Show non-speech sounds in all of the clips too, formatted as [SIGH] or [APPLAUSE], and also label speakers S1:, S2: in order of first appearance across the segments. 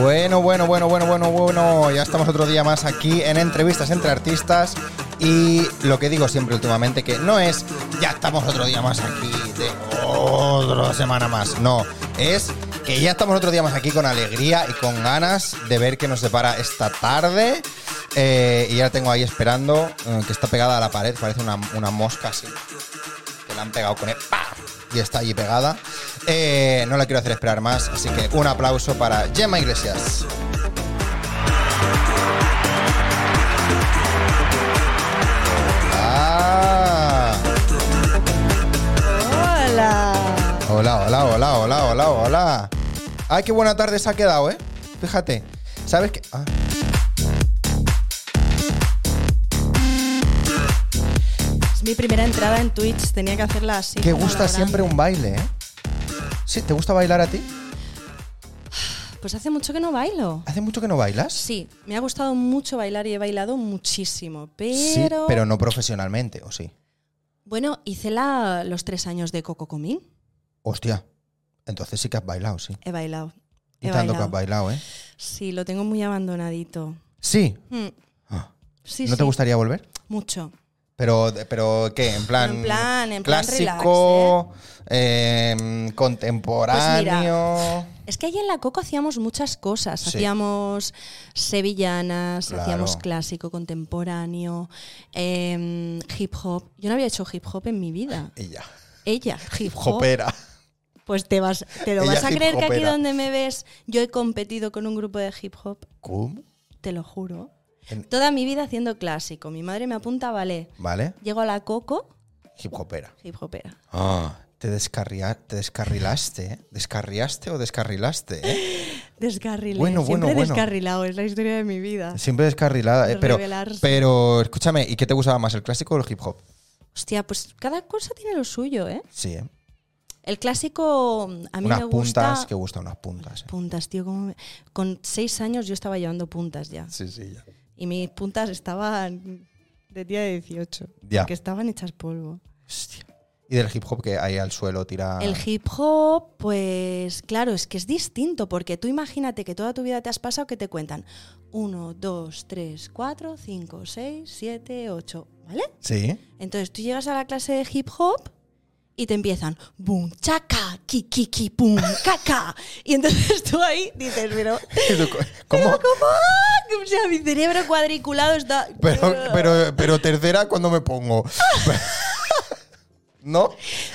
S1: Bueno, bueno, bueno, bueno, bueno, bueno. Ya estamos otro día más aquí en entrevistas entre artistas. Y lo que digo siempre últimamente, que no es ya estamos otro día más aquí, de otra semana más. No, es que ya estamos otro día más aquí con alegría y con ganas de ver qué nos depara esta tarde. Eh, y ya la tengo ahí esperando, eh, que está pegada a la pared, parece una, una mosca así que la han pegado con el ¡pa! y está allí pegada. Eh, no la quiero hacer esperar más, así que un aplauso para Gemma Iglesias. Hola,
S2: Hola.
S1: hola, hola, hola, hola, hola. hola. Ay, qué buena tarde se ha quedado, ¿eh? Fíjate, ¿sabes qué? Ah.
S2: Es mi primera entrada en Twitch, tenía que hacerla así.
S1: que
S2: como a
S1: gusta
S2: la
S1: siempre
S2: grande.
S1: un baile, ¿eh? Sí, ¿te gusta bailar a ti?
S2: Pues hace mucho que no bailo.
S1: ¿Hace mucho que no bailas?
S2: Sí, me ha gustado mucho bailar y he bailado muchísimo, pero...
S1: Sí, pero no profesionalmente, ¿o sí?
S2: Bueno, hice la, los tres años de Coco Comín.
S1: Hostia, entonces sí que has bailado, sí.
S2: He bailado.
S1: Y
S2: He
S1: tanto que
S2: bailado.
S1: has bailado, ¿eh?
S2: Sí, lo tengo muy abandonadito.
S1: Sí.
S2: Mm,
S1: Ah.
S2: Sí,
S1: ¿No te
S2: sí,
S1: gustaría volver?
S2: Mucho.
S1: Pero, pero ¿qué? En plan,
S2: En plan- en plan ¿eh?
S1: clásico, em, contemporáneo.
S2: Es que ahí en la Coco hacíamos muchas cosas.
S1: Sí.
S2: Hacíamos sevillanas,
S1: Claro.
S2: hacíamos clásico, contemporáneo, em, hip hop. Yo no había hecho hip hop en mi vida.
S1: Ella,
S2: Ella, hip hop.
S1: jopera.
S2: Pues te vas, te lo
S1: Ella
S2: vas a
S1: hip
S2: creer que aquí
S1: hopera.
S2: donde me ves, yo he competido con un grupo de hip hop,
S1: ¿Cómo?
S2: te lo juro.
S1: En-
S2: Toda mi vida haciendo clásico. Mi madre me apunta a ballet.
S1: ¿Vale?
S2: Llego a la Coco,
S1: Hip hopera.
S2: hip hopera.
S1: Ah, Te, descarria- te descarrilaste, ¿eh? ¿Descarriaste o descarrilaste?
S2: [LAUGHS]
S1: ¿eh?
S2: Descarrilé.
S1: Bueno,
S2: Siempre
S1: bueno, bueno.
S2: descarrilado, es la historia de mi vida.
S1: Siempre descarrilada. ¿eh? Pero,
S2: Revelarse.
S1: pero, escúchame, ¿y qué te gustaba más, el clásico o el hip hop?
S2: Hostia, pues cada cosa tiene lo suyo, ¿eh?
S1: Sí, ¿eh?
S2: El clásico a mí
S1: unas
S2: me gusta.
S1: puntas, que gustan unas puntas. ¿eh?
S2: Puntas, tío. cómo me- Con seis años yo estaba llevando puntas ya.
S1: Sí, sí, ya.
S2: Y mis puntas estaban de día de 18.
S1: Ya.
S2: Que estaban hechas polvo.
S1: Hostia. Y del hip hop que hay al suelo tira.
S2: El hip hop, pues claro, es que es distinto, porque tú imagínate que toda tu vida te has pasado que te cuentan 1, 2, 3, 4, 5, 6, 7, 8, ¿vale?
S1: Sí. [LAUGHS]
S2: Entonces tú llegas a la clase de hip hop y te empiezan boom, chaca, ki, ki, ki, pum, caca. Y entonces tú ahí dices, pero.
S1: ¿Cómo?
S2: ¿Cómo? O sea, mi cerebro cuadriculado está.
S1: Pero, pero, pero tercera, cuando me pongo? [LAUGHS] ¿No?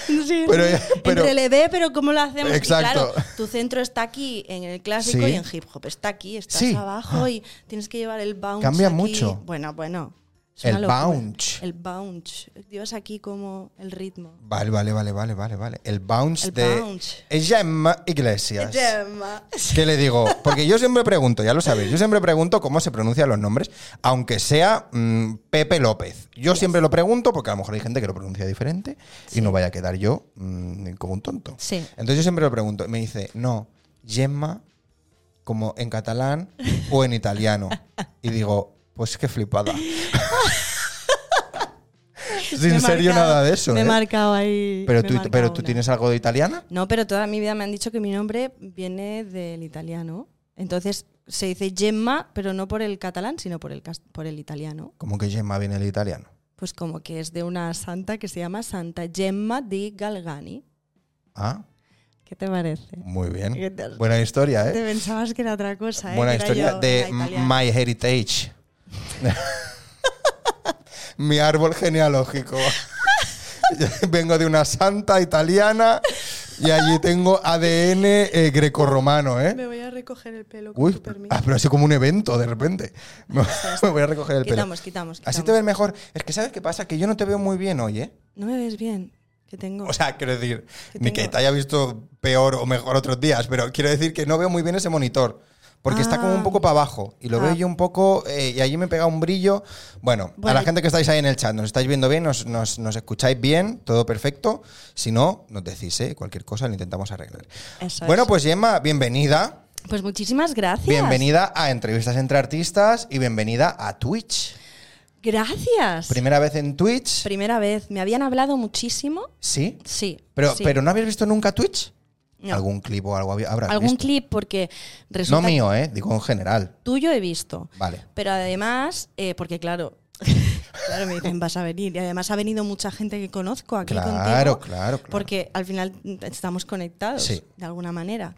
S2: Sí,
S1: [LAUGHS] Pero-
S2: sí.
S1: pero-
S2: Entre el EB, pero ¿cómo lo hacemos? Y
S1: Exacto.
S2: claro, tu centro está aquí en el clásico
S1: Sí.
S2: y en hip hop. Está aquí, estás
S1: Sí. Ah.
S2: abajo y tienes que llevar el bounce.
S1: Cambia
S2: aquí.
S1: mucho.
S2: Bueno, bueno. es
S1: El
S2: una locura.
S1: bounce.
S2: El bounce. Llevas aquí como el ritmo.
S1: Vale, vale, vale, vale, vale, vale. El bounce
S2: El
S1: de
S2: bounce.
S1: Gemma
S2: [LAUGHS]
S1: Iglesias.
S2: Gemma.
S1: ¿Qué le digo? Porque yo siempre pregunto, ya lo sabéis, yo siempre pregunto cómo se pronuncian los nombres, aunque sea mm, Pepe López. Yo siempre lo pregunto porque a lo mejor hay gente que lo pronuncia diferente y no vaya a quedar yo mm, como un tonto.
S2: Sí.
S1: Entonces yo siempre lo pregunto. Me dice, no, Gemma, como en catalán o en italiano. Y digo, pues qué
S2: [LAUGHS]
S1: flipada.
S2: Me
S1: [LAUGHS] Sin
S2: he
S1: serio
S2: marcado-
S1: nada de eso.
S2: Me he
S1: ¿eh?
S2: marcado ahí.
S1: Pero
S2: me he
S1: tú,
S2: marcado
S1: pero tú
S2: una.
S1: tienes algo de italiana.
S2: No, pero toda mi vida me han dicho que mi nombre viene del italiano. Entonces se dice Gemma, pero no por el catalán, sino por el, cas- por el italiano.
S1: Como que Gemma viene del italiano.
S2: Pues como que es de una santa que se llama Santa Gemma di Galgani.
S1: Ah,
S2: ¿Qué te parece?
S1: Muy bien.
S2: ¿Qué tal?
S1: Buena historia,
S2: Te
S1: ¿eh?
S2: pensabas que era otra cosa, ¿eh?
S1: Buena
S2: Que era
S1: historia
S2: yo,
S1: de
S2: la italiana.
S1: My Heritage. [LAUGHS] Mi árbol genealógico. [LAUGHS] Vengo de una santa italiana y allí tengo ADN eh, grecorromano,
S2: Me
S1: ¿eh?
S2: voy a recoger el pelo con
S1: Uy,
S2: tu permiso.
S1: ah, pero así como un evento de repente. [LAUGHS] Me voy a recoger el pelo.
S2: Quitamos, quitamos, quitamos.
S1: Así te ves mejor. Es que sabes qué pasa, que yo no te veo muy bien hoy, ¿eh?
S2: No me ves bien. Que tengo.
S1: [LAUGHS] O sea, quiero decir,
S2: Que
S1: ni
S2: tengo-
S1: que te haya visto peor o mejor otros días, pero quiero decir que no veo muy bien ese monitor. Porque está como un
S2: Ah.
S1: poco para abajo. Y lo veo
S2: Ah.
S1: yo un poco. eh, y allí me pega un brillo. Bueno, a
S2: Bueno,
S1: la gente que estáis ahí en el chat, nos estáis viendo bien, nos, nos- nos escucháis bien, todo perfecto. Si no, nos decís, ¿eh? Cualquier cosa lo intentamos arreglar.
S2: Eso
S1: bueno,
S2: es.
S1: pues Gemma, bienvenida.
S2: Pues muchísimas gracias.
S1: Bienvenida a Entrevistas entre Artistas y bienvenida a Twitch.
S2: Gracias.
S1: Primera vez en Twitch.
S2: Primera vez. Me habían hablado muchísimo.
S1: sí.
S2: Sí.
S1: Pero,
S2: sí.
S1: pero no habías visto nunca Twitch.
S2: No.
S1: ¿Algún clip o algo habi- habrás
S2: Algún
S1: visto?
S2: clip porque resulta
S1: No mío, ¿eh? Digo en general.
S2: que tuyo he visto.
S1: Vale.
S2: Pero además, eh, porque claro, [LAUGHS] claro, me dicen vas a venir. Y además ha venido mucha gente que conozco aquí
S1: Claro,
S2: contigo,
S1: claro, claro.
S2: Porque al final estamos conectados
S1: Sí.
S2: de alguna manera.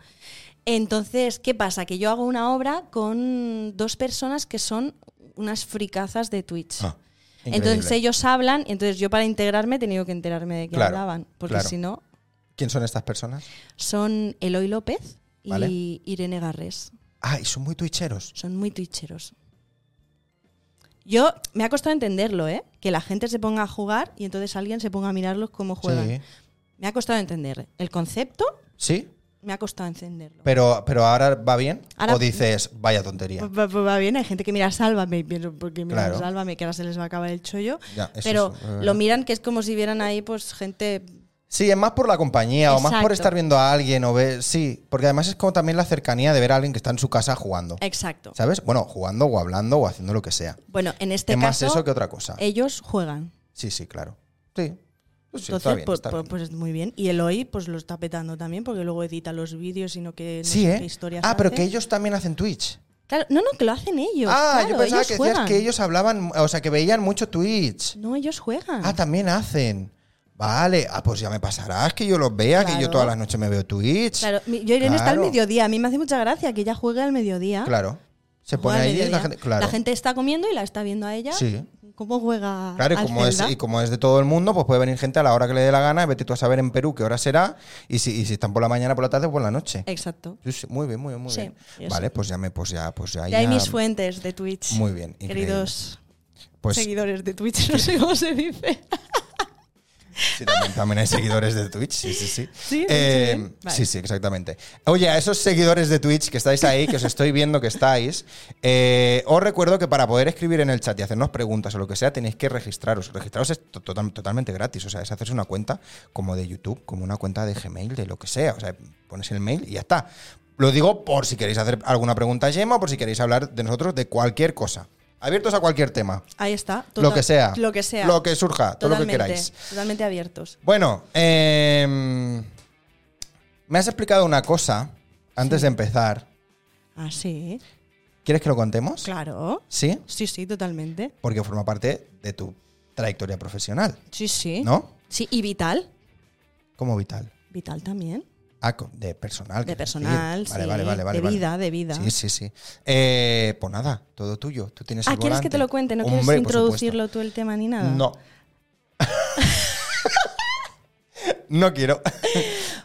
S2: Entonces, ¿qué pasa? Que yo hago una obra con dos personas que son unas fricazas de Twitch.
S1: Ah, increíble.
S2: entonces ellos hablan, entonces yo para integrarme he tenido que enterarme de qué
S1: Claro,
S2: hablaban, porque
S1: claro.
S2: si no,
S1: ¿Quién son estas personas?
S2: son Eloy López y
S1: Vale.
S2: Irene Garres.
S1: Ah, y son muy twitcheros.
S2: Son muy twitcheros. Yo me ha costado entenderlo, ¿eh? Que la gente se ponga a jugar y entonces alguien se ponga a mirarlos cómo juegan.
S1: Sí.
S2: Me ha costado entender el concepto,
S1: ¿Sí?
S2: me ha costado entenderlo.
S1: Pero, pero ahora va bien.
S2: Ahora- Pues,
S1: o dices, vaya tontería.
S2: Va, va- va bien, hay gente que mira sálvame, y pienso, porque mira
S1: Claro.
S2: sálvame, que ahora se les va a acabar el chollo.
S1: Ya, eso
S2: pero
S1: es, eh,
S2: lo miran que es como si vieran ahí, pues, gente.
S1: Sí, es más por la compañía o más por
S2: Exacto.
S1: estar viendo a alguien o ver. Sí, porque además es como también la cercanía de ver a alguien que está en su casa jugando.
S2: Exacto.
S1: ¿Sabes? Bueno, jugando o hablando o haciendo lo que sea.
S2: Bueno, en este
S1: es más
S2: caso,
S1: eso que otra cosa.
S2: ellos juegan.
S1: Sí, sí, claro. Sí. Pues sí,
S2: Entonces,
S1: está bien,
S2: pues,
S1: está
S2: pues-
S1: bien.
S2: pues muy bien. Y Eloy, pues lo está petando también, porque luego edita los vídeos, sino que no
S1: Sí,
S2: sé
S1: ¿eh?
S2: qué historias
S1: Ah, pero
S2: hace.
S1: que ellos también hacen Twitch.
S2: Claro, no, no, que lo hacen ellos.
S1: ah,
S2: claro,
S1: yo pensaba
S2: ellos
S1: que decías
S2: juegan.
S1: que ellos hablaban, o sea, que veían mucho Twitch.
S2: No, ellos juegan.
S1: Ah, también hacen. Vale, ah, pues ya me pasarás que yo los vea, que yo
S2: Claro.
S1: todas las noches me veo Twitch.
S2: Claro, mi- yo Irene está al
S1: Claro.
S2: mediodía. A mí me hace mucha gracia que ella juegue al mediodía.
S1: Claro. Se
S2: Juega
S1: pone
S2: al
S1: ahí y la
S2: mediodía.
S1: gente. Claro.
S2: La gente está comiendo y la está viendo a ella.
S1: Sí.
S2: ¿Cómo juega?
S1: Claro, y
S2: al
S1: como, es,
S2: Zelda.
S1: y como es de todo el mundo, pues puede venir gente a la hora que le dé la gana, vete tú a saber en Perú qué hora será, y si, y si están por la mañana, por la tarde o por la noche.
S2: Exacto.
S1: Sí, sí, muy bien, muy bien, muy
S2: Eh. Sí,
S1: bien.
S2: eso.
S1: Vale, pues ya me, pues ya, pues ya.
S2: De ahí
S1: ya-
S2: mis fuentes de Twitch.
S1: Muy bien, increíble.
S2: Queridos
S1: Pues
S2: seguidores de Twitch, [LAUGHS] no sé cómo se dice.
S1: sí, también, también hay seguidores de Twitch, sí, sí, sí.
S2: [LAUGHS] Sí,
S1: Eh,
S2: sí, sí. Vale.
S1: sí, sí, exactamente. Oye, a esos seguidores de Twitch que estáis ahí, que os estoy viendo que estáis, eh, os recuerdo que para poder escribir en el chat y hacernos preguntas o lo que sea, tenéis que registraros. Registraros es to- total- totalmente gratis, o sea, es hacerse una cuenta como de YouTube, como una cuenta de Gmail, de lo que sea. O sea, pones el mail y ya está. Lo digo por si queréis hacer alguna pregunta a Gemma o por si queréis hablar de nosotros de cualquier cosa. Abiertos a cualquier tema.
S2: Ahí está.
S1: lo que sea.
S2: Lo que sea.
S1: Lo que surja, todo lo que
S2: Totalmente,
S1: queráis.
S2: Totalmente abiertos.
S1: Bueno, em, me has explicado una cosa antes de empezar.
S2: Ah, sí.
S1: ¿Quieres que lo contemos?
S2: Claro.
S1: Sí,
S2: Sí, sí, totalmente.
S1: porque forma parte de tu trayectoria profesional,
S2: Sí, sí.
S1: ¿no?
S2: Sí, y vital.
S1: Como vital.
S2: Vital también.
S1: Ah, co- de personal.
S2: De
S1: quiero decir.
S2: personal,
S1: Vale,
S2: sí,
S1: vale, vale, vale,
S2: de
S1: vale.
S2: vida, de vida.
S1: Sí, sí, sí. Eh, pues nada, todo tuyo. Tú tienes
S2: Ah,
S1: el
S2: ¿quieres que te
S1: volante.
S2: lo cuente? ¿No
S1: Hombre,
S2: quieres
S1: por supuesto.
S2: introducirlo tú el tema ni nada?
S1: No. no quiero.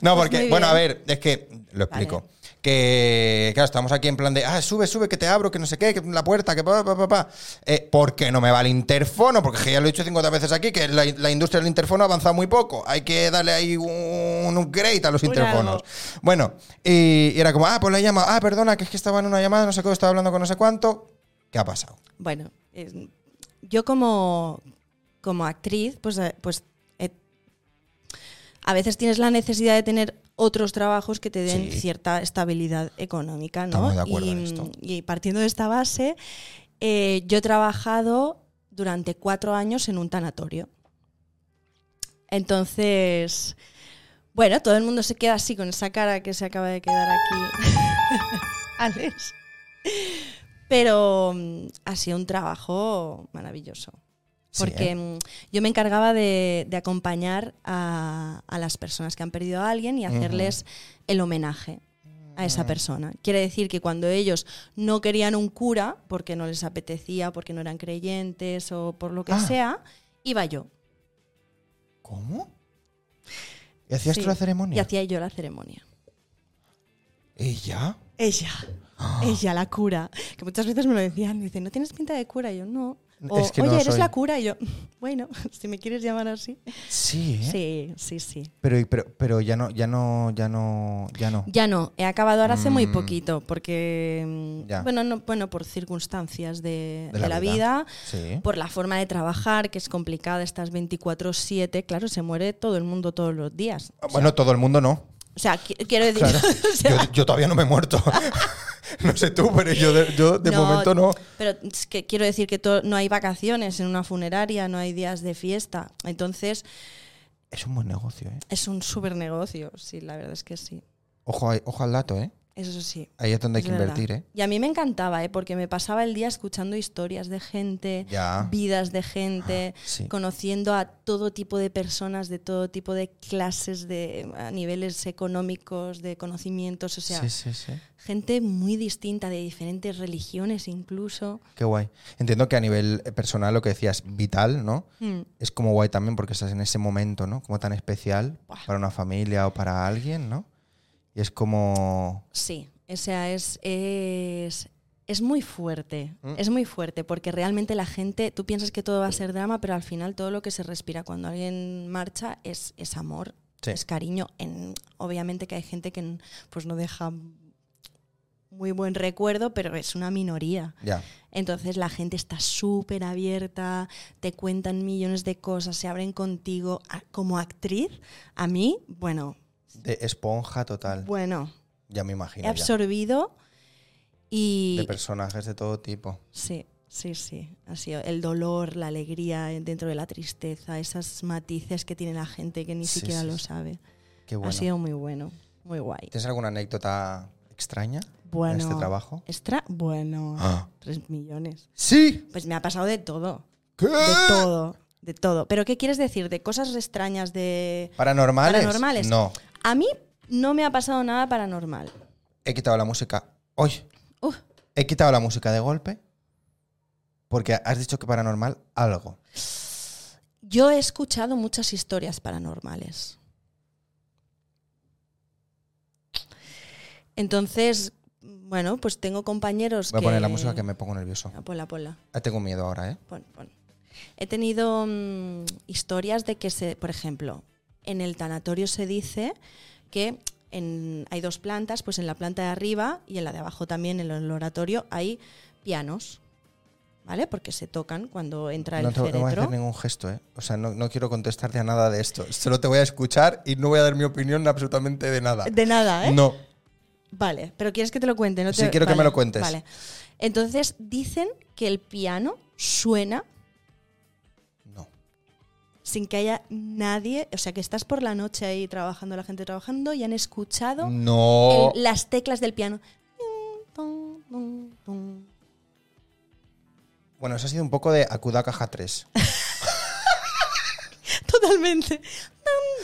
S1: no,
S2: Pues
S1: porque,
S2: muy
S1: bueno, a
S2: bien.
S1: ver, es que lo explico. Que, claro, estamos aquí en plan de, ah, sube, sube, que te abro, que no sé qué, que la puerta, que pa, pa, pa, pa. Eh, ¿Por qué no me va el interfono? Porque es que ya lo he dicho 50 veces aquí, que la, la industria del interfono ha avanzado muy poco. Hay que darle ahí un upgrade a los
S2: Un
S1: interfonos.
S2: algo.
S1: Bueno, y, y era como, ah, pues la llama, ah, perdona, que es que estaba en una llamada, no sé qué, estaba hablando con no sé cuánto. ¿Qué ha pasado?
S2: Bueno, eh, yo como, como actriz, pues, eh, pues eh, a veces tienes la necesidad de tener otros trabajos que te den
S1: Sí.
S2: cierta estabilidad económica, ¿no?
S1: Estamos de acuerdo
S2: y,
S1: en esto.
S2: y partiendo de esta base, eh, yo he trabajado durante cuatro años en un tanatorio. Entonces, bueno, todo el mundo se queda así con esa cara que se acaba de quedar aquí. [LAUGHS] Alex. Pero mm, ha sido un trabajo maravilloso.
S1: Sí,
S2: Porque
S1: ¿eh?
S2: mm, yo me encargaba de, de acompañar a, a las personas que han perdido a alguien y hacerles el homenaje a esa
S1: Mm.
S2: persona. Quiere decir que cuando ellos no querían un cura, porque no les apetecía, porque no eran creyentes o por lo que
S1: Ah.
S2: sea, iba yo.
S1: ¿Cómo? ¿Y hacías
S2: Sí.
S1: tú la ceremonia?
S2: Y hacía yo la ceremonia.
S1: ¿Y ya? [GASPS]
S2: Ella. Ella, la cura. Que muchas veces me lo decían, dicen, ¿no tienes pinta de cura? Y yo, no. O,
S1: Es que no
S2: oye, eres
S1: soy".
S2: la cura. Y yo, [LAUGHS] bueno, si me quieres llamar así.
S1: Sí, ¿eh?
S2: Sí, sí, sí.
S1: Pero, pero, pero ya no, ya no, ya no, ya no.
S2: Ya no, he acabado ahora hace muy
S1: Mm.
S2: poquito, porque, mm,
S1: Ya.
S2: bueno, no, bueno, por circunstancias de, de la, vida.
S1: Sí.
S2: por la forma de trabajar, que es complicada, estás 24/7, claro, se muere todo el mundo todos los días.
S1: Ah, Bueno, todo el mundo
S2: [LAUGHS]
S1: no.
S2: O sea, qui- quiero decir,
S1: Claro.
S2: [LAUGHS] o sea,
S1: Yo, yo todavía no me he muerto. [LAUGHS] no sé tú, pero yo de, yo de
S2: No,
S1: momento no.
S2: Pero es que quiero decir que to- no hay vacaciones en una funeraria, no hay días de fiesta. Entonces,
S1: Es un buen negocio, ¿eh?
S2: es un súper negocio, sí, la verdad es que sí.
S1: Ojo, ahí- ojo al dato, ¿eh?
S2: Eso sí.
S1: Ahí es donde hay
S2: es
S1: que
S2: verdad.
S1: invertir, ¿eh?
S2: Y a mí me encantaba, ¿eh? porque me pasaba el día escuchando historias de gente,
S1: Ya. Ah.
S2: vidas de gente,
S1: Sí.
S2: conociendo a todo tipo de personas, de todo tipo de clases, de a niveles económicos, de conocimientos, o sea,
S1: sí, sí, sí.
S2: gente muy distinta, de diferentes religiones incluso.
S1: Qué guay. Entiendo que a nivel eh, personal lo que decías, vital, ¿no?
S2: Mm.
S1: Es como guay también porque estás en ese momento, ¿no? Como tan especial para una familia o para alguien, ¿no? Y es como...
S2: Sí, o sea, es, es, es muy fuerte,
S1: Mm.
S2: es muy fuerte, porque realmente la gente, tú piensas que todo va a ser drama, pero al final todo lo que se respira cuando alguien marcha es, es amor,
S1: Sí.
S2: es cariño. En, obviamente que hay gente que n- pues no deja muy buen recuerdo, pero es una minoría.
S1: Ya.
S2: Entonces la gente está súper abierta, te cuentan millones de cosas, se abren contigo. A- Como actriz, a mí, bueno,
S1: De esponja total.
S2: bueno,
S1: ya me imagino.
S2: he
S1: ya.
S2: absorbido y
S1: De personajes de todo tipo.
S2: sí, sí, sí, ha sido el dolor, la alegría eh, dentro de la tristeza, esos matices que tiene la gente que ni
S1: Sí,
S2: siquiera
S1: sí,
S2: lo
S1: sí.
S2: sabe.
S1: Qué bueno.
S2: Ha sido muy bueno, muy guay.
S1: ¿Tienes alguna anécdota extraña
S2: Bueno,
S1: en este trabajo?
S2: Extra, bueno,
S1: Ah.
S2: tres millones.
S1: ¡Sí!
S2: Pues me ha pasado de todo,
S1: ¿Qué?
S2: de todo, de todo. Pero ¿qué quieres decir? De cosas extrañas, de
S1: ¿Paranormales?
S2: paranormales.
S1: No.
S2: A mí no me ha pasado nada paranormal.
S1: He quitado la música. Hoy
S2: Uf,
S1: he quitado la música de golpe porque has dicho que paranormal algo.
S2: yo he escuchado muchas historias paranormales. Entonces, bueno, pues tengo compañeros
S1: Voy
S2: que.
S1: a poner la música que me pongo nervioso.
S2: Ah, Ponla, ponla.
S1: Ah, tengo miedo ahora, ¿eh?
S2: Pon, pon. He tenido mm, historias de que se, por ejemplo, en el tanatorio se dice que en- hay dos plantas, pues en la planta de arriba y en la de abajo también, en el oratorio, hay pianos, ¿vale? Porque se tocan cuando entra
S1: No,
S2: el
S1: te, no
S2: féretro.
S1: voy a hacer ningún gesto, ¿eh? O sea, no, no quiero contestarte a nada de esto. Solo te voy a escuchar y no voy a dar mi opinión absolutamente de nada.
S2: De nada, ¿eh?
S1: No.
S2: Vale, pero quieres que te lo cuente, ¿no?
S1: Sí,
S2: te-
S1: quiero que
S2: vale,
S1: me lo cuentes.
S2: Vale. Entonces dicen que el piano suena
S1: No.
S2: sin que haya nadie, o sea, que estás por la noche ahí trabajando, la gente trabajando y han escuchado
S1: No.
S2: el- las teclas del piano. Tum, tum, tum, tum.
S1: Bueno, eso ha sido un poco de acuda a caja 3. [LAUGHS]
S2: Totalmente.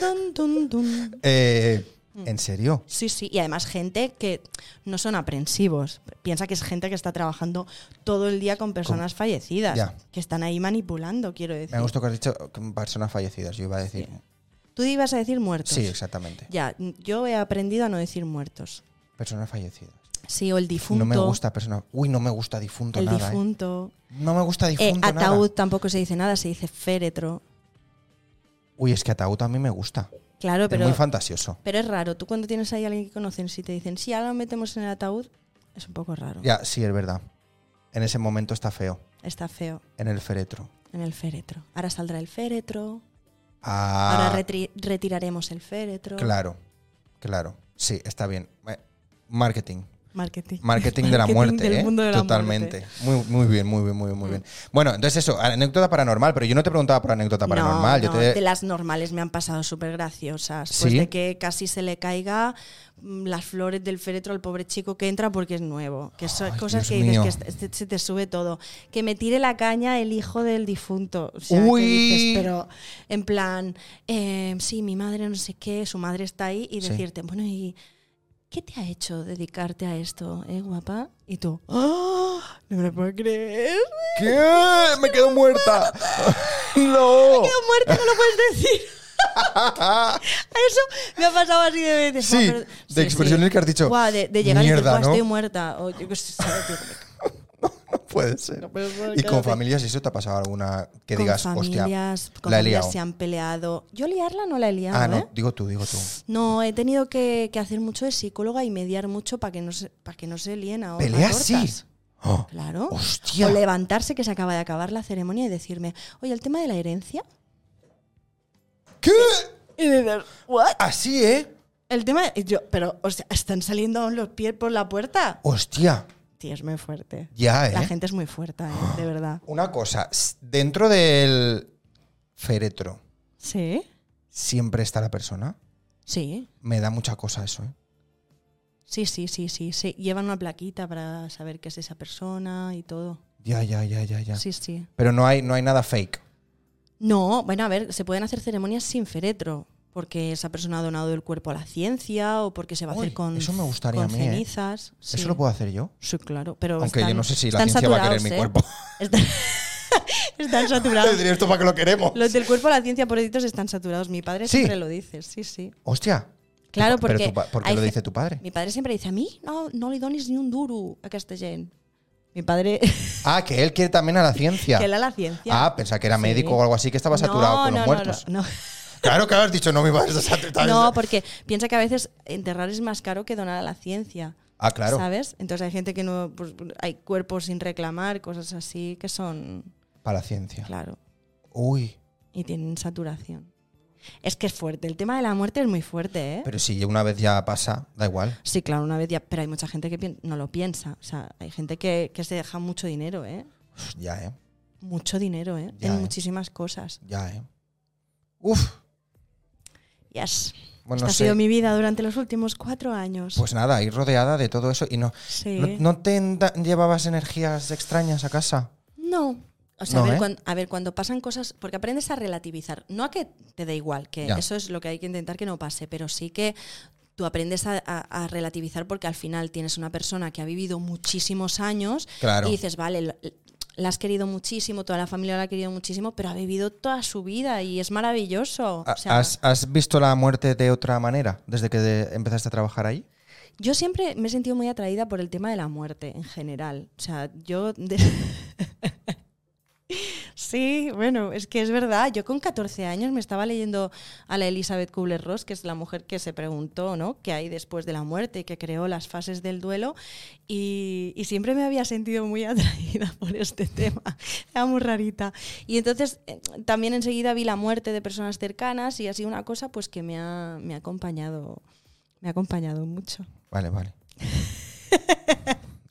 S2: Dun, dun, dun, dun.
S1: Eh, ¿En serio?
S2: Sí, sí, y además gente que no son aprensivos. Piensa que es gente que está trabajando todo el día con personas fallecidas,
S1: Ya.
S2: que están ahí manipulando, quiero decir.
S1: Me ha gustado que has dicho que personas fallecidas. Yo iba a decir.
S2: Tú ibas a decir muertos.
S1: Sí, exactamente.
S2: Ya, n- yo he aprendido a no decir muertos.
S1: Personas fallecidas.
S2: Sí, o el difunto.
S1: No me gusta personas. Uy, no me gusta difunto
S2: El
S1: nada. ¿eh?
S2: difunto.
S1: No me gusta
S2: Eh,
S1: difunto nada.
S2: ataúd tampoco se dice nada, se dice féretro.
S1: Uy, es que ataúd a mí me gusta.
S2: Claro,
S1: es
S2: pero,
S1: muy fantasioso.
S2: pero es raro. Tú cuando tienes ahí a alguien que conocen, si te dicen, sí, ahora lo metemos en el ataúd, es un poco raro.
S1: Ya, sí, es verdad. En ese momento está feo.
S2: Está feo
S1: En el féretro.
S2: en el féretro. Ahora saldrá el féretro,
S1: Ah,
S2: ahora retri- retiraremos el féretro.
S1: claro, claro. Sí, está bien. Eh, Marketing.
S2: Marketing.
S1: Marketing de la
S2: Marketing
S1: muerte,
S2: del
S1: ¿eh?
S2: mundo de la
S1: Totalmente.
S2: muerte.
S1: Muy, muy bien, muy bien, muy bien, muy bien. Bueno, entonces eso, anécdota paranormal, pero yo no te preguntaba por anécdota paranormal.
S2: No,
S1: yo
S2: no,
S1: te...
S2: de las normales me han pasado súper graciosas. Pues
S1: ¿Sí?
S2: de que casi se le caiga mm, las flores del féretro al pobre chico que entra porque es nuevo. Que son
S1: Ay, Dios
S2: cosas que dices
S1: mío.
S2: que este- este- se te sube todo. Que me tire la caña el hijo del difunto. O sea, que
S1: Uy.
S2: dices, pero en plan, eh, sí, mi madre no sé qué, su madre está ahí y
S1: Sí.
S2: decirte, bueno, ¿y qué te ha hecho dedicarte a esto, eh, guapa? Y tú, "Ah, no me lo puedo creer.
S1: ¿Qué? Me quedo
S2: [LAUGHS]
S1: muerta. no.
S2: quedo muerta, no lo
S1: [LAUGHS]
S2: puedes decir. Eso me ha pasado así de veces.
S1: Sí,
S2: Ah, pero-
S1: de expresiones que has dicho,
S2: Guau, de, de llegar y decir,
S1: "Mierda,
S2: "Buah,
S1: ¿no?".
S2: estoy muerta. O yo qué sé, ¿sabes? Tío,
S1: No puede ser.
S2: puede ser,
S1: Y con
S2: cállate.
S1: familias, ¿eso te ha pasado alguna que
S2: con
S1: digas,
S2: familias,
S1: hostia,
S2: con
S1: la he
S2: familias
S1: liado?
S2: se han peleado. Yo liarla no la he liado,
S1: Ah,
S2: ¿eh?
S1: no, digo tú, digo tú.
S2: No, he tenido que, que hacer mucho de psicóloga y mediar mucho para que no se, para que no se líen ahora.
S1: ¿Peleas sí? Oh,
S2: Claro.
S1: Hostia.
S2: O levantarse que se acaba de acabar la ceremonia y decirme, oye, el tema de la herencia.
S1: ¿Qué?
S2: Y dices, ¿what?
S1: Así, ¿eh?
S2: El tema de- y yo, pero, o sea, están saliendo aún los pies por la puerta.
S1: Hostia.
S2: Tío, es muy fuerte.
S1: Ya, ¿eh?
S2: La gente es muy fuerte, ¿eh?
S1: [GASPS]
S2: de verdad.
S1: Una cosa, s- dentro del féretro
S2: Sí.
S1: siempre está la persona.
S2: Sí.
S1: Me da mucha cosa eso, ¿eh?
S2: Sí, sí, sí, sí, sí. Llevan una plaquita para saber qué es esa persona y todo.
S1: Ya, ya, ya, ya, ya.
S2: Sí, sí.
S1: Pero no hay, no hay nada fake.
S2: No, bueno, a ver, se pueden hacer ceremonias sin féretro, porque esa persona ha donado el cuerpo a la ciencia o porque se va a hacer
S1: Uy,
S2: con,
S1: eso me gustaría a
S2: con
S1: mí, ¿eh?
S2: cenizas. Sí.
S1: ¿Eso lo puedo hacer yo?
S2: Sí, claro, pero
S1: Aunque
S2: están-
S1: yo no sé si la
S2: están
S1: ciencia va a querer
S2: saturados,
S1: mi
S2: ¿eh?
S1: cuerpo.
S2: [LAUGHS]
S1: [LAUGHS]
S2: Están, están
S1: Te
S2: saturados.
S1: diré esto para que lo queremos.
S2: Los del cuerpo a la ciencia por editos están saturados. Mi padre
S1: Sí.
S2: siempre lo dice, sí, sí.
S1: Hostia.
S2: Claro,
S1: Tu pa- pero
S2: porque
S1: tu pa- ¿Por qué
S2: hay
S1: lo
S2: ge-
S1: dice tu padre?
S2: Mi padre siempre dice, a mí no, no le dones ni un duro a esta gent.
S1: [LAUGHS]
S2: Mi padre,
S1: Ah, que él quiere también a la ciencia.
S2: que él a la ciencia.
S1: Ah, pensaba que era
S2: Sí.
S1: médico o algo así, que estaba saturado
S2: No,
S1: con
S2: no,
S1: los
S2: no,
S1: muertos. [LAUGHS]
S2: no, no.
S1: Claro, claro, has dicho, no me vas a saturar.
S2: [LAUGHS] No, pues, porque piensa que a veces enterrar es más caro que donar a la ciencia.
S1: Ah, claro.
S2: ¿Sabes? Entonces hay gente que no. pues, hay cuerpos sin reclamar, cosas así que son.
S1: Para la ciencia.
S2: Claro.
S1: Uy.
S2: Y tienen saturación. Es que es fuerte. El tema de la muerte es muy fuerte, ¿eh?
S1: Pero si una vez ya pasa, da igual.
S2: sí, claro, una vez ya. Pero hay mucha gente que pien- no lo piensa. O sea, hay gente que, que se deja mucho dinero, ¿eh?
S1: Uf, Ya, ¿eh?
S2: Mucho dinero, ¿eh?
S1: Ya,
S2: en
S1: ¿eh?
S2: muchísimas cosas.
S1: Ya, ¿eh? Uf.
S2: Yes.
S1: Bueno,
S2: Esta
S1: Pues sé.
S2: ha sido mi vida durante los últimos cuatro años.
S1: Pues nada, ir rodeada de todo eso y no...
S2: sí.
S1: ¿No, no te enda- llevabas energías extrañas a casa?
S2: No. O sea,
S1: No,
S2: a, ver,
S1: ¿eh?
S2: cuan- a ver, cuando pasan cosas, porque aprendes a relativizar, no a que te dé igual, que
S1: Ya.
S2: eso es lo que hay que intentar que no pase, pero sí que tú aprendes a, a- a relativizar porque al final tienes una persona que ha vivido muchísimos años
S1: Claro.
S2: y dices, vale, lo- la has querido muchísimo, toda la familia la ha querido muchísimo, pero ha vivido toda su vida y es maravilloso. O
S1: Ha-
S2: sea,
S1: ¿Has, has visto la muerte de otra manera desde que de- empezaste a trabajar ahí?
S2: Yo siempre me he sentido muy atraída por el tema de la muerte en general. O sea, yo... de- [LAUGHS] sí, bueno, es que es verdad. Yo con 14 años me estaba leyendo a la Elizabeth Kubler-Ross, que es la mujer que se preguntó, ¿no? ¿Qué hay después de la muerte? Que creó las fases del duelo. Y, y siempre me había sentido muy atraída [LAUGHS] por este tema. Era muy rarita. Y entonces eh, también enseguida vi la muerte de personas cercanas y ha sido una cosa pues que me ha, me ha acompañado. Me ha acompañado mucho.
S1: Vale, vale.
S2: [LAUGHS]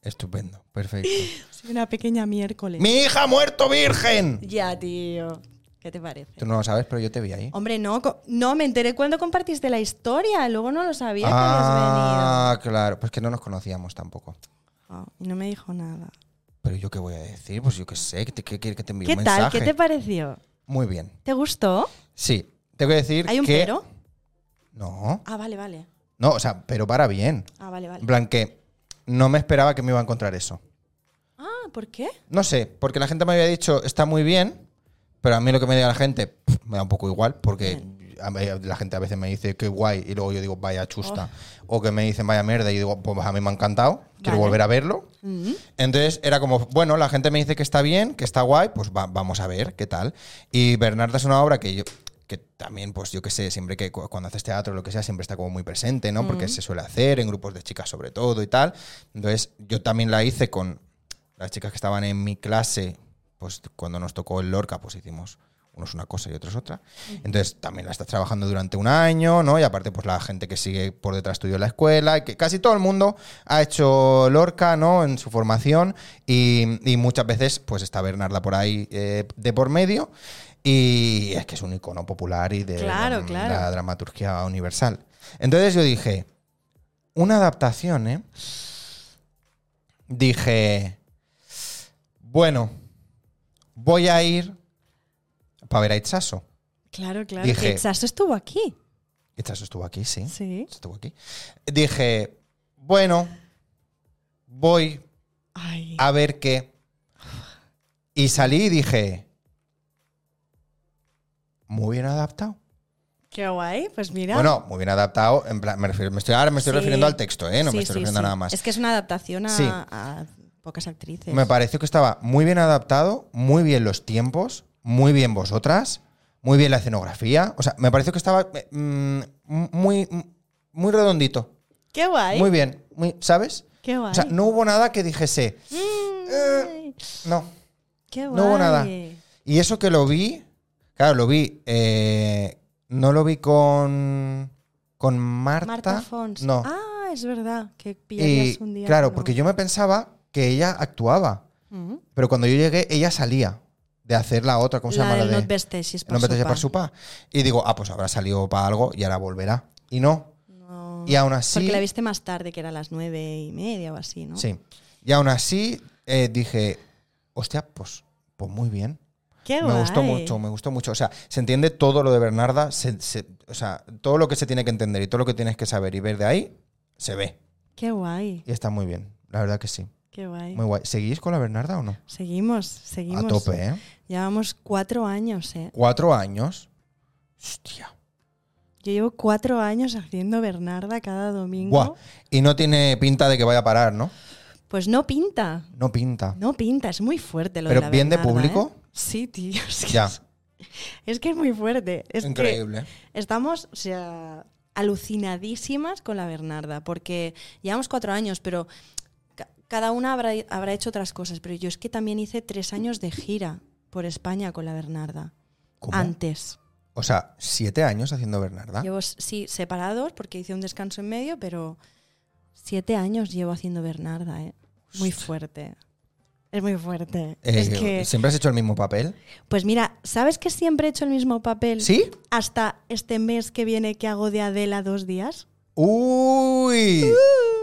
S1: Estupendo, perfecto.
S2: Soy una pequeña miércoles.
S1: ¡Mi hija ha muerto virgen!
S2: ya, tío. ¿Qué te parece?
S1: Tú no lo sabes, pero yo te vi ahí.
S2: Hombre, no, co- no, me enteré cuando compartiste la historia. Luego no lo sabía
S1: Ah, claro, pues que no nos conocíamos tampoco.
S2: que habías venido. Oh, y no me dijo nada.
S1: Pero yo qué voy a decir, pues yo qué sé, que te, que, que- que te envío
S2: ¿Qué
S1: un
S2: tal?
S1: mensaje.
S2: ¿Qué te pareció?
S1: Muy bien.
S2: ¿Te gustó?
S1: Sí, te voy a decir
S2: ¿Hay un
S1: que
S2: pero?
S1: no,
S2: Ah, vale, vale.
S1: no, o sea, pero para bien.
S2: Ah, vale, vale.
S1: En plan que no me esperaba que me iba a encontrar eso.
S2: Ah, ¿por qué?
S1: No sé, porque la gente me había dicho, está muy bien, pero a mí lo que me diga la gente pf, me da un poco igual, porque a mí- la gente a veces me dice, qué guay, y luego yo digo, vaya chusta. O que me dicen, vaya mierda, y digo, pues a mí me ha encantado, quiero
S2: Oh. Vale.
S1: volver a verlo.
S2: Mm,
S1: Entonces era como, bueno, la gente me dice que está bien, que está guay, pues va- vamos a ver qué tal. Y Bernarda es una obra que yo que también, pues yo qué sé, siempre que cu- cuando haces teatro o lo que sea, siempre está como muy presente, ¿no? Porque se suele hacer en grupos de chicas sobre todo y tal. Entonces yo también la hice con las chicas que estaban en mi clase, pues cuando nos tocó el Lorca, pues hicimos unos una cosa y otros otra. Entonces también la estás trabajando durante un año, ¿no? Y aparte, pues la gente que sigue por detrás tuyo en la escuela, que casi todo el mundo ha hecho Lorca, ¿no? En su formación y, y muchas veces, pues está Bernarda por ahí eh, de por medio y es que es un icono popular y de
S2: Claro,
S1: mm,
S2: claro.
S1: la dramaturgia universal. Entonces yo dije, una adaptación, ¿eh? Dije, bueno, voy a ir para ver a Itzaso.
S2: Claro, claro.
S1: Dije- ¿Eh?
S2: El Sasso estuvo aquí.
S1: Itzaso estuvo aquí, sí.
S2: Sí.
S1: Estuvo aquí. Dije, bueno, voy
S2: Ay.
S1: a ver qué. Y salí y dije, muy bien adaptado.
S2: Qué guay. Pues mira.
S1: Bueno, muy bien adaptado. En plan, me refiero- me estoy, ahora me estoy
S2: Sí.
S1: refiriendo al texto, ¿eh? No
S2: Sí,
S1: me estoy
S2: sí,
S1: refiriendo a
S2: sí.
S1: nada más.
S2: Es que es una adaptación a,
S1: Sí.
S2: a pocas actrices.
S1: Me pareció que estaba muy bien adaptado, muy bien los tiempos, muy bien vosotras, muy bien la escenografía. O sea, me pareció que estaba eh, mm, muy, muy redondito.
S2: Qué guay.
S1: Muy bien, muy, ¿sabes?
S2: Qué guay.
S1: O sea, no Eh. hubo nada que dijese,
S2: Mm,
S1: no.
S2: qué guay.
S1: no hubo nada. Y eso que lo vi, claro, lo vi, eh, no lo vi con, con Marta.
S2: Marta Fons.
S1: No.
S2: Ah, es verdad, que
S1: y,
S2: pillarías un día.
S1: claro,
S2: que no.
S1: porque yo me pensaba que ella actuaba.
S2: Ujú.
S1: Pero cuando yo llegué, ella salía de hacer la otra, ¿cómo se
S2: La
S1: llama?
S2: del
S1: la
S2: Not
S1: de
S2: Vesteixis per
S1: No me
S2: sopar.
S1: para su pa. Y digo, ah, pues habrá salido para algo y ahora volverá. Y no.
S2: No,
S1: Y aún así-
S2: Oh, Porque la viste más tarde, que era a las nueve y media o así, ¿no?
S1: Sí. Y aún así eh, dije, hostia, pues, pues muy bien.
S2: Qué
S1: Me gustó
S2: guay.
S1: mucho, me gustó mucho. O sea, se entiende todo lo de Bernarda, se- se- o sea, todo lo que se tiene que entender y todo lo que tienes que saber y ver de ahí, se ve.
S2: Qué guay.
S1: Y está muy bien, la verdad que sí.
S2: Qué guay.
S1: Muy guay. ¿Seguís con la Bernarda o no?
S2: Seguimos, seguimos.
S1: A tope, ¿eh?
S2: Llevamos cuatro años, ¿eh?
S1: Cuatro años. Hostia.
S2: Yo llevo cuatro años haciendo Bernarda cada domingo.
S1: Buah. Y no tiene pinta de que vaya a parar, ¿no?
S2: Pues no pinta.
S1: No pinta.
S2: No pinta, es muy fuerte lo
S1: Pero
S2: de la
S1: bien de
S2: Bernarda,
S1: público.
S2: ¿eh? Sí, tío. [LAUGHS] Es que,
S1: Ya.
S2: Es, es que es muy fuerte. Es que
S1: Increíble.
S2: estamos, o sea, alucinadísimas con la Bernarda, porque llevamos cuatro años, pero ca- cada una habrá, habrá hecho otras cosas. Pero yo es que también hice tres años de gira por España con la Bernarda.
S1: ¿Cómo? Ah.
S2: Antes.
S1: O sea, siete años haciendo Bernarda.
S2: Llevo, s- sí, separados porque hice un descanso en medio, pero siete años llevo haciendo Bernarda, ¿eh? Muy fuerte. Es muy fuerte.
S1: Eh,
S2: es que,
S1: ¿Siempre has hecho el mismo papel?
S2: pues mira, ¿sabes que siempre he hecho el mismo papel?
S1: ¿Sí?
S2: Hasta este mes que viene que hago de Adela dos días.
S1: ¡Uy!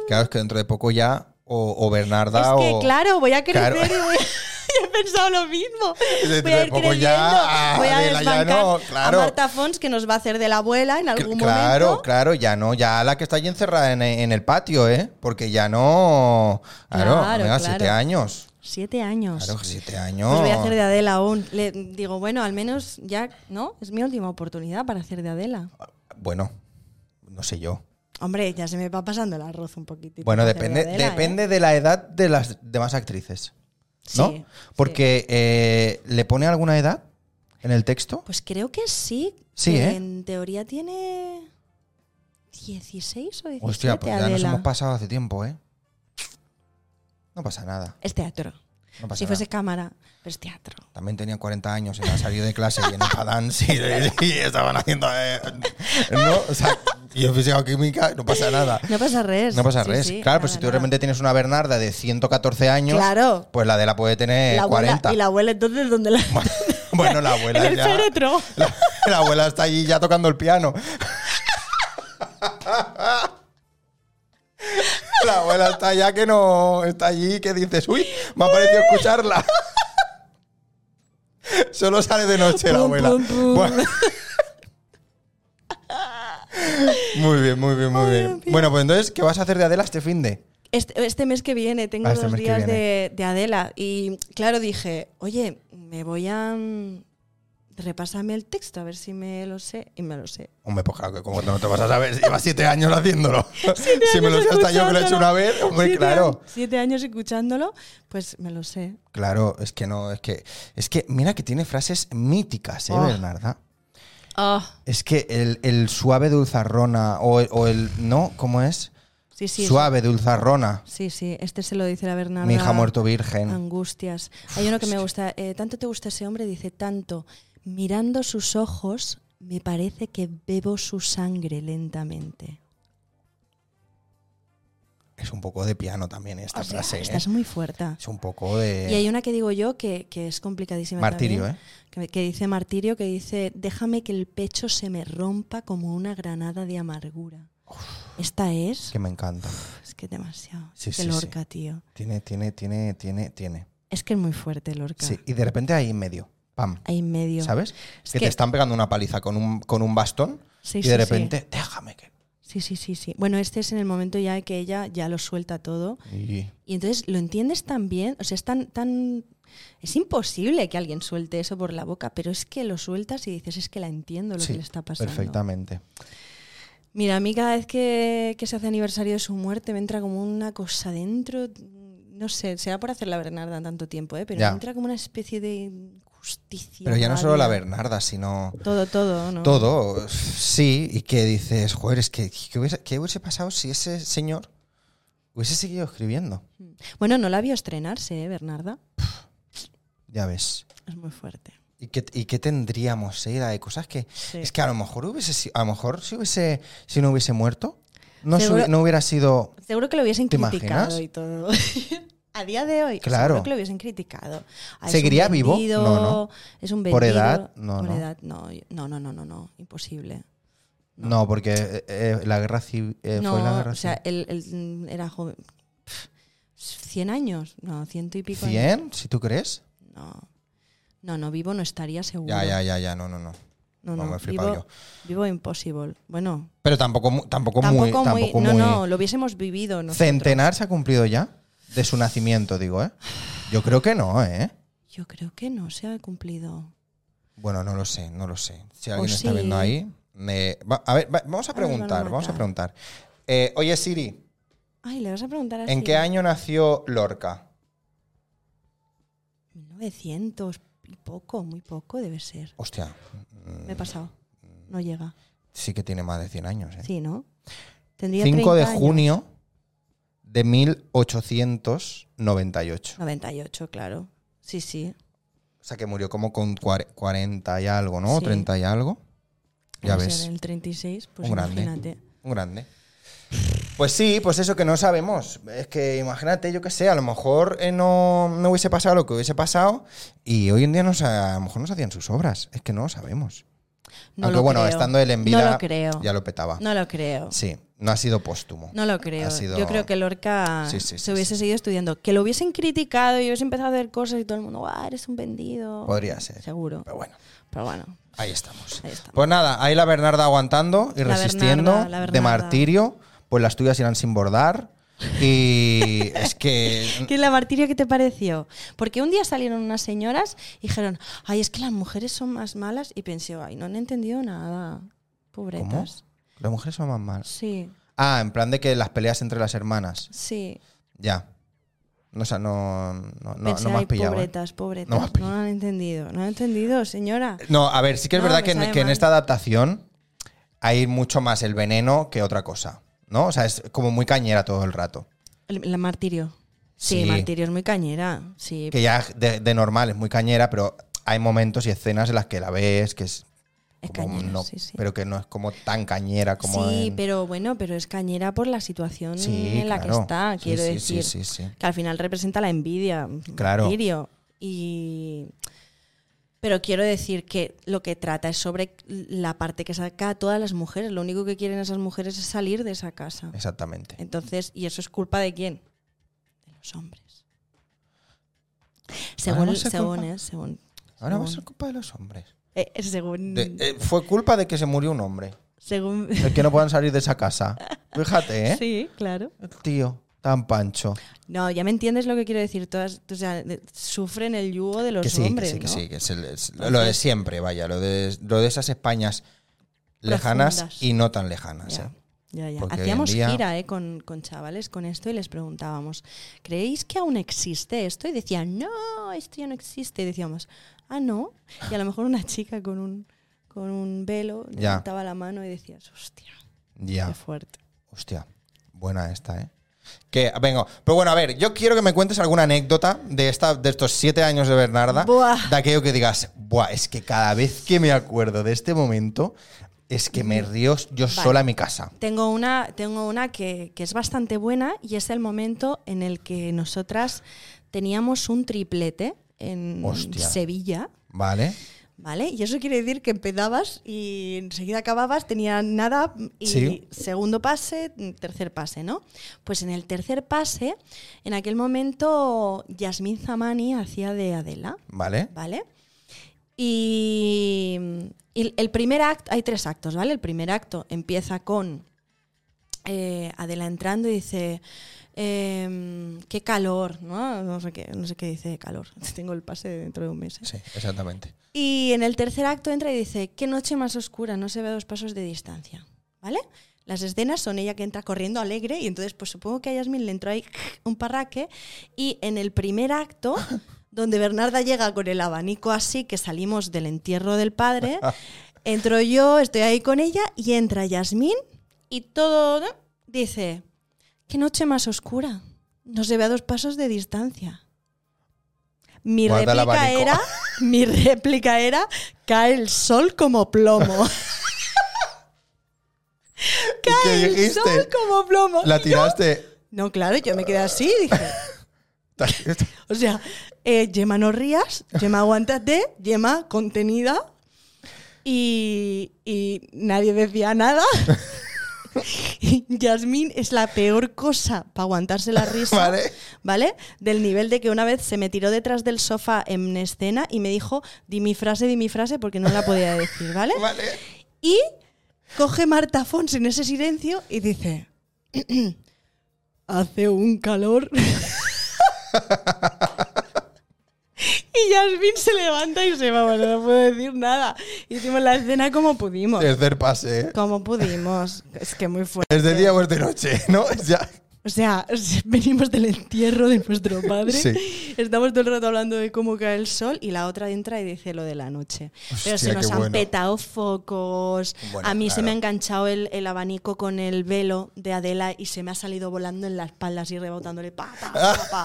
S1: Claro, es que dentro de poco ya o, o Bernarda
S2: es que,
S1: o...
S2: claro, voy a [LAUGHS] crecer
S1: Claro.
S2: y
S1: [LAUGHS]
S2: voy a- he pensado lo mismo.
S1: Dentro
S2: Voy a
S1: de
S2: ir
S1: poco
S2: creciendo.
S1: ya,
S2: voy a
S1: Adela, ya
S2: desbancar
S1: no, claro.
S2: a Marta Fons, que nos va a hacer de la abuela en
S1: Cl-
S2: algún
S1: claro,
S2: momento.
S1: claro, ya no, ya la que está allí encerrada en, en el patio, ¿eh? Porque ya no... Claro,
S2: Claro,
S1: amiga,
S2: claro.
S1: siete años.
S2: Siete años.
S1: Claro, siete años.
S2: Pues voy a hacer de Adela aún. Le digo, bueno, al menos ya, ¿no? Es mi última oportunidad para hacer de Adela.
S1: Bueno, no sé yo.
S2: Hombre, ya se me va pasando el arroz un poquitito.
S1: Bueno,
S2: para hacer
S1: depende,
S2: de Adela, ¿eh?
S1: depende de la edad de las demás actrices, ¿no?
S2: Sí,
S1: Porque eh, le pone alguna edad en el texto.
S2: Pues creo que sí.
S1: Sí,
S2: que
S1: ¿eh?
S2: En teoría tiene 16 o 17,
S1: Hostia, pues ya
S2: Adela.
S1: nos hemos pasado hace tiempo, ¿eh? No pasa nada.
S2: es teatro.
S1: No pasa
S2: Si fuese
S1: nada.
S2: cámara, pero es teatro.
S1: También tenía 40 años y ha salido de clase y en esta dance y, y estaban haciendo. eh, [LAUGHS] no, o sea, y en física o química, no pasa nada.
S2: No pasa res.
S1: No pasa
S2: Pues Sí,
S1: res.
S2: sí,
S1: claro, pero
S2: nada,
S1: si tú
S2: nada.
S1: realmente tienes una Bernarda de 114 años,
S2: Claro.
S1: pues la de la puede tener
S2: La abuela-
S1: 40.
S2: y la abuela entonces, ¿dónde la...?
S1: [LAUGHS] bueno, la abuela
S2: [LAUGHS] en el
S1: ya.
S2: féretro.
S1: La, la abuela está allí ya tocando el piano. La abuela está ya que no. Está allí que dices, uy, me ha parecido escucharla. Solo sale de noche la
S2: Pum,
S1: abuela.
S2: pum, pum.
S1: Bueno. Muy bien, muy bien, muy bien. Bueno, pues entonces, ¿qué vas a hacer de Adela este fin de?
S2: Este, este mes que viene tengo
S1: Ah, este
S2: dos
S1: mes que
S2: días de, de Adela y claro dije, oye, me voy a... mm, Repásame el texto a ver si me lo sé y me
S1: [LAUGHS]
S2: lo sé.
S1: Hombre, pues claro que como no te vas a saber, si llevas siete años haciéndolo. si me lo sé hasta yo que lo he hecho una vez, hombre,
S2: Siete
S1: claro.
S2: a- siete años escuchándolo, pues me lo sé.
S1: Claro, es que no, es que. Es que, mira que tiene frases míticas, ¿eh,
S2: Oh.
S1: Bernarda?
S2: Ah,
S1: Es que el, el suave dulzarrona o, el- o el. ¿No? ¿Cómo es?
S2: sí, sí.
S1: suave dulzarrona.
S2: Sí, sí. Este se lo dice la Bernarda.
S1: Mi hija muerto
S2: Ah.
S1: virgen.
S2: Angustias. Hay uno que me gusta. eh, tanto te gusta ese hombre, dice tanto. Mirando sus ojos, me parece que bebo su sangre lentamente.
S1: Es un poco de piano también esta
S2: O sea,
S1: frase, ¿eh?
S2: esta es muy fuerte.
S1: Es un poco de.
S2: Y hay una que digo yo que, que es complicadísima.
S1: Martirio, ¿eh?
S2: también, que, que dice martirio, que dice, déjame que el pecho se me rompa como una granada de amargura. Esta es...
S1: Que me encanta.
S2: Es que es demasiado.
S1: Sí,
S2: Es que
S1: sí, sí.
S2: Lorca, tío.
S1: Tiene, tiene, tiene, tiene, tiene.
S2: Es que es muy fuerte Lorca.
S1: Sí, y de repente ahí en medio. Pam.
S2: Ahí en medio.
S1: ¿Sabes?
S2: Es
S1: que,
S2: que-
S1: te están pegando una paliza con un, con un bastón
S2: Sí,
S1: y
S2: sí,
S1: de
S2: sí.
S1: repente, déjame que.
S2: Sí, sí, sí, sí. Bueno, este es en el momento ya que ella ya lo suelta todo.
S1: Y-
S2: Y entonces lo entiendes tan bien, o sea, es tan, tan... Es imposible que alguien suelte eso por la boca, pero es que lo sueltas y dices, es que la entiendo lo
S1: sí,
S2: que le está pasando.
S1: Perfectamente.
S2: Mira, a mí cada vez que, que se hace aniversario de su muerte me entra como una cosa dentro, no sé, será por hacer la Bernarda tanto tiempo, ¿eh? pero
S1: Ya.
S2: me entra como una especie de justicia.
S1: Pero ya no solo la
S2: rabia.
S1: Bernarda, sino
S2: Todo, todo, ¿no?
S1: todo. Sí, y que dices, joder, es que ¿qué hubiese, qué hubiese pasado si ese señor hubiese seguido escribiendo?
S2: Bueno, no la vio estrenarse, ¿eh, Bernarda?
S1: Ya ves.
S2: Es muy fuerte.
S1: ¿Y qué, y qué tendríamos, eh? La de cosas que... Es que a lo mejor hubiese si- a lo mejor si hubiese si no hubiese muerto, no, se
S2: Seguro-
S1: hubi- no hubiera sido...
S2: Seguro que lo hubiesen
S1: ¿Te
S2: criticado
S1: imaginas?
S2: y todo. [LAUGHS] A día de hoy,
S1: Claro.
S2: seguro que lo hubiesen criticado. Ah, es
S1: ¿Seguiría
S2: un
S1: vivo?
S2: vendido,
S1: No, no.
S2: Es un
S1: ¿Por
S2: vendido.
S1: edad? No,
S2: Por
S1: no.
S2: edad, no, yo- no, no, no, no, no, imposible.
S1: No, porque eh, eh, la guerra civil.
S2: no,
S1: fue la guerra
S2: o sea,
S1: civil.
S2: él, él era joven. Pff, 100 años, no, ciento y pico. años.
S1: ¿Cien? ¿Si tú crees?
S2: No. no, no, vivo no estaría seguro.
S1: Ya, ya, ya, ya, no, no, no.
S2: No,
S1: No,
S2: no,
S1: me he flipado
S2: vivo,
S1: yo.
S2: vivo impossible. Bueno,
S1: Pero tampoco, mu- tampoco,
S2: tampoco
S1: muy.
S2: muy,
S1: Tampoco
S2: No,
S1: muy-
S2: no, lo hubiésemos vivido. nosotros.
S1: ¿Centenar se ha cumplido ya? De su nacimiento, digo, ¿eh? Yo creo que no, ¿eh?
S2: Yo creo que no se ha cumplido.
S1: Bueno, no lo sé, no lo sé. Si
S2: O
S1: alguien está
S2: Pues sí.
S1: viendo ahí. me- va- a ver, va- vamos a
S2: Ahora nos van a
S1: preguntar, vamos a
S2: matar.
S1: preguntar. Eh, oye, Siri,
S2: Ay, le vas a preguntar así.
S1: ¿en qué año nació Lorca?
S2: 1900 y poco, muy poco debe ser.
S1: Hostia, Mm.
S2: Me he pasado. No llega.
S1: sí que tiene más de 100 años, Mm. ¿eh?
S2: Sí, ¿no? Tendría
S1: 5
S2: 30
S1: de
S2: años.
S1: junio de 1898.
S2: 98, claro. Sí, sí.
S1: O sea que murió como con cuare- 40 y algo, ¿no?
S2: Sí.
S1: 30 y algo. Ya
S2: Vamos a
S1: ves.
S2: ver, el 36, pues
S1: Un grande.
S2: imagínate.
S1: Un grande. Pues sí, pues eso que no sabemos. Es que imagínate, yo qué sé, a lo mejor eh, no, no hubiese pasado lo que hubiese pasado y hoy en día nos, a lo mejor nos hacían sus obras. Es que no lo sabemos.
S2: No
S1: Aunque
S2: lo
S1: bueno,
S2: creo.
S1: estando él en vida
S2: No lo creo.
S1: ya lo petaba.
S2: No lo creo.
S1: Sí, no ha sido póstumo.
S2: No lo creo.
S1: Ha sido-
S2: Yo creo que Lorca
S1: Sí, sí, sí,
S2: se hubiese seguido estudiando. Que lo hubiesen criticado y hubiese empezado a hacer cosas y todo el mundo, ¡guau, eres un vendido!
S1: Podría ser.
S2: Seguro.
S1: Pero bueno,
S2: Pero bueno,
S1: ahí estamos.
S2: Ahí estamos.
S1: Pues nada, ahí la Bernarda aguantando y
S2: La
S1: resistiendo
S2: Bernarda, la
S1: de
S2: Bernarda.
S1: martirio. Pues las tuyas irán sin bordar.
S2: [LAUGHS]
S1: Y es que
S2: ¿Qué la martirio qué te pareció? Porque un día salieron unas señoras y dijeron, ay, es que las mujeres son más malas. Y pensé, ay, no han entendido nada.
S1: ¿Cómo?
S2: Pobretas.
S1: Las mujeres son más malas.
S2: Sí,
S1: Ah, en plan de que las peleas entre las hermanas.
S2: sí.
S1: Ya. No, o sea, no, no, no,
S2: Pensé,
S1: no me has
S2: ay,
S1: pillado. ¿eh?
S2: pobretas,
S1: No me has
S2: pobretas. No,
S1: pillado.
S2: han entendido. No han entendido, señora.
S1: No, a ver, sí que es
S2: No,
S1: verdad
S2: me
S1: que, en-
S2: sabe
S1: que en
S2: mal.
S1: esta adaptación hay mucho más el veneno que otra cosa. ¿No? O sea, es como muy cañera todo el rato.
S2: El- La martirio. Sí,
S1: Sí.
S2: martirio es muy cañera. Sí,
S1: Que ya de, de normal es muy cañera, pero hay momentos y escenas en las que la ves que es.
S2: es
S1: como
S2: cañera.
S1: no-
S2: sí, sí.
S1: Pero que no es como tan cañera como.
S2: sí,
S1: en-
S2: pero bueno, pero es cañera por la situación
S1: Sí,
S2: en la
S1: claro.
S2: que está,
S1: Sí,
S2: quiero
S1: sí, sí, sí,
S2: decir.
S1: sí.
S2: Que al final representa la envidia,
S1: Claro.
S2: martirio. Y. Pero quiero decir que lo que trata es sobre la parte que saca a todas las mujeres. Lo único que quieren esas mujeres es salir de esa casa.
S1: Exactamente.
S2: Entonces, ¿y eso es culpa de quién? De los hombres.
S1: Ahora
S2: Según,
S1: va a ser
S2: según,
S1: Ah, culpa.
S2: eh, según.
S1: Ahora va a
S2: según-
S1: ser culpa de los hombres.
S2: eh, eh, según,
S1: De- eh, fue culpa de que se murió un hombre.
S2: según
S1: El que no puedan salir de esa casa. Fíjate, ¿eh?
S2: [LAUGHS] Sí, claro.
S1: El tío, tan pancho.
S2: No, ya me entiendes lo que quiero decir. Todas, o sea, de- sufren el yugo de los
S1: que sí,
S2: hombres.
S1: que sí, que
S2: ¿no?
S1: sí, que es el- es lo de siempre, vaya, lo de, lo de esas Españas lejanas
S2: Profundas.
S1: y no tan lejanas.
S2: Ya,
S1: ¿eh?
S2: ya, ya.
S1: Porque hoy en
S2: Hacíamos
S1: día-
S2: gira eh, con, con chavales con esto y les preguntábamos, ¿creéis que aún existe esto? Y decían, no, esto ya no existe. Y decíamos, ah, no. Y a lo mejor una [LAUGHS] chica con un, con un velo
S1: Ya.
S2: levantaba la mano y decías, hostia,
S1: Ya,
S2: qué fuerte.
S1: hostia, buena esta, ¿eh? Que, vengo. Pero bueno, a ver, yo quiero que me cuentes alguna anécdota de, esta, de estos siete años de Bernarda.
S2: Buah.
S1: De aquello que digas, Buah, es que cada vez que me acuerdo de este momento, es que me río yo sola en mi casa.
S2: Tengo una, tengo una que, que es bastante buena y es el momento en el que nosotras teníamos un triplete en
S1: Hostia.
S2: Sevilla,
S1: ¿Vale?
S2: ¿vale? Y eso quiere decir que empezabas y enseguida acababas, tenía nada y
S1: Sí.
S2: segundo pase, tercer pase, ¿no? Pues en el tercer pase, en aquel momento, Yasmín Zamani hacía de Adela.
S1: ¿Vale?
S2: ¿Vale? Y, y el primer acto, hay tres actos, ¿vale? El primer acto empieza con eh, Adela entrando y dice, em, qué calor, ¿no? No sé qué, no sé qué dice de calor, [LAUGHS] tengo el pase dentro de un mes. ¿eh?
S1: Sí, exactamente.
S2: Y en el tercer acto entra y dice, qué noche más oscura, no se ve a dos pasos de distancia, ¿vale? Las escenas son ella que entra corriendo alegre y entonces pues supongo que a Yasmin le entró ahí [LAUGHS] un parraque y en el
S1: [LAUGHS]
S2: primer acto, donde Bernarda llega con el abanico así, que salimos del entierro del padre,
S1: [LAUGHS]
S2: entro yo, estoy ahí con ella y entra Yasmín y todo ¿no? dice, qué noche más oscura, no se ve a dos pasos de distancia. Mi
S1: Guarda el
S2: réplica
S1: abanico. [LAUGHS]
S2: era, mi réplica era, cae el sol
S1: [LAUGHS]
S2: como plomo. cae
S1: qué
S2: el
S1: dijiste?
S2: sol como plomo.
S1: La tiraste. [LAUGHS]
S2: No, claro, yo me quedé así, dije. O sea, eh, Gemma no rías, Gemma aguántate, Gemma contenida. y, y nadie decía nada. Y Yasmín es la peor cosa para aguantarse la risa,
S1: Vale.
S2: ¿vale? Del nivel de que una vez se me tiró detrás del sofá en escena y me dijo, di mi frase, di mi frase, porque no la podía decir, ¿vale?
S1: Vale.
S2: Y coge Marta Fons en ese silencio y dice, [CLEARS THROAT] hace un calor. [LAUGHS] y Yasmin se levanta y se va, bueno, no puedo decir nada. Hicimos la escena como pudimos.
S1: Tercer pase, ¿eh?
S2: Como pudimos. Es que muy fuerte.
S1: Es de día o es de noche, ¿no? [LAUGHS] Ya.
S2: O sea, [LAUGHS] venimos del entierro de nuestro padre.
S1: Sí.
S2: Estamos todo el rato hablando de cómo cae el sol y la otra entra y dice lo de la noche.
S1: Hostia,
S2: Pero se nos
S1: qué
S2: han
S1: bueno.
S2: petado focos.
S1: Bueno,
S2: a mí se
S1: claro.
S2: me ha enganchado el, el abanico con el velo de Adela y se me ha salido volando en la espalda así rebotándole. Pa, pa, pa,
S1: [LAUGHS]
S2: pa.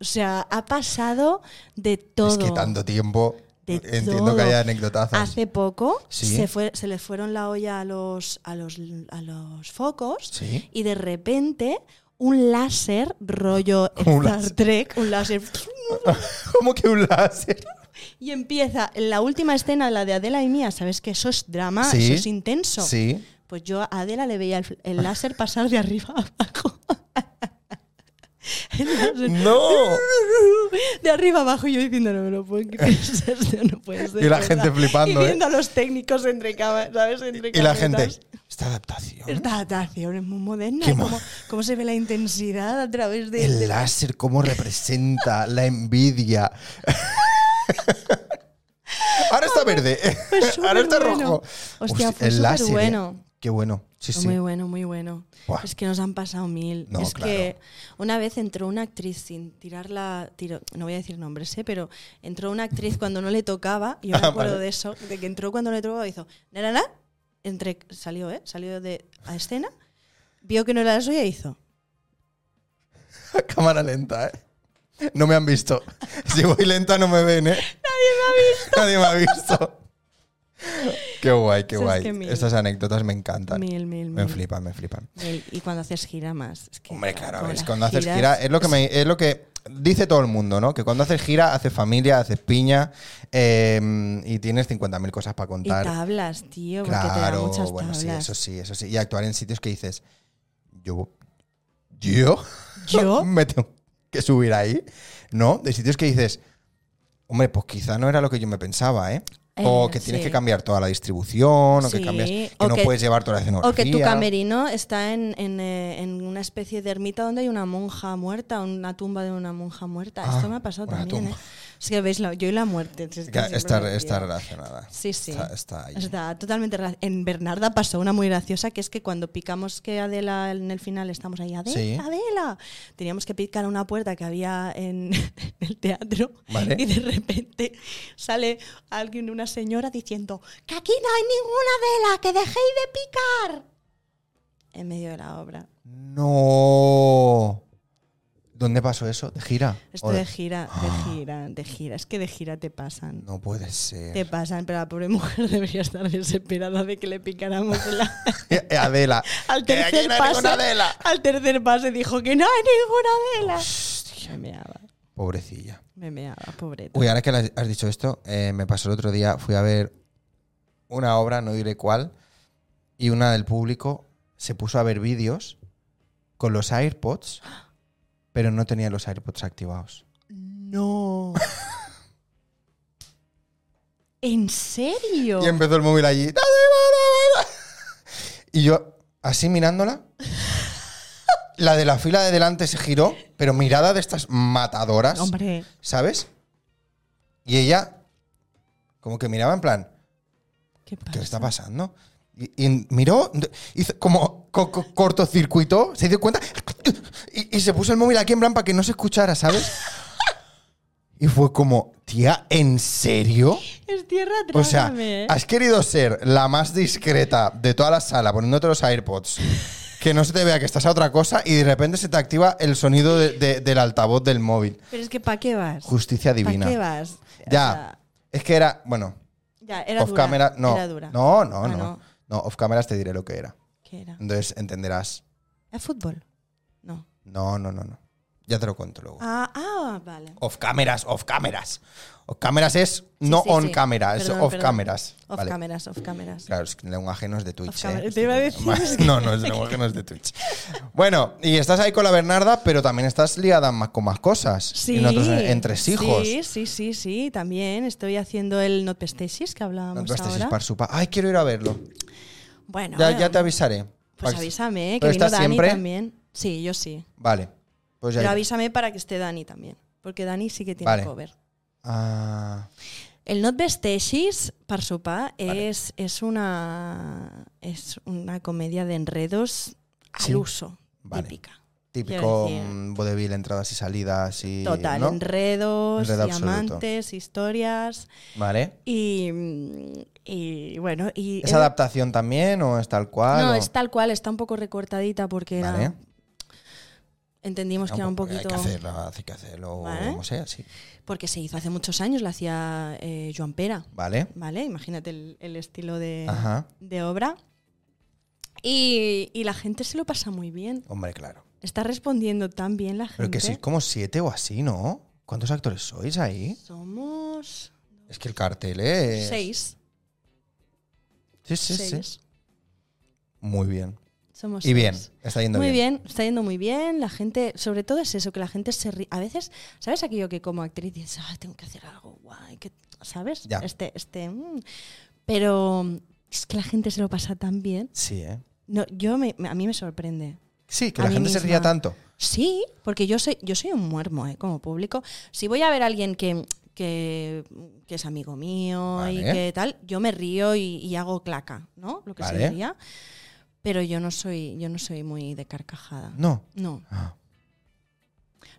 S2: O sea, ha pasado de todo.
S1: Es que tanto tiempo.
S2: De
S1: Entiendo
S2: todo.
S1: que haya anécdotazas.
S2: Hace poco
S1: Sí.
S2: se, fue, se le fueron la olla a los, a los, a los focos
S1: Sí.
S2: y de repente un láser, rollo
S1: [LAUGHS]
S2: Star
S1: Un láser.
S2: Trek, un láser.
S1: [LAUGHS] ¿Cómo que un láser?
S2: Y empieza la última escena, la de Adela y mía. Sabes que eso es drama,
S1: Sí.
S2: eso es intenso.
S1: Sí.
S2: Pues yo a Adela le veía el, fl- el láser pasar de arriba a abajo. [LAUGHS] El láser
S1: ¡No!
S2: De arriba abajo, y yo diciendo, no me lo puedo creer, esto no puede ser.
S1: Y la
S2: ¿verdad?".
S1: gente flipando,
S2: Y
S1: ¿eh?
S2: viendo a los técnicos entre cámaras, ¿sabes? Entre
S1: Y la gente.
S2: carpetas.
S1: Esta adaptación.
S2: Esta adaptación es muy moderna.
S1: Qué
S2: ¿eh?
S1: mo-
S2: ¿Cómo, cómo se ve la intensidad a través de.
S1: El láser, cómo representa la envidia. [LAUGHS] Ahora está verde. [LAUGHS]
S2: Pues
S1: Ahora está
S2: superbueno.
S1: rojo. Pues
S2: Hostia, fue
S1: el láser,
S2: superbueno.
S1: ¿eh? Qué bueno. Sí, sí.
S2: Muy bueno, muy bueno.
S1: Buah.
S2: Es que nos han pasado mil.
S1: No,
S2: es
S1: claro.
S2: que una vez entró una actriz sin tirarla, tiro, no voy a decir nombres, ¿eh? pero entró
S1: [LAUGHS]
S2: una actriz cuando no le tocaba, y yo me
S1: Ah,
S2: acuerdo
S1: vale.
S2: de eso, de que entró cuando no le tocaba, hizo, na, na, na", entre, salió, ¿eh? Salió de a escena, vio que no era la suya y hizo.
S1: [LAUGHS] Cámara lenta, ¿eh? No me han visto. [LAUGHS] Si voy lenta no me ven, ¿eh? Nadie me ha visto.
S2: [LAUGHS]
S1: Nadie me ha visto. Qué guay, qué
S2: Eso es
S1: guay.
S2: que mil.
S1: Estas anécdotas me encantan.
S2: Mil, mil,
S1: Me
S2: mil.
S1: flipan, me flipan.
S2: Mil. Y cuando haces gira más. Es que,
S1: Hombre, claro,
S2: con
S1: es
S2: las
S1: cuando haces
S2: giras-
S1: gira, es lo que me, es lo que dice todo el mundo, ¿no? Que cuando haces gira, haces familia, haces piña eh, y tienes 50.000 cosas para
S2: Y
S1: contar.
S2: tablas, tío, porque te da
S1: claro,
S2: muchas
S1: bueno, sí,
S2: tablas.
S1: eso sí, eso sí. Y actuar en sitios que dices, yo, yo, [LAUGHS]
S2: ¿Yo?
S1: me tengo que subir ahí, ¿no? De sitios que dices, hombre, pues quizá no era lo que yo me pensaba, ¿eh? o
S2: Eh,
S1: que tienes
S2: sí.
S1: que cambiar toda la distribución, o que
S2: Sí,
S1: cambias, que
S2: o
S1: no
S2: que-
S1: puedes llevar toda la escenografía.
S2: O que tu camerino está en, en, eh, en una especie de ermita donde hay una monja muerta, una tumba de una monja muerta.
S1: Ah,
S2: Esto me ha pasado
S1: una
S2: también.
S1: tumba.
S2: ¿eh? Es que veis, la- yo y la muerte. es que
S1: Ya,
S2: siempre
S1: está,
S2: lo digo.
S1: está relacionada.
S2: Sí, sí.
S1: Está, está ahí.
S2: Está totalmente rela- En Bernarda pasó una muy graciosa, que es que cuando picamos que Adela en el final estamos ahí, Adela,
S1: Sí.
S2: Adela, teníamos que picar una puerta que había en, [LAUGHS] en el teatro
S1: Vale.
S2: y de repente sale alguien, una señora, diciendo que aquí no hay ninguna Adela, que dejéis de picar. En medio de la obra.
S1: No. ¿Dónde pasó eso? ¿De gira?
S2: Esto
S1: ¿O
S2: de gira, de gira, de gira. Es que de gira te pasan.
S1: Ah. No puede
S2: Te
S1: ser.
S2: pasan, pero la pobre [LAUGHS] mujer debería estar desesperada de que le picáramos
S1: [LAUGHS]
S2: la...
S1: Eh, Adela.
S2: [LAUGHS] Al
S1: Que aquí
S2: tercer
S1: no hay
S2: pase,
S1: ninguna Adela.
S2: al tercer pase dijo que no hay ninguna Adela. Me meaba,
S1: Pobrecilla.
S2: me meaba, pobreta.
S1: Uy, ahora que la- has dicho esto, eh, me pasó el otro día, fui a ver una obra, no diré cuál, y una del público se puso a ver vídeos con los AirPods, pero no tenía los AirPods activados.
S2: No. [LAUGHS] ¿En serio?
S1: Y empezó el móvil allí. "Dale, dale, dale". Y yo, así mirándola, la de la fila de delante se giró, pero mirada de estas matadoras,
S2: Hombre,
S1: ¿sabes? Y ella, como que miraba en plan,
S2: ¿qué pasa?
S1: ¿qué le está pasando? Y, y miró, hizo como co- co- cortocircuito, se dio cuenta y, y se puso el móvil aquí en plan para que no se escuchara, ¿sabes? [LAUGHS] Y fue como, tía, ¿en serio?
S2: Es tierra
S1: O sea,
S2: trágame, ¿eh?
S1: has querido ser la más discreta de toda la sala poniéndote los AirPods. Que no se te vea que estás a otra cosa y de repente se te activa el sonido de- de- del altavoz del móvil.
S2: Pero es que ¿para qué vas?
S1: Justicia divina.
S2: ¿Para qué vas? O
S1: Ya.
S2: sea,
S1: Es que era, bueno,
S2: ya, era
S1: off
S2: dura.
S1: camera, no.
S2: Era dura.
S1: No, no,
S2: Ah,
S1: no.
S2: no.
S1: No, off cameras te diré lo que era.
S2: ¿Qué era?
S1: Entonces entenderás.
S2: ¿Era fútbol? No.
S1: No, no, no, no. Ya te lo cuento luego.
S2: Ah, ah, vale.
S1: Off cameras, off cameras. Off cameras es no
S2: Sí, sí,
S1: on
S2: sí.
S1: camera, es
S2: Perdón,
S1: off
S2: perdón.
S1: cameras.
S2: Off
S1: Vale.
S2: cameras, off cameras.
S1: Claro, es que el lenguaje no es de Twitch.
S2: camera.
S1: ¿eh?
S2: Te iba a decir,
S1: Más-
S2: es que-
S1: No, no, es el lenguaje no es de Twitch. Bueno, y estás ahí con la Bernarda, pero también estás liada ma- con más cosas.
S2: Sí.
S1: Y nosotros en- entre hijos.
S2: Sí, sí, sí, sí, también. Estoy haciendo el Not Pestesis que hablábamos
S1: No te vas a
S2: ahora.
S1: sispar su pa- Ay, quiero ir a verlo.
S2: Bueno,
S1: Ya,
S2: bueno,
S1: ya te avisaré.
S2: pues
S1: Pa-
S2: avísame, que
S1: ¿Pero
S2: vino
S1: estás
S2: Dani
S1: siempre?
S2: también. Sí, yo sí.
S1: Vale. Pues ya.
S2: Pero
S1: iré.
S2: avísame para que esté Dani también, porque Dani sí que tiene
S1: Vale.
S2: cover.
S1: Ah,
S2: El Not Vesteixis, per sopar, és, és, una, és una comèdia d'enredos
S1: Sí.
S2: al uso,
S1: Vale.
S2: típica. Quiero
S1: típico
S2: decir-
S1: mm, vodevil, entradas y salidas y.
S2: Total,
S1: ¿no?
S2: enredos,
S1: Enredo absoluto.
S2: diamantes, historias
S1: Vale.
S2: y, mm, y bueno... Y
S1: ¿Es adaptación también o es tal cual?
S2: No,
S1: o-
S2: es tal cual, está un poco recortadita porque era-
S1: Vale. pues
S2: entendimos que era Pues un poquito...
S1: Hay que hacerlo, hay que hacerlo,
S2: Vale.
S1: como sea, sí.
S2: Porque se hizo hace muchos años, la hacía eh, Joan Pera.
S1: Vale.
S2: ¿vale? Imagínate el, el estilo de,
S1: Ajá.
S2: de obra. Y, y la gente se lo pasa muy bien.
S1: Hombre, claro.
S2: Está respondiendo tan bien la gente.
S1: Pero que sois como siete o así, ¿no? ¿Cuántos actores sois ahí?
S2: Somos
S1: Es que el cartel es.
S2: seis.
S1: Sí, sí, sí.
S2: seis.
S1: Muy bien.
S2: Somos
S1: Y bien,
S2: seis.
S1: está yendo
S2: muy
S1: bien.
S2: bien. está yendo muy bien. La gente, sobre todo es eso, que la gente se ríe. A veces, ¿sabes aquello que como actriz dices, "Ah, tengo que hacer algo guay? Que, ¿Sabes?
S1: Ya.
S2: Este, este. mm". Pero es que la gente se lo pasa tan bien.
S1: Sí, ¿eh?
S2: No, yo me- me- a mí me sorprende.
S1: Sí, que
S2: A
S1: la
S2: mí
S1: gente se ría
S2: misma.
S1: tanto.
S2: Sí, porque yo soy, yo soy un muermo, ¿eh? Como público. Si voy a ver a alguien que, que, que es amigo mío y
S1: Vale.
S2: que tal, yo me río y, y hago claca, ¿no? Lo que
S1: Vale.
S2: se diría. Pero yo no soy, yo no soy muy de carcajada.
S1: No.
S2: No,
S1: Ah,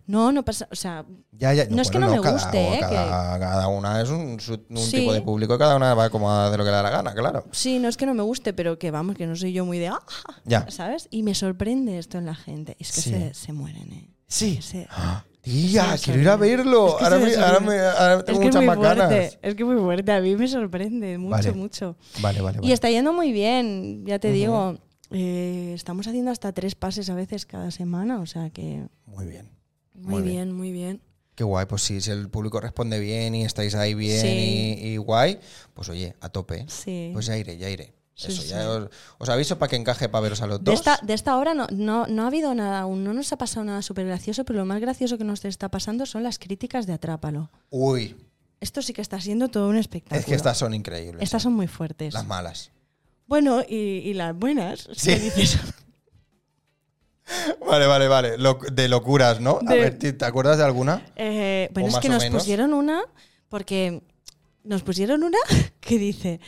S2: no, no pasa. O sea,
S1: Ya, ya.
S2: No, es que no me
S1: cada-
S2: guste, ¿eh?
S1: Cada, cada una es un, su- un
S2: Sí.
S1: tipo de público y cada una va como a de lo que le da la gana, claro.
S2: sí, no es que no me guste, pero que vamos, que no soy yo muy de. "Ah",
S1: Ya.
S2: ¿Sabes? Y me sorprende esto en la gente. Es que
S1: Sí.
S2: se, se mueren, ¿eh?
S1: Sí.
S2: Se-
S1: Ah, Tía,
S2: Es que
S1: quiero ir a
S2: se me
S1: verlo.
S2: olvida.
S1: ahora,
S2: Es que
S1: me-
S2: se me
S1: ahora
S2: olvida.
S1: me- ahora tengo
S2: Es que es
S1: muchas
S2: muy
S1: más ganas.
S2: fuerte, es que es muy fuerte, a mí me sorprende mucho,
S1: Vale.
S2: mucho.
S1: Vale, vale,
S2: Y
S1: vale.
S2: está yendo muy bien, ya te
S1: Ujú.
S2: digo. eh, estamos haciendo hasta tres pases a veces cada semana, o sea que
S1: Muy bien.
S2: muy,
S1: Muy bien.
S2: bien, muy bien.
S1: Qué guay, pues sí, si el público responde bien y estáis ahí bien
S2: Sí.
S1: y, y guay, pues oye, a tope.
S2: Sí.
S1: Pues ya iré, ya iré.
S2: Sí,
S1: Eso,
S2: sí.
S1: ya os, os aviso para que encaje para veros a los
S2: de,
S1: dos.
S2: esta, de esta hora no, no, no ha habido nada aún, no nos ha pasado nada súper gracioso, pero lo más gracioso que nos está pasando son las críticas de Atrápalo.
S1: Uy,
S2: Esto sí que está siendo todo un espectáculo.
S1: es que estas son increíbles.
S2: Estas son muy fuertes.
S1: Las malas. [LAUGHS]
S2: Bueno, y, y las buenas,
S1: Sí.
S2: que
S1: [LAUGHS]
S2: dices,
S1: Vale, vale, vale. Loc- de locuras, ¿no? A
S2: De-
S1: ver, ¿te, te acuerdas de alguna?
S2: Eh, bueno,
S1: O
S2: es
S1: más
S2: que
S1: o
S2: nos
S1: menos.
S2: pusieron una, porque nos pusieron una [LAUGHS] que dice,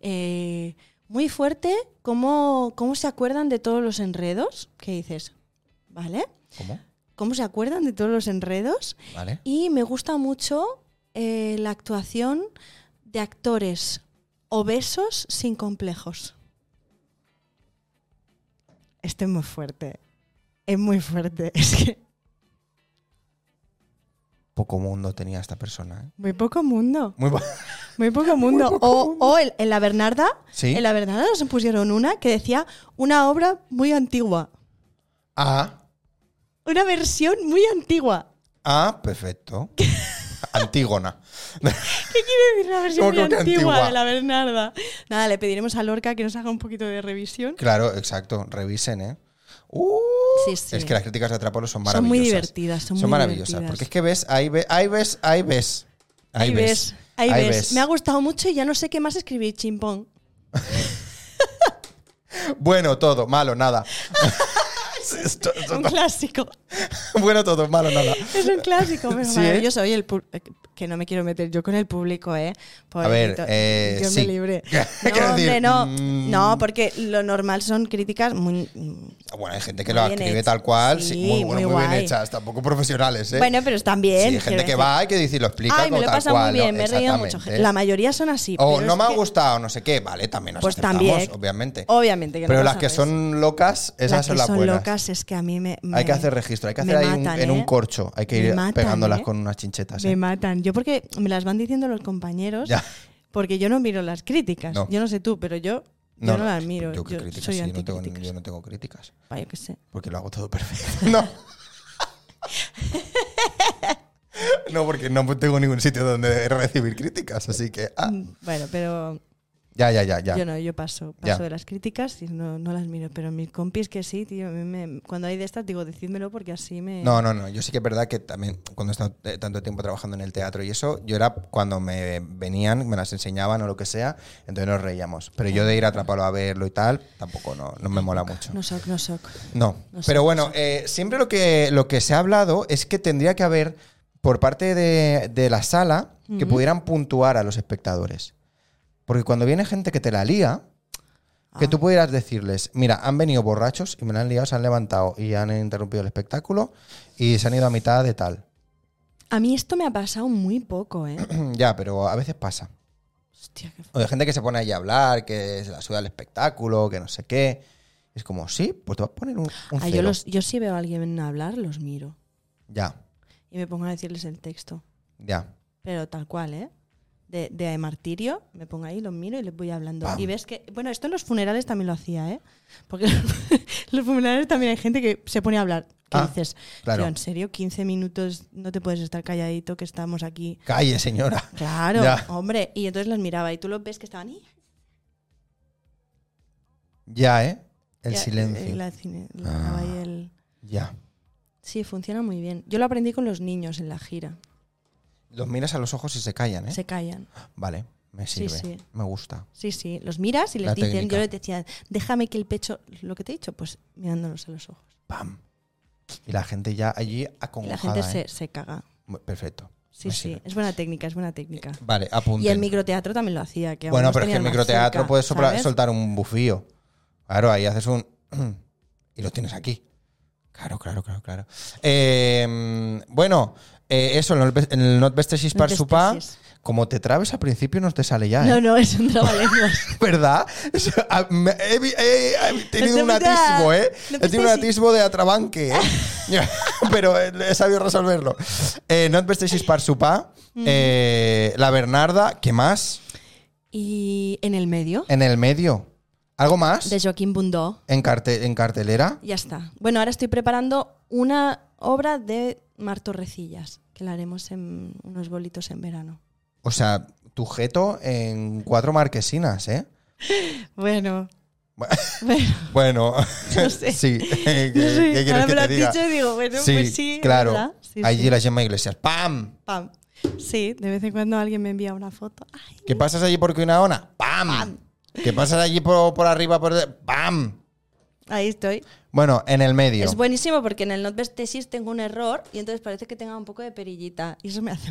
S2: eh, muy fuerte, ¿cómo, ¿cómo se acuerdan de todos los enredos? Que dices, ¿vale?
S1: ¿Cómo?
S2: ¿Cómo se acuerdan de todos los enredos?
S1: Vale.
S2: Y me gusta mucho eh, la actuación de actores obesos sin complejos. Esto es muy fuerte. Es muy fuerte. [LAUGHS] Es que
S1: Poco mundo tenía esta persona. ¿eh?
S2: muy poco mundo.
S1: Muy bu-
S2: Muy poco mundo. o o el- en la Bernarda,
S1: [LAUGHS] Sí.
S2: en la Bernarda nos pusieron una que decía una obra muy antigua.
S1: Ah,
S2: Una versión muy antigua.
S1: ah,
S2: [LAUGHS]
S1: perfecto. Antígona.
S2: ¿Qué quiere decir una versión
S1: ¿Cómo
S2: muy
S1: que
S2: antigua,
S1: antigua?
S2: de la Bernarda? Nada, le pediremos a Lorca que nos haga un poquito de revisión.
S1: Claro, exacto. Revisen, ¿eh? ¡Uh!
S2: Sí, sí.
S1: Es que las críticas de Atrápalo son
S2: Son
S1: maravillosas.
S2: muy divertidas, son, muy
S1: maravillosas.
S2: divertidas.
S1: Porque es que ves, ahí ves, ahí ves, ahí ves.
S2: ahí ves, ahí ves. Me ha gustado mucho y ya no sé qué más escribir, chimpón.
S1: Bueno, todo, malo,
S2: [LAUGHS]
S1: nada. Esto-
S2: Un
S1: esto-
S2: clásico.
S1: [LAUGHS] bueno, todo, malo, nada.
S2: [LAUGHS] Es un clásico, pero
S1: Sí, ¿eh?
S2: maravilloso. Oye, el pu- eh, que no me quiero meter yo con el público, ¿eh?
S1: A ver,
S2: Pobrecito,
S1: eh,
S2: Dios
S1: sí.
S2: me
S1: [LAUGHS]
S2: libre.
S1: Quiero
S2: No, hombre,
S1: decir,
S2: no.
S1: mm.
S2: No, porque lo normal son críticas muy... mm,
S1: Bueno, hay gente que
S2: Muy
S1: lo
S2: bien
S1: escribe
S2: hecha.
S1: tal cual, sí,
S2: Sí,
S1: muy, bueno,
S2: muy
S1: muy bien
S2: guay.
S1: hechas, tampoco profesionales, ¿eh?
S2: Bueno, pero están
S1: Sí,
S2: bien.
S1: hay gente
S2: quiero
S1: que
S2: decir.
S1: va y que dice y lo explica
S2: Ay,
S1: como
S2: me lo he
S1: tal
S2: pasado
S1: cual,
S2: muy bien,
S1: ¿no?
S2: me he reído mucho.
S1: Exactamente.
S2: La mayoría son así.
S1: O
S2: pero
S1: no
S2: es
S1: me ha
S2: que-
S1: gustado, no sé qué, vale, también nos
S2: Pues
S1: aceptamos,
S2: también.
S1: obviamente.
S2: Obviamente que no
S1: Pero las
S2: pasa
S1: que
S2: res.
S1: son locas, esas
S2: Las que
S1: son las
S2: son
S1: buenas.
S2: locas es que a mí me...
S1: Hay que
S2: me-
S1: hacer registro, hay que
S2: me
S1: hacer ahí un-
S2: matan,
S1: en un
S2: ¿eh?
S1: corcho, hay que ir
S2: Me matan,
S1: pegándolas
S2: ¿eh?
S1: con unas chinchetas.
S2: Me
S1: ¿eh?
S2: matan. Yo porque me las van diciendo los compañeros.
S1: [LAUGHS] Ya.
S2: Porque yo no miro las críticas.
S1: No.
S2: Yo no sé tú, pero yo yo no, las miro.
S1: Yo,
S2: Yo,
S1: qué críticas,
S2: soy
S1: sí, yo no tengo,
S2: anticríticas.
S1: yo [LAUGHS] no tengo críticas,
S2: Va, yo qué sé. [LAUGHS]
S1: porque lo hago todo perfecto. No. No, porque no tengo ningún sitio donde recibir críticas, así que. ah.
S2: Bueno, pero
S1: Ya, ya, ya, ya.
S2: Mm. yo no, yo paso, paso
S1: Ya.
S2: de las críticas y no, no las miro. Pero mis compis que sí, tío, a mí me- cuando hay de estas digo, decídmelo porque así me...
S1: No, no, no. Yo sí que es verdad que también cuando he estado eh, tanto tiempo trabajando en el teatro y eso, yo era cuando me venían, me las enseñaban o lo que sea, entonces nos reíamos. Pero yo de ir a atraparlo a verlo y tal, tampoco no, no me mola mucho.
S2: No soc, no soc.
S1: No.
S2: No sé,
S1: Pero bueno, eh, siempre lo que, lo que se ha hablado es que tendría que haber, por parte de, de la sala, que pudieran puntuar a los espectadores. Porque cuando viene gente que te la lía, que
S2: Ah.
S1: tú pudieras decirles, mira, han venido borrachos y me la han liado, se han levantado y han interrumpido el espectáculo y se han ido a mitad de tal. [CLEARS THROAT]
S2: A mí esto me ha pasado muy poco, ¿eh?
S1: ya, pero a veces pasa.
S2: Hostia, qué fu-
S1: O de gente que se pone ahí a hablar, que se la suda el espectáculo, que no sé qué. Es como, sí, pues te vas a poner un, un
S2: Ah, yo,
S1: cero".
S2: los, yo si veo a alguien hablar, los miro.
S1: Ya,
S2: Y me pongo a decirles el texto.
S1: ya.
S2: Pero tal cual, ¿eh? De, de martirio, me pongo ahí, los miro y les voy hablando.
S1: Pam.
S2: Y ves que, bueno, esto en los funerales también lo hacía, ¿eh? Porque [LAUGHS] en los funerales también hay gente que se pone a hablar. Que
S1: Ah,
S2: dices,
S1: claro.
S2: "Tío, en serio, 15 minutos no te puedes estar calladito que estamos aquí.
S1: Calle, señora.
S2: Claro,
S1: Ya.
S2: hombre. Y entonces los miraba y tú los ves que estaban ahí.
S1: Ya, ¿eh? El
S2: Ya, eh,
S1: silencio. Ah.
S2: la cine- la- estaba ahí el-
S1: Ya.
S2: Sí, funciona muy bien. Yo lo aprendí con los niños en la gira.
S1: Los miras a los ojos y se callan, ¿eh?
S2: Se callan.
S1: Vale, me
S2: Sí,
S1: sirve.
S2: sí.
S1: Me gusta.
S2: Sí, sí, los miras y les
S1: La
S2: dicen,
S1: técnica.
S2: yo les decía, déjame que el pecho, lo que te he dicho, pues mirándolos a los ojos.
S1: ¡Pam! Y la gente ya allí
S2: Y la
S1: acongojada.
S2: gente
S1: ¿eh?
S2: se, se caga.
S1: Mu- Perfecto.
S2: Sí,
S1: me
S2: sí,
S1: sirve.
S2: es buena técnica, es buena técnica.
S1: Vale, apunten.
S2: Y el microteatro también lo hacía. Que aún
S1: Bueno,
S2: nos
S1: pero es que el
S2: tenían más
S1: microteatro
S2: cerca,
S1: puedes sopla-
S2: ¿sabes?
S1: soltar un bufío. Claro, ahí haces un. [CLEARS THROAT] Y lo tienes aquí. Claro, claro, claro, claro. Eh, bueno, eh, eso, el not- el Not Bestesis
S2: No
S1: par
S2: te
S1: Supá,
S2: estreses.
S1: como te trabes al principio, no te sale ya. ¿eh?
S2: No, no, es un trabalenguas.
S1: [LAUGHS] ¿Verdad? Eso, a- me- he, vi- he- he tenido
S2: No
S1: un
S2: te metas.
S1: atisbo, ¿eh?
S2: No
S1: he tenido un
S2: penséis-
S1: atisbo de atrabanque, ¿eh? [LAUGHS] Pero eh, he sabido resolverlo. Eh, Not Bestesis par Supá,
S2: Mm.
S1: eh, La Bernarda, ¿qué más?
S2: [LAUGHS] y en el medio,
S1: En el medio. ¿Algo más?
S2: de Joaquín Bundó,
S1: En, carte- en cartelera.
S2: ya está. Bueno, ahora estoy preparando una obra de Marto Recillas, que la haremos en unos bolitos en verano.
S1: O sea, tu jeto en cuatro marquesinas, ¿eh?
S2: Bueno,
S1: Bueno,
S2: [LAUGHS] bueno.
S1: Bueno,
S2: [LAUGHS]
S1: [LAUGHS]
S2: No sé.
S1: sí. ¿Qué,
S2: No sé,
S1: qué quieres
S2: ahora me
S1: que
S2: lo
S1: te
S2: has
S1: diga?
S2: dicho y digo, bueno,
S1: sí,
S2: pues sí, es
S1: claro.
S2: verdad. Sí,
S1: Allí
S2: sí.
S1: la Gemma Iglesias. ¡Pam!
S2: Pam. Sí, de vez en cuando alguien me envía una foto. Ay,
S1: ¿Qué pasas allí por Quinaona? ¡Pam! ¿Qué pasas allí por, por arriba? Por de- ¡Pam!
S2: ahí estoy.
S1: Bueno, en el medio.
S2: Es buenísimo porque en el Notebest Tesis tengo un error y entonces parece que tenga un poco de perillita. Y eso me hace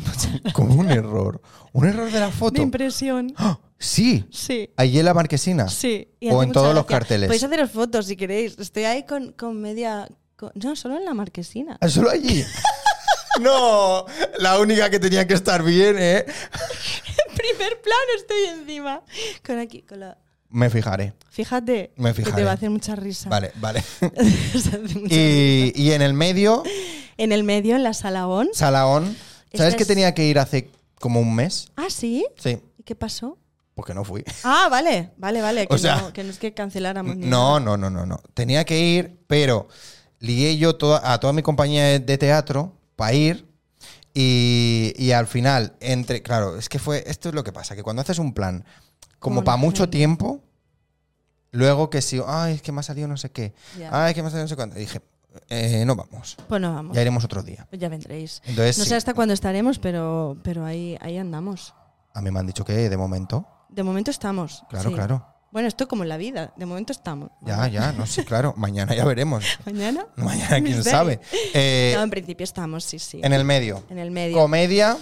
S1: [LAUGHS]
S2: mucha
S1: Como un error. Un error de la
S2: de
S1: foto.
S2: impresión.
S1: ¡Ah! [GASPS] Sí.
S2: Sí.
S1: Allí en la marquesina.
S2: Sí. y
S1: O
S2: hace
S1: en
S2: mucha
S1: todos los
S2: gracia.
S1: carteles.
S2: Podéis haceros fotos si queréis. Estoy ahí con, con media. con- no, solo en
S1: [LAUGHS]
S2: la marquesina.
S1: Ah, Solo
S2: [LAUGHS]
S1: allí. no, la única que tenía que estar bien, ¿eh?
S2: En primer plano estoy encima. Con aquí, con la.
S1: Me fijaré.
S2: Fíjate,
S1: Me
S2: que
S1: fijaré.
S2: te va a hacer mucha risa. [LAUGHS]
S1: Vale, vale.
S2: Os hace
S1: [LAUGHS]
S2: mucha-
S1: Y, y en el medio,
S2: En el medio, en la sala ON.
S1: Salaón. ¿Sabes
S2: Esta
S1: que
S2: es-
S1: tenía que ir hace como un mes?
S2: Ah, sí.
S1: Sí,
S2: ¿Y qué pasó?
S1: porque no fui.
S2: Ah, vale, vale, vale. Que,
S1: O sea,
S2: no, que no es que canceláramos. ni
S1: No,
S2: nada.
S1: no, no, no, no. Tenía que ir, pero lié yo toda, a toda mi compañía de, de teatro para ir. Y, y al final, entre. Claro, es que fue. Esto es lo que pasa: que cuando haces un plan, como
S2: Como
S1: para
S2: la
S1: mucho
S2: gente.
S1: tiempo, luego que si. Ay, es que me ha salido no sé qué.
S2: Ya.
S1: Ay, es que me ha salido no sé cuánto. Y dije, eh, no vamos.
S2: Pues no vamos.
S1: Ya iremos otro día.
S2: Pues ya vendréis.
S1: Entonces,
S2: No
S1: sí,
S2: sé hasta cuándo estaremos, pero, pero ahí, ahí andamos.
S1: a mí me han dicho que de momento.
S2: De momento estamos.
S1: Claro,
S2: sí.
S1: claro.
S2: Bueno, esto como en la vida. De momento estamos.
S1: Ya, ya, no sé, claro. Mañana ya veremos. [LAUGHS]
S2: ¿Mañana? [LAUGHS]
S1: Mañana quién
S2: Misterio.
S1: sabe. Eh,
S2: no, en principio estamos, sí, sí.
S1: en el medio.
S2: En el medio.
S1: Comedia.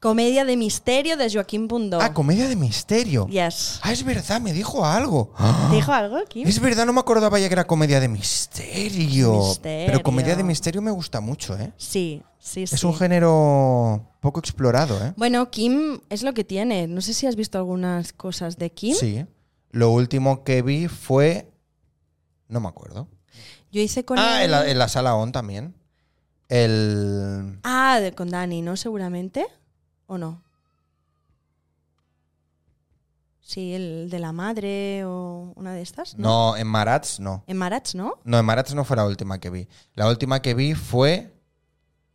S2: Comedia de misterio de Joaquín Bundó.
S1: Ah, comedia de misterio.
S2: yes.
S1: Ah, es verdad, me dijo algo.
S2: ¿Te dijo algo, Kim?
S1: Ah. Es verdad, no me acordaba ya que era comedia de misterio.
S2: Misterio.
S1: Pero comedia de misterio me gusta mucho, ¿eh?
S2: Sí, sí, sí.
S1: Es un género poco explorado, ¿eh?
S2: Bueno, Kim es lo que tiene. No sé si has visto algunas cosas de Kim.
S1: Sí. Lo último que vi fue. No me acuerdo.
S2: Yo hice con
S1: Ah,
S2: él-
S1: en la, en la sala ON también. El.
S2: Ah, de- con Dani, ¿no? Seguramente. ¿O no? Sí, el de la madre o una de estas.
S1: No, en Marats no.
S2: En Marach, ¿no?
S1: No, en Marats no fue la última que vi. La última que vi fue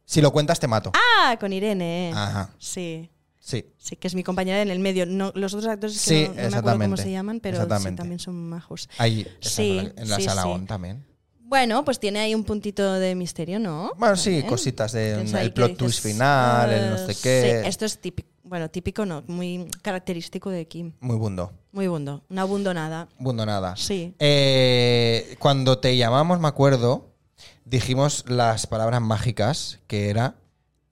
S1: Si lo cuentas, te mato.
S2: Ah, con Irene.
S1: Ajá.
S2: Sí.
S1: Sí.
S2: Sí, que es mi compañera en el medio. No, los otros actores es que
S1: Sí,
S2: no- no, me acuerdo cómo
S1: exactamente,
S2: se llaman, pero sí,
S1: exactamente.
S2: también son majos.
S1: Ahí, esa
S2: Sí,
S1: es la- en la
S2: sí,
S1: sala
S2: sí.
S1: ON también.
S2: Bueno, pues tiene ahí un puntito de misterio, ¿no?
S1: Bueno, sí,
S2: También.
S1: cositas del
S2: Tienes ahí
S1: el
S2: que
S1: plot
S2: dices,
S1: twist final, el no sé
S2: "Ah,
S1: qué.
S2: Sí, esto es típico. Bueno, típico no, muy característico de Kim.
S1: Muy bundo.
S2: Muy bundo. No abundo nada.
S1: Bundo nada.
S2: Sí.
S1: Eh, cuando te llamamos, me acuerdo, dijimos las palabras mágicas que era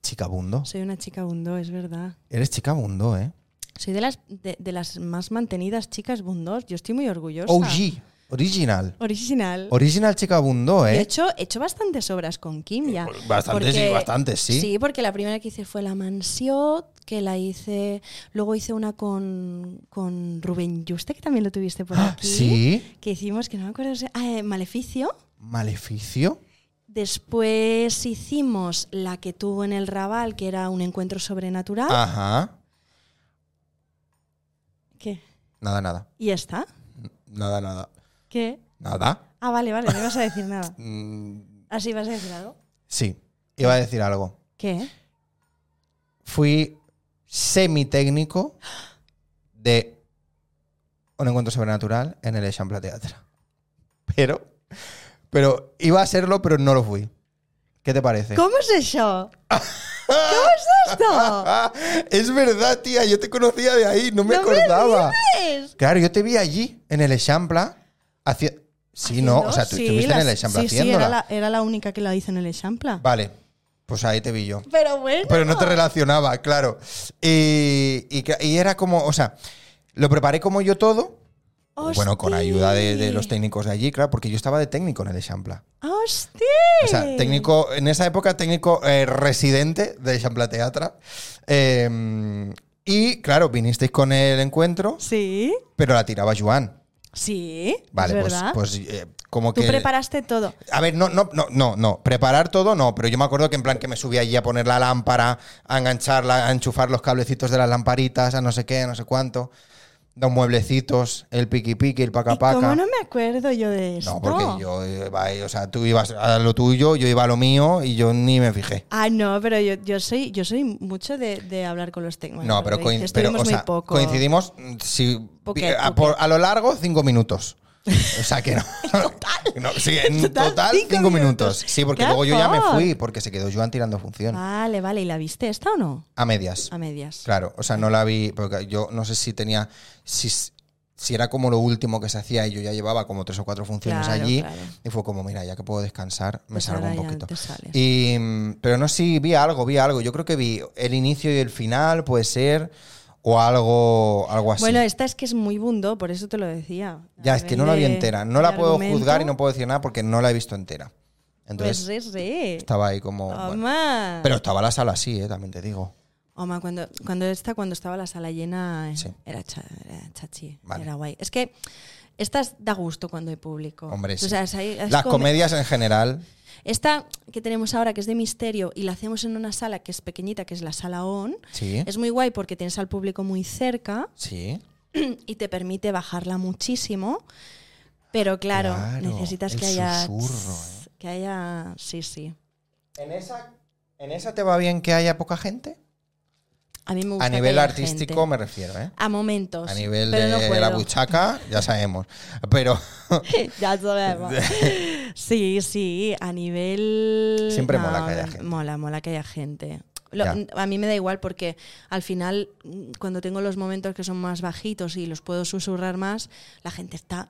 S1: chicabundo.
S2: Soy una chica bundo, es verdad.
S1: Eres chicabundo, ¿eh?
S2: Soy de las, de, de las más mantenidas chicas bundos. Yo estoy muy orgullosa.
S1: OG, original.
S2: Original.
S1: Original chicabundo,
S2: De
S1: Oh, ¿eh?
S2: hecho, he hecho bastantes obras con Kim ya.
S1: Bastantes, sí,
S2: Porque-
S1: bastantes, sí.
S2: Sí, porque la primera que hice fue La Mansión, que la hice. Luego hice una con, con Rubén Yuste, que también lo tuviste por
S1: Ah,
S2: aquí.
S1: Sí.
S2: Que hicimos, que no me acuerdo. si- Ah, eh, Maleficio.
S1: Maleficio.
S2: Después hicimos la que tuvo en el Raval, que era un encuentro sobrenatural.
S1: Ah. Ajá.
S2: ¿Qué?
S1: Nada, nada.
S2: ¿Y esta?
S1: Nada, nada.
S2: ¿Qué?
S1: Nada.
S2: Ah, vale, vale, no ibas a decir nada.
S1: Mm,
S2: ¿Así vas a decir algo?
S1: sí. Iba a decir algo.
S2: ¿Qué?
S1: Fui semitécnico de un encuentro sobrenatural en el Eixample Teatre. [LAUGHS] Pero, pero iba a serlo, pero no lo fui. ¿Qué te parece?
S2: ¿Cómo es eso? ¿Cómo es esto?
S1: [LAUGHS] Ah, es verdad, tía. Yo te conocía de ahí. No me
S2: No me
S1: acordaba.
S2: Es-
S1: Claro, yo te vi allí, en el Eixample, haciendo... Sí, no, o sea, tú
S2: Sí,
S1: estuviste en el
S2: las-
S1: Eixample
S2: sí, sí,
S1: haciéndola.
S2: era la, era la única que la hizo en el Echampla.
S1: Vale, pues ahí te vi yo.
S2: Pero bueno.
S1: Pero no te relacionaba, claro. Y, y que- y era como, o sea, lo preparé como yo todo. Bueno, con ayuda de, de los
S2: técnicos.
S1: técnicos de allí, claro, porque yo estaba de técnico en el Eixample.
S2: Ah, ¡Hostia!
S1: O sea, técnico, en esa época técnico eh, residente de Eixample Teatra. Eh, y claro, vinisteis con el encuentro,
S2: Sí,
S1: pero la tiraba Joan.
S2: sí.
S1: Vale,
S2: es
S1: pues,
S2: verdad.
S1: pues eh, como
S2: Tú
S1: que...
S2: preparaste todo.
S1: A ver, no, no, no, no, no. Preparar todo no, pero yo me acuerdo que en plan que me subí allí a poner la lámpara, a engancharla, a enchufar los cablecitos de las lamparitas, a no sé qué, a no sé cuánto. Los mueblecitos, el piqui piqui, el paca
S2: ¿Y ¿Cómo
S1: paca.
S2: no me acuerdo yo de esto?
S1: No, porque yo iba, ahí, o sea, tú ibas a lo tuyo, yo iba a lo mío y yo ni me fijé.
S2: Ah, no, pero yo, yo soy yo soy mucho de, de hablar con los técnicos.
S1: No, pero, coin-
S2: coincidimos
S1: pero, o sea,
S2: muy poco.
S1: coincidimos mm, sí,
S2: Poquet,
S1: eh, a,
S2: poquet.
S1: por- a lo largo cinco
S2: [LAUGHS]
S1: minutos. O sea que no. [LAUGHS] No, sí, en total,
S2: total,
S1: cinco,
S2: cinco
S1: minutos.
S2: minutos.
S1: Sí, porque
S2: ¡Qué
S1: luego yo ya me
S2: horror!
S1: fui porque se quedó Joan tirando función.
S2: Vale, vale. ¿Y la viste esta o no?
S1: A medias.
S2: A medias.
S1: Claro, o sea, no la vi, porque yo no sé si tenía, si, si era como lo último que se hacía y yo ya llevaba como tres o cuatro funciones
S2: Claro,
S1: allí
S2: claro.
S1: y fue como, mira, ya que puedo descansar, me
S2: Pues
S1: salgo
S2: ahora
S1: un
S2: ya
S1: poquito.
S2: te sales.
S1: Y, mm, pero no, sí, vi algo, vi algo. Yo creo que vi el inicio y el final, puede ser, o algo, algo así.
S2: Bueno, esta es que es muy bundo, por eso te lo decía.
S1: Ah, ya,
S2: A
S1: es que no la vi
S2: nivel de-
S1: entera, no
S2: de
S1: la puedo
S2: argumento,
S1: juzgar y no puedo decir nada porque no la he visto entera. Entonces
S2: Pues re, re.
S1: estaba ahí como... bueno.
S2: Toma.
S1: Pero estaba la sala así, eh, también te digo.
S2: Oma, cuando, cuando esta, cuando estaba la sala llena, eh,
S1: Sí.
S2: era, cha- era chachi,
S1: Vale.
S2: era guay. Es que estas da gusto cuando hay público.
S1: Hombre,
S2: Tú
S1: sí.
S2: sabes, hay- es
S1: Las
S2: come-
S1: comedias en general...
S2: Esta que tenemos ahora, que es de misterio, y la hacemos en una sala que es pequeñita, que es la sala ON,
S1: Sí.
S2: es muy guay porque tienes al público muy cerca
S1: Sí.
S2: y te permite bajarla muchísimo. Pero claro,
S1: Claro,
S2: necesitas
S1: el
S2: que haya...
S1: susurro, ¿eh?
S2: tss, Que haya... Sí, sí.
S1: ¿En esa, ¿En esa te va bien que haya poca gente?
S2: A mí me gusta
S1: A
S2: que
S1: nivel
S2: haya
S1: artístico
S2: gente.
S1: me refiero, ¿eh?
S2: A momentos.
S1: A nivel
S2: pero
S1: de
S2: no
S1: la
S2: puedo.
S1: buchaca, ya sabemos. Pero
S2: [LAUGHS]
S1: [LAUGHS]
S2: ya sabemos. Sí, sí, a nivel.
S1: Siempre mola que haya gente.
S2: Mola, mola que haya gente. Lo-
S1: Ya.
S2: a mí me da igual porque al final, mm, cuando tengo los momentos que son más bajitos y los puedo susurrar más, la gente está.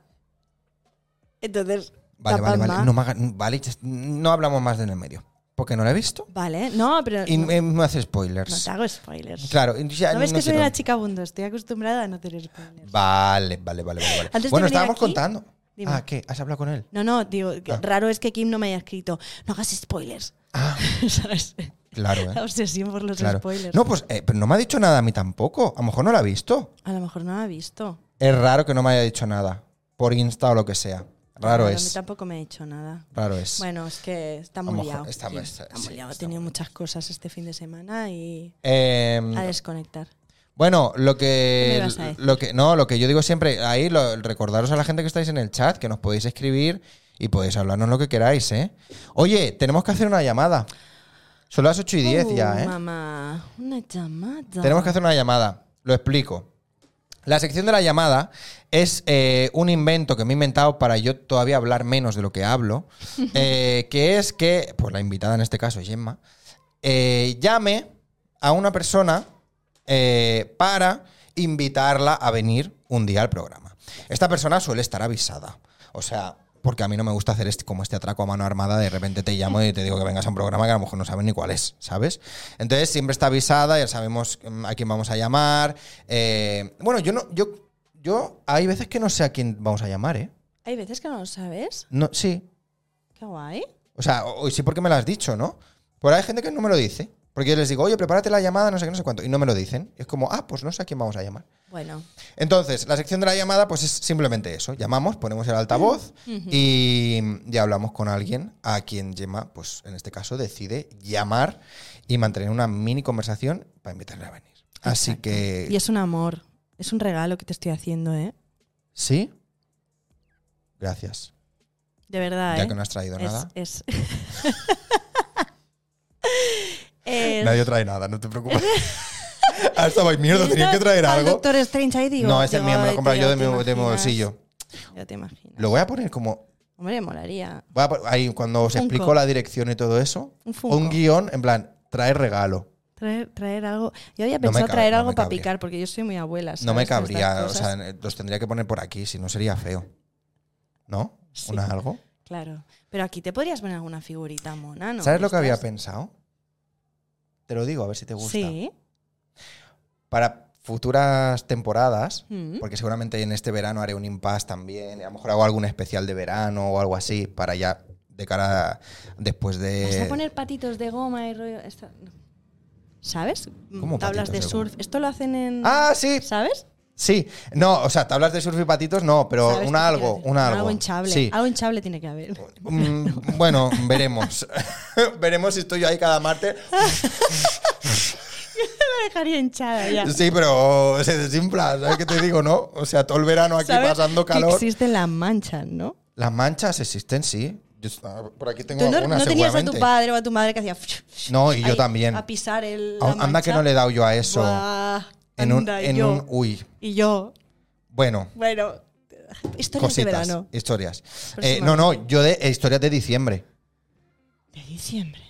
S2: Entonces.
S1: vale, vale,
S2: tapan
S1: vale.
S2: más.
S1: No, me haga- vale, ya- no hablamos más de en el medio. Porque no la he visto.
S2: Vale, no, pero.
S1: Y
S2: no,
S1: me, me hace
S2: no
S1: spoilers.
S2: te hago spoilers.
S1: claro, y ya
S2: ¿No ves
S1: no
S2: que soy
S1: quiero-
S2: una chica bundo? Estoy acostumbrada a no tener spoilers.
S1: Vale, vale, vale, vale. vale.
S2: Antes de
S1: Bueno,
S2: venir
S1: estábamos
S2: aquí-
S1: contando.
S2: Dime.
S1: Ah, ¿qué? ¿Has hablado con él?
S2: No, no, digo, que
S1: Ah.
S2: raro es que Kim no me haya escrito, no hagas spoilers.
S1: Ah,
S2: [LAUGHS] ¿Sabes?
S1: claro,
S2: [LAUGHS]
S1: ¿eh?
S2: La obsesión por los
S1: Claro.
S2: spoilers.
S1: No, pues eh, pero no me ha dicho nada a mí tampoco. A lo mejor no la ha visto.
S2: A lo mejor no la ha visto.
S1: Es raro que no me haya dicho nada. Por Insta o lo que sea. Raro
S2: Pero A mí
S1: es.
S2: tampoco me ha hecho nada.
S1: Raro es.
S2: Bueno, es que está
S1: A
S2: muy
S1: lo mejor
S2: liado.
S1: está-
S2: Kim,
S1: está-
S2: está muy
S1: sí,
S2: liado. He
S1: está
S2: tenido muchas cosas este fin de semana y
S1: Eh,
S2: a desconectar.
S1: bueno, lo
S2: ¿Qué
S1: que,
S2: me ibas a decir?
S1: lo que no, lo que yo digo siempre ahí, lo- recordaros a la gente que estáis en el chat que nos podéis escribir y podéis hablarnos lo que queráis, ¿eh? Oye, tenemos que hacer una llamada. Son las 8 y 10
S2: Uh,
S1: ya, ¿eh?
S2: Mamá, una llamada.
S1: Tenemos que hacer una llamada. Lo explico. La sección de la llamada es eh, un invento que me he inventado para yo todavía hablar menos de lo que
S2: [LAUGHS]
S1: hablo, eh, que es que, pues la invitada en este caso, Gemma, eh, llame a una persona eh, para invitarla a venir un día al programa. Esta persona suele estar avisada. O sea, porque a mí no me gusta hacer este, como este atraco a mano armada, de repente te llamo y te digo que vengas a un programa que a lo mejor no saben ni cuál es, ¿sabes? Entonces siempre está avisada, ya sabemos mm, a quién vamos a llamar. eh, bueno, yo no, yo, yo hay veces que no sé a quién vamos a llamar, ¿eh?
S2: Hay veces que no lo sabes.
S1: No, sí.
S2: Qué guay.
S1: O sea, hoy sí porque me lo has dicho, ¿no? Pero hay gente que no me lo dice. Porque yo les digo, oye, prepárate la llamada, no sé qué, no sé cuánto. Y no me lo dicen. Y es como, ah, pues no sé a quién vamos a llamar.
S2: Bueno,
S1: Entonces, la sección de la llamada, pues es simplemente eso. Llamamos, ponemos el altavoz y, y hablamos con alguien a quien Gemma, pues en este caso, decide llamar y mantener una mini conversación para invitarle a venir. Así que.
S2: y es un amor. Es un regalo que te estoy haciendo, ¿eh?
S1: ¿Sí? Gracias.
S2: De verdad,
S1: ya
S2: ¿eh?
S1: que no has traído nada.
S2: Es. [LAUGHS] es- Es-
S1: Nadie trae nada, no te preocupes. [LAUGHS] Ahora estaba, mierda,
S2: [LAUGHS] es
S1: tenía que traer
S2: al
S1: algo.
S2: Doctor Strange ahí, digo,
S1: No, ese
S2: yo,
S1: mío me lo he
S2: ay,
S1: comprado
S2: tío,
S1: yo de
S2: ¿te
S1: mi, de mi
S2: imaginas?
S1: bolsillo.
S2: Ya te imaginas.
S1: Lo voy a poner como.
S2: Hombre, molaría.
S1: voy a po- ahí cuando se
S2: Funko.
S1: explicó la dirección y todo eso.
S2: Un Funko.
S1: Un guión, en plan, trae regalo.
S2: Traer, traer algo. Yo había
S1: No me
S2: pensado
S1: cabe-
S2: traer
S1: no
S2: algo
S1: me
S2: para
S1: cabría.
S2: picar, porque yo soy muy abuela.
S1: No me
S2: ¿sabes? Con estas
S1: cabría, o
S2: cosas.
S1: sea, los tendría que poner por aquí, si no sería feo. ¿No?
S2: Sí.
S1: ¿Una algo?
S2: Claro. Pero aquí te podrías poner alguna figurita mona, ¿no?
S1: ¿Sabes lo que había
S2: Estas.
S1: pensado? Te lo digo, a ver si te gusta.
S2: Sí.
S1: Para futuras temporadas,
S2: Mm.
S1: porque seguramente en este verano haré un impasse también, y a lo mejor hago algún especial de verano o algo así, para ya de cara a- después
S2: Vas
S1: de...
S2: a poner patitos de goma y rollo. esto- no. ¿Sabes?
S1: ¿Cómo
S2: Tablas de
S1: patitos de goma?
S2: surf. Esto lo hacen en.
S1: Ah, sí,
S2: ¿Sabes?
S1: sí. No, o sea, tablas de surf y patitos, no, pero
S2: ¿Sabes
S1: un
S2: qué te
S1: algo,
S2: quiero decir?
S1: un algo.
S2: Algo hinchable.
S1: Sí.
S2: Algo hinchable tiene que haber. [LAUGHS]
S1: Mm, bueno, veremos. [LAUGHS] veremos si estoy yo ahí cada
S2: [LAUGHS]
S1: martes.
S2: La dejaría hinchada ya.
S1: Sí, pero se desinfla, ¿sabes qué te digo, no? O sea, todo el verano aquí
S2: ¿Sabes?
S1: pasando
S2: Que
S1: calor.
S2: existen las manchas, ¿no?
S1: Las manchas existen, sí. Yo, ah, por aquí tengo
S2: Tú no,
S1: algunas,
S2: no tenías a tu
S1: seguramente.
S2: padre o a tu madre que hacía.
S1: No, y yo
S2: ahí,
S1: también.
S2: A pisar el. la
S1: A- Anda que no
S2: mancha?
S1: le he dado yo a eso.
S2: Buah,
S1: en un,
S2: anda, y
S1: en
S2: yo,
S1: un- Uy,
S2: Y yo,
S1: bueno,
S2: bueno, historias de
S1: cositas,
S2: verano.
S1: historias. Eh, no, no, yo de eh, historias de diciembre.
S2: De diciembre.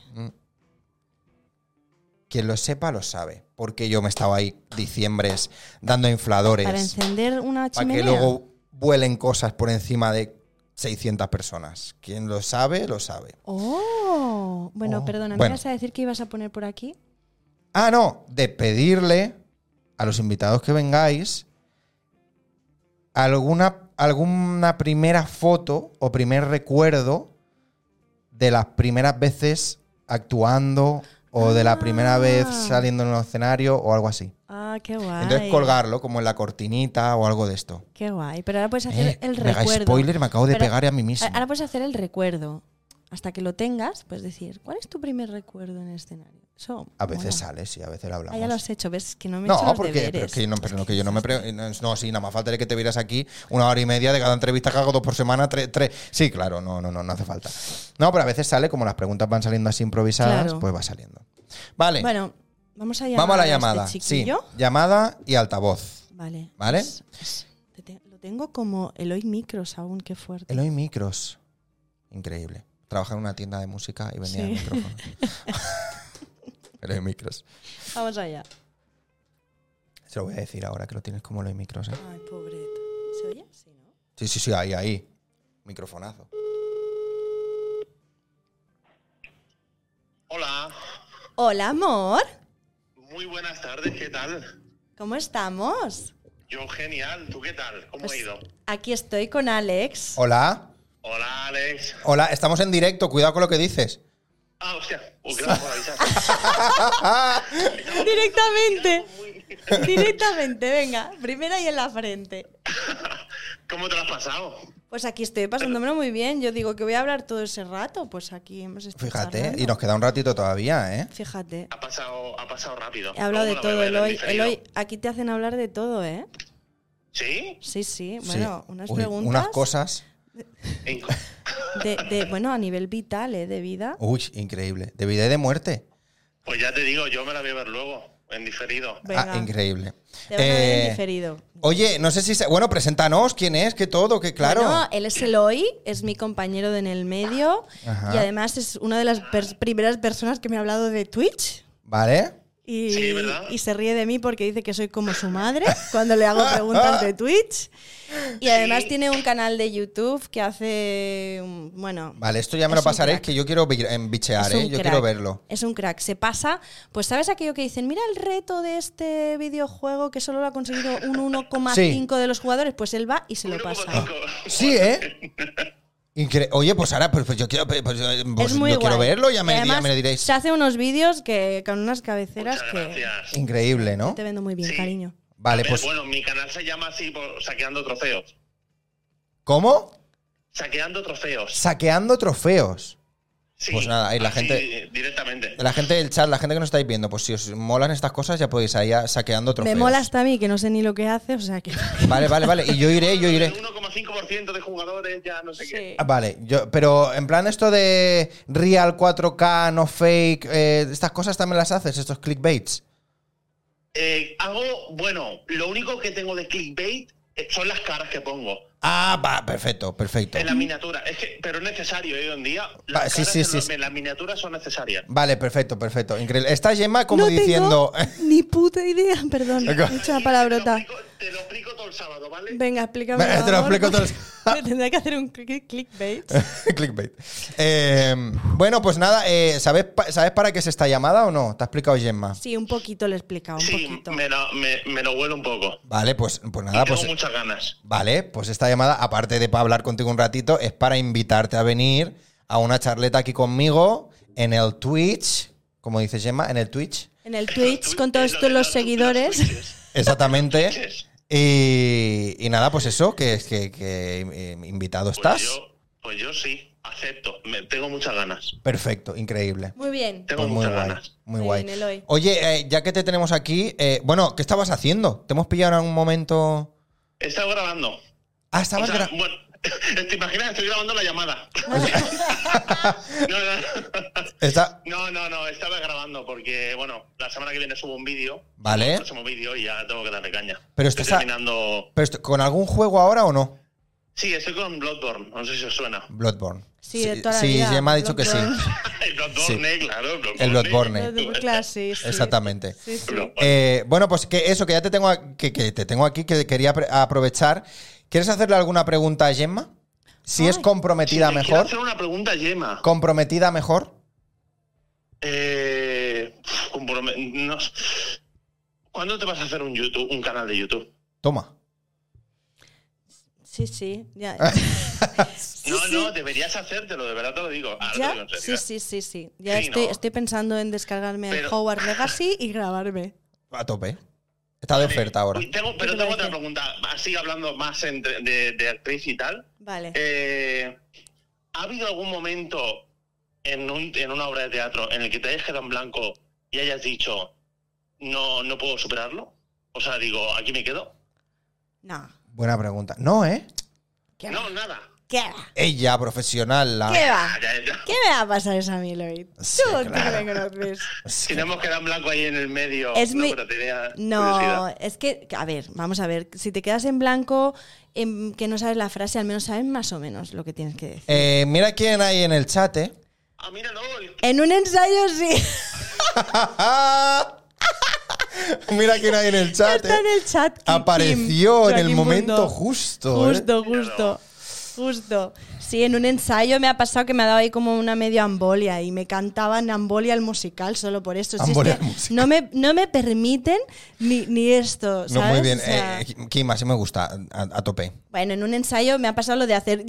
S1: Quien lo sepa, lo sabe. Porque yo me estaba ahí diciembres dando infladores.
S2: Para encender una
S1: para
S2: chimenea.
S1: que luego vuelen cosas por encima de 600 personas. Quien lo sabe, lo sabe.
S2: Oh, bueno,
S1: Oh,
S2: perdona,
S1: bueno.
S2: ¿me ibas a decir que ibas a poner por aquí?
S1: Ah, no, de pedirle a los invitados que vengáis alguna, alguna primera foto o primer recuerdo de las primeras veces actuando o de la primera
S2: Ah.
S1: vez saliendo en un escenario o algo así.
S2: Ah, qué guay.
S1: Entonces colgarlo como en la cortinita o algo de esto.
S2: Qué guay. Pero ahora puedes hacer
S1: Eh,
S2: el
S1: mega
S2: recuerdo.
S1: spoiler, me acabo de
S2: Pero-
S1: pegar a mí mismo.
S2: Ahora puedes hacer el recuerdo. Hasta que lo tengas, puedes decir, ¿cuál es tu primer recuerdo en el escenario? Eso.
S1: A veces
S2: mola.
S1: sale, sí, a veces lo hablamos.
S2: Ah, ya lo has hecho, ves que no me he hecho
S1: No,
S2: los
S1: porque pero
S2: deberes.
S1: es que, no, pero no, que yo no me pre- no, no, sí, nada más faltaría que te vieras aquí una hora y media de cada entrevista que hago dos por semana, tres, tres. Sí, claro, no, no, no, no hace falta. No, pero a veces sale, como las preguntas van saliendo así improvisadas,
S2: Claro.
S1: pues va saliendo. Vale,
S2: Bueno, vamos a llamar
S1: vamos a la
S2: este
S1: llamada. sí,
S2: chiquillo.
S1: llamada y altavoz.
S2: Vale.
S1: ¿Vale?
S2: Es- es- te- te- lo tengo como Eloy Micros aún, qué fuerte.
S1: Eloy Micros. Increíble. Trabajaba en una tienda de música y vendía
S2: Sí. [LAUGHS]
S1: micrófonos. Eloy Micros.
S2: Vamos allá.
S1: Se lo voy a decir ahora que lo tienes como Eloy Micros. ¿eh?
S2: Ay, pobreto. ¿Se oye? Sí, ¿no?
S1: Sí, sí, sí, ahí, ahí. Microfonazo.
S3: Hola,
S2: Hola, amor.
S3: muy buenas tardes, ¿qué tal?
S2: ¿Cómo estamos?
S3: Yo genial, ¿tú qué tal? ¿Cómo ha
S2: Pues,
S3: ido?
S2: Aquí estoy con Alex.
S1: Hola.
S3: Hola, Alex.
S1: Hola, estamos en directo, cuidado con lo que dices.
S3: Ah, hostia, Uy, gracias por avisar.
S2: [LAUGHS] Directamente.
S3: Muy-
S2: Directamente, venga. Primera y en la frente.
S3: ¿Cómo te lo has pasado?
S2: Pues aquí estoy pasándomelo muy bien. Yo digo que voy a hablar todo ese rato. Pues aquí hemos estado.
S1: Fíjate,
S2: charlando.
S1: y nos queda un ratito todavía, ¿eh?
S2: Fíjate.
S3: Ha pasado, ha pasado rápido.
S2: He hablado de
S3: Luego la
S2: todo,
S3: voy a ver en
S2: Eloy.
S3: diferido.
S2: Eloy, aquí te hacen hablar de todo, ¿eh?
S3: ¿Sí?
S2: Sí, sí.
S1: Sí.
S2: Bueno, unas
S1: Uy,
S2: preguntas.
S1: Unas cosas.
S3: En-
S2: De, de- bueno, a nivel vital, ¿eh? De vida.
S1: Uy, increíble. De vida y de muerte.
S3: [LAUGHS] Pues ya te digo, yo me la voy a ver luego, en diferido.
S2: Venga.
S1: Ah, increíble.
S2: Te van a ver en
S1: Eh,
S2: diferido.
S1: Oye, no sé si... se- Bueno, preséntanos quién es, qué todo, qué claro.
S2: Bueno, él es Eloy, es mi compañero de en el medio
S1: Ajá.
S2: y además es una de las pers- primeras personas que me ha hablado de Twitch.
S1: ¿Vale?
S2: Y,
S3: Sí, ¿verdad?
S2: y se ríe de mí porque dice que soy como su madre [LAUGHS] cuando le hago preguntas
S3: [LAUGHS]
S2: de Twitch. Y además
S3: Sí.
S2: tiene un canal de YouTube que hace. mm, Bueno.
S1: Vale, esto ya me
S2: Es
S1: lo
S2: un
S1: pasaré,
S2: crack.
S1: que yo quiero vi- em, bichear,
S2: es
S1: ¿eh?
S2: un
S1: Yo
S2: crack.
S1: quiero verlo.
S2: Es un crack. Se pasa. Pues, ¿sabes aquello que dicen? Mira el reto de este videojuego que solo lo ha conseguido un 1,5 de los jugadores. Pues él va y se lo pasa.
S3: 1,5.
S1: Sí, ¿eh? Incre- Oye, pues ahora, pues, pues yo quiero, pues, pues,
S2: es muy
S1: yo quiero
S2: guay.
S1: verlo, ya me,
S2: Y
S1: ya
S2: además,
S1: me lo diréis.
S2: Se hace unos vídeos que con unas cabeceras
S3: Muchas
S2: que Eh,
S3: gracias.
S1: Increíble, ¿no?
S2: te vendo muy bien,
S3: Sí.
S2: cariño.
S1: Vale,
S3: Ver,
S1: pues...
S3: Bueno, mi canal se llama así, por- Saqueando Trofeos.
S1: ¿Cómo?
S3: Saqueando Trofeos.
S1: Saqueando trofeos.
S3: Sí,
S1: Pues nada, ahí la
S3: así
S1: gente-
S3: Directamente.
S1: La gente del chat, la gente que nos estáis viendo, pues si os molan estas cosas, ya podéis ir a saqueando trofeos.
S2: Me mola hasta a mí que no sé ni lo que hace, o sea que.
S1: Vale, vale, vale. Y yo iré, yo iré.
S3: El 1,5% de jugadores ya no sé
S2: [LAUGHS]
S3: qué.
S1: Ah, Vale, yo, pero en plan esto de real 4K, no fake, eh, estas cosas también las haces, estos clickbaits.
S3: Eh, hago, bueno, lo único que tengo de clickbait eh, son las caras que pongo.
S1: Ah, va, perfecto, perfecto.
S3: En la miniatura. Es que, pero es necesario, ¿eh? Hoy en día. Las
S1: Ah, sí,
S3: caras
S1: sí,
S3: en
S1: sí,
S3: los-
S1: sí.
S3: en las miniaturas son necesarias.
S1: Vale, perfecto, perfecto. Increíble. Está Gemma como
S2: no
S1: diciendo. [LAUGHS]
S2: Tengo ni puta idea, perdón.
S1: Venga.
S2: Mucha
S3: Te
S2: palabrota.
S3: lo, explico, te lo explico todo el sábado, ¿vale?
S2: Venga, explícame.
S1: Venga,
S2: por
S1: te lo
S2: favor,
S1: explico todo el-
S2: [LAUGHS] porque Tendré que hacer un click- clickbait.
S1: Clickbait. Eh, bueno, pues nada, eh, ¿sabes, pa- ¿sabes para qué es esta llamada o no? ¿Te ha explicado Gemma?
S2: Sí, un poquito le he explicado, un
S3: sí,
S2: poquito.
S3: me, la- me, me lo huelo un poco.
S1: Vale, pues, pues
S3: y
S1: nada,
S3: tengo
S1: pues.
S3: muchas ganas.
S1: Vale, pues esta llamada, aparte de para hablar contigo un ratito, es para invitarte a venir a una charleta aquí conmigo en el Twitch, como dice Gemma, en el Twitch.
S2: En el
S3: Los
S2: Twitch,
S3: tu-
S2: con todos
S3: los-
S2: tus- los
S3: los- los
S2: seguidores.
S3: Twitches. [LAUGHS]
S1: Exactamente.
S3: Twitches.
S1: Y, y nada, pues eso, que, que, que, eh, invitado
S3: Pues
S1: estás.
S3: yo- Pues yo sí, acepto. Me- tengo muchas ganas.
S1: Perfecto, increíble.
S2: [LAUGHS] Muy bien.
S3: Tengo
S1: Pues muy
S3: muchas
S1: guay,
S3: ganas.
S1: muy
S2: Muy
S1: guay.
S2: bien, Eloy.
S1: Oye, eh, ya que te tenemos aquí, eh, bueno, ¿qué estabas haciendo? ¿Te hemos pillado en algún momento?
S3: He estado grabando.
S1: Ah, estabas
S3: O sea,
S1: gra-
S3: bueno, [LAUGHS] te imaginas, estoy grabando la llamada. [LAUGHS] no, no,
S1: está-
S3: no, no, no, estaba grabando porque, bueno, la semana que viene subo un vídeo.
S1: Vale,
S3: Próximo vídeo y ya tengo que darle caña.
S1: ¿Eh? Pero
S3: estoy
S1: estás a-
S3: terminando.
S1: pero esto- ¿con algún juego ahora o no?
S3: Sí, estoy con Bloodborne, no sé si os suena. [LAUGHS]
S1: Bloodborne.
S2: Sí, de toda la
S1: sí,
S2: vida,
S1: Gemma ha dicho que sí.
S2: Bloodborne.
S3: El Bloodborne, claro. Bloodborne.
S1: El Bloodborne.
S2: Los de Burkla, sí, sí.
S1: Exactamente.
S2: Sí, sí.
S3: Bloodborne.
S1: Eh, bueno, pues que eso, que ya te tengo, a- que, que te tengo aquí, que quería pre- aprovechar. ¿Quieres hacerle alguna pregunta a Gemma? Si es
S2: Ay.
S3: Sí,
S1: comprometida
S3: te quiero
S1: mejor.
S3: hacer una pregunta, Yema.
S1: Comprometida mejor.
S3: Eh, pf, comprome- no sé. ¿Cuándo te vas a hacer un YouTube, un canal de YouTube?
S1: Toma.
S2: Sí, [LAUGHS] sí.
S1: [LAUGHS]
S2: ya. Sí,
S3: no,
S2: sí.
S3: no, deberías hacértelo, de verdad te lo digo. Ahora te lo digo
S2: ¿Ya?
S3: en serio,
S2: Sí, sí,
S3: ¿eh?
S2: sí, sí. Ya
S3: Sí,
S2: estoy,
S3: ¿no?
S2: estoy pensando en descargarme el
S3: Pero-
S2: Howard Legacy y grabarme.
S1: A tope. Está de oferta ahora.
S3: Y tengo-
S2: ¿Qué
S3: pero
S2: te
S3: tengo
S2: parece?
S3: otra pregunta, así hablando más entre- de, de actriz y tal.
S2: Vale.
S3: Eh, ¿Ha habido algún momento en, un- en una obra de teatro en el que te hayas quedado en blanco y hayas dicho, no, no puedo superarlo? O sea, digo, aquí me quedo.
S2: no.
S1: Buena pregunta. No, ¿eh?
S2: ¿Qué
S3: No,
S2: va?
S3: nada.
S2: ¿Qué va?
S1: Ella, profesional, la.
S2: ¿Qué
S3: Ah,
S2: va?
S3: ya, ya.
S2: ¿Qué me va a pasar esa Miloid? Tú,
S1: Sí,
S2: tú que
S1: claro.
S2: me conoces.
S3: Si no hemos quedado en blanco ahí en el medio,
S2: Es
S3: [LAUGHS] no,
S2: mi-
S3: pero tenía
S2: No,
S3: curiosidad.
S2: es que, a ver, vamos a ver, si te quedas en blanco, em, que no sabes la frase, al menos sabes más o menos lo que tienes que decir.
S1: Eh, mira quién hay en el chat, ¿eh?
S3: Ah, mira, no, el-
S2: En un ensayo sí,
S1: [LAUGHS]
S2: [LAUGHS]
S1: mira quién hay en el chat.
S2: está en
S1: ¿eh?
S2: el chat. Kim,
S1: Apareció
S2: Kim,
S1: en el
S2: Joaquín
S1: momento
S2: Mundo.
S1: justo. ¿eh?
S2: Justo, justo, justo. Sí, en un ensayo me ha pasado que me ha dado ahí como una medio ambolia y me cantaban ambolia el musical solo por esto. Si es
S1: Ambolia
S2: que
S1: al musical.
S2: no me, no me permiten ni, ni esto,
S1: No,
S2: ¿sabes?
S1: muy bien.
S2: O sea,
S1: Eh, Kim, así me gusta, a, a tope.
S2: Bueno, en un ensayo me ha pasado lo de hacer.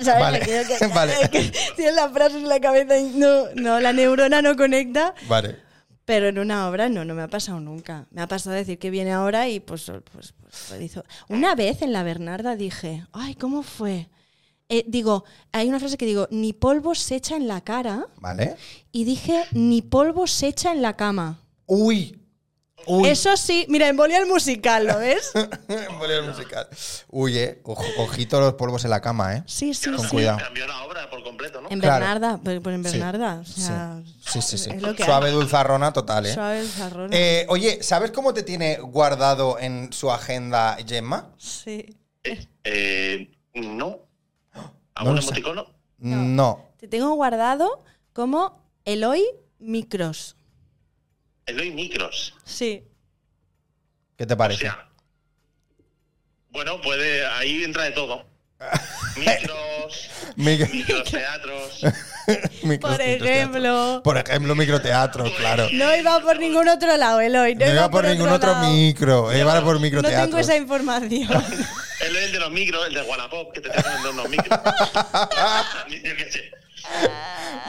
S2: ¿Sabes?
S1: Vale,
S2: Me
S1: [LAUGHS]
S2: quedo que-
S1: vale.
S2: que Tienes la frase en la cabeza y no, no, la neurona no conecta.
S1: Vale.
S2: Pero en una obra no, no me ha pasado nunca. Me ha pasado decir que viene ahora y pues, pues, pues, lo hizo. Una vez en la Bernarda dije, ay, ¿cómo fue? Eh, digo, hay una frase que digo, ni polvo se echa en la cara.
S1: Vale.
S2: Y dije, ni polvo se echa en la cama.
S1: Uy, Uy. [LAUGHS]
S2: Eso sí, mira, envolvió el musical, ¿lo ves?
S1: Volver al musical. Uy, eh. Ojo, ojito los polvos en la cama, eh.
S2: Sí, sí,
S1: Con
S2: sí.
S1: cuidado.
S3: Cambió la obra por completo, ¿no?
S2: En
S1: Claro.
S2: Bernarda, pues pues en
S1: Sí,
S2: Bernarda. o sea,
S1: Sí, sí, sí.
S2: es lo que hay.
S1: Suave dulzarrona total, eh.
S2: Suave, zarrón.
S1: Eh, oye, ¿sabes cómo te tiene guardado en su agenda Gemma?
S2: sí.
S3: Eh, eh, no. ¿A
S1: No
S3: un
S1: lo sé.
S3: emoticono?
S1: No.
S2: Te tengo guardado como Eloy Micros.
S3: Eloy Micros.
S2: Sí.
S1: ¿Qué te
S3: O
S1: parece?
S3: sea, bueno, puede, ahí entra de todo.
S1: [LAUGHS]
S3: Micros,
S1: Micro-
S3: microteatros.
S1: micro-
S2: Por ejemplo.
S1: Por ejemplo, microteatro, claro.
S2: No iba por ningún otro lado, Eloy. No,
S1: No iba por ningún otro
S2: lado.
S1: micro, iba por
S2: No tengo
S1: microteatro.
S2: esa información.
S3: Eloy el de los micros, el de Wallapop, que te está dando
S1: [LAUGHS]
S3: unos micros. Yo qué sé.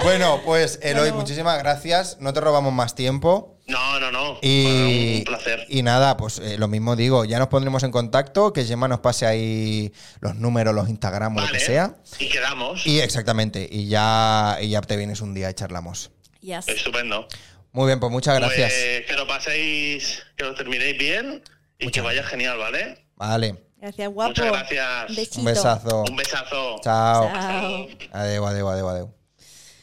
S1: Bueno, pues Eloy,
S2: Bueno.
S1: muchísimas gracias. No te robamos más tiempo.
S3: No, no, no. Bueno,
S1: Y,
S3: un placer.
S1: y nada, pues eh, lo mismo digo, ya nos pondremos en contacto, que Gemma nos pase ahí los números, los Instagram o lo que sea.
S3: Y quedamos.
S1: Y exactamente, y ya, y ya te vienes un día y charlamos.
S2: [LAUGHS] Yes.
S3: Estupendo.
S1: Muy bien, pues muchas gracias.
S3: Pues que lo paséis, que lo terminéis bien y que vaya genial, ¿vale?
S1: Vale,
S2: Gracias, guapo.
S3: Muchas gracias.
S2: Un
S1: un
S2: besito.
S1: besazo.
S3: Un besazo.
S1: Chao.
S2: Chao.
S1: Adeu, adeu, adeu, adeu.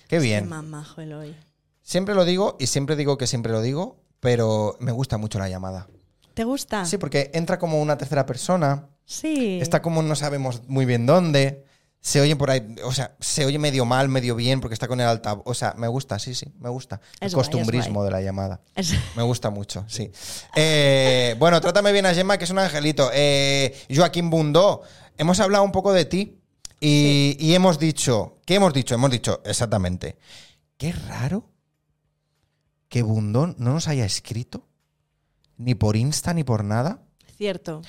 S1: Qué
S2: Qué
S1: bien.
S2: más majo, Eloy.
S1: Siempre lo digo y siempre digo que siempre lo digo, pero me gusta mucho la llamada.
S2: ¿Te gusta?
S1: Sí, porque entra como una tercera persona,
S2: Ah. Sí.
S1: está como no sabemos muy bien dónde, se oye por ahí, o sea, se oye medio mal, medio bien, porque está con el altavoz. O sea, me gusta, sí, sí, me gusta. El
S2: Es guay, es
S1: costumbrismo de la llamada.
S2: Es- [LAUGHS]
S1: Me gusta mucho, sí. Eh, bueno, trátame bien a Gemma, que es un angelito. Eh, Joaquín Bundó, hemos hablado un poco de ti y, y hemos dicho, ¿qué hemos dicho? Hemos dicho, exactamente, qué raro que Bundó no nos haya escrito, ni por Insta, ni por nada.
S2: Cierto,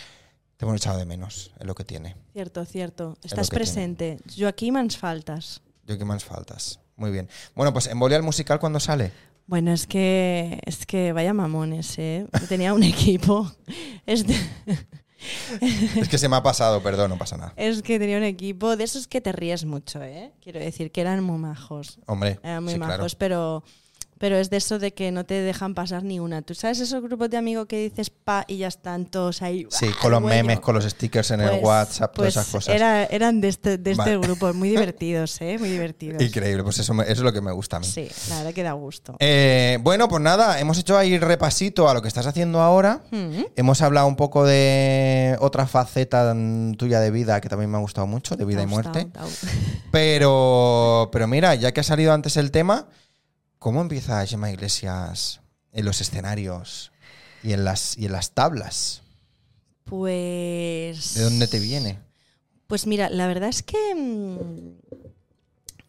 S1: Te hemos echado de menos, es lo que tiene.
S2: cierto, cierto.
S1: lo
S2: Estás
S1: que tiene.
S2: presente. Yo aquí mans faltas.
S1: Yo que más faltas. Muy bien. Bueno, pues en al musical cuando
S2: [LAUGHS]
S1: sale.
S2: Bueno, es que es que vaya mamones, ¿eh? Tenía un [LAUGHS] equipo. Este-
S1: Es que se me ha pasado, perdón, no pasa nada.
S2: es que tenía un equipo de esos que te ríes mucho, ¿eh? Quiero decir que eran muy majos.
S1: Hombre,
S2: Eran muy
S1: sí, claro.
S2: majos, pero pero es de eso de que no te dejan pasar ni una. ¿Tú sabes esos grupos de amigos que dices pa y ya están todos ahí?
S1: Sí,
S2: ¡buah,
S1: con los
S2: al cuello!
S1: memes, con los stickers en el
S2: Pues-
S1: WhatsApp, todas
S2: pues
S1: esas cosas.
S2: era- eran de este, de este
S1: Vale.
S2: grupo,
S1: [LAUGHS]
S2: muy divertidos, ¿eh? Muy divertidos.
S1: Increíble, pues eso, me- eso es lo que me gusta a mí.
S2: Sí, la verdad que da gusto.
S1: Eh, bueno, pues nada, hemos hecho ahí repasito a lo que estás haciendo ahora.
S2: Mm.
S1: Hemos hablado un poco de otra faceta mm, tuya de vida que también me ha gustado mucho, de vida y
S2: Te ha gustado,
S1: muerte.
S2: te ha gu-
S1: Pero, pero mira, ya que ha salido antes el tema, ¿cómo empieza Gemma Iglesias en los escenarios y en las, y en las tablas?
S2: Pues.
S1: ¿De dónde te viene?
S2: Pues mira, la verdad es que. mm,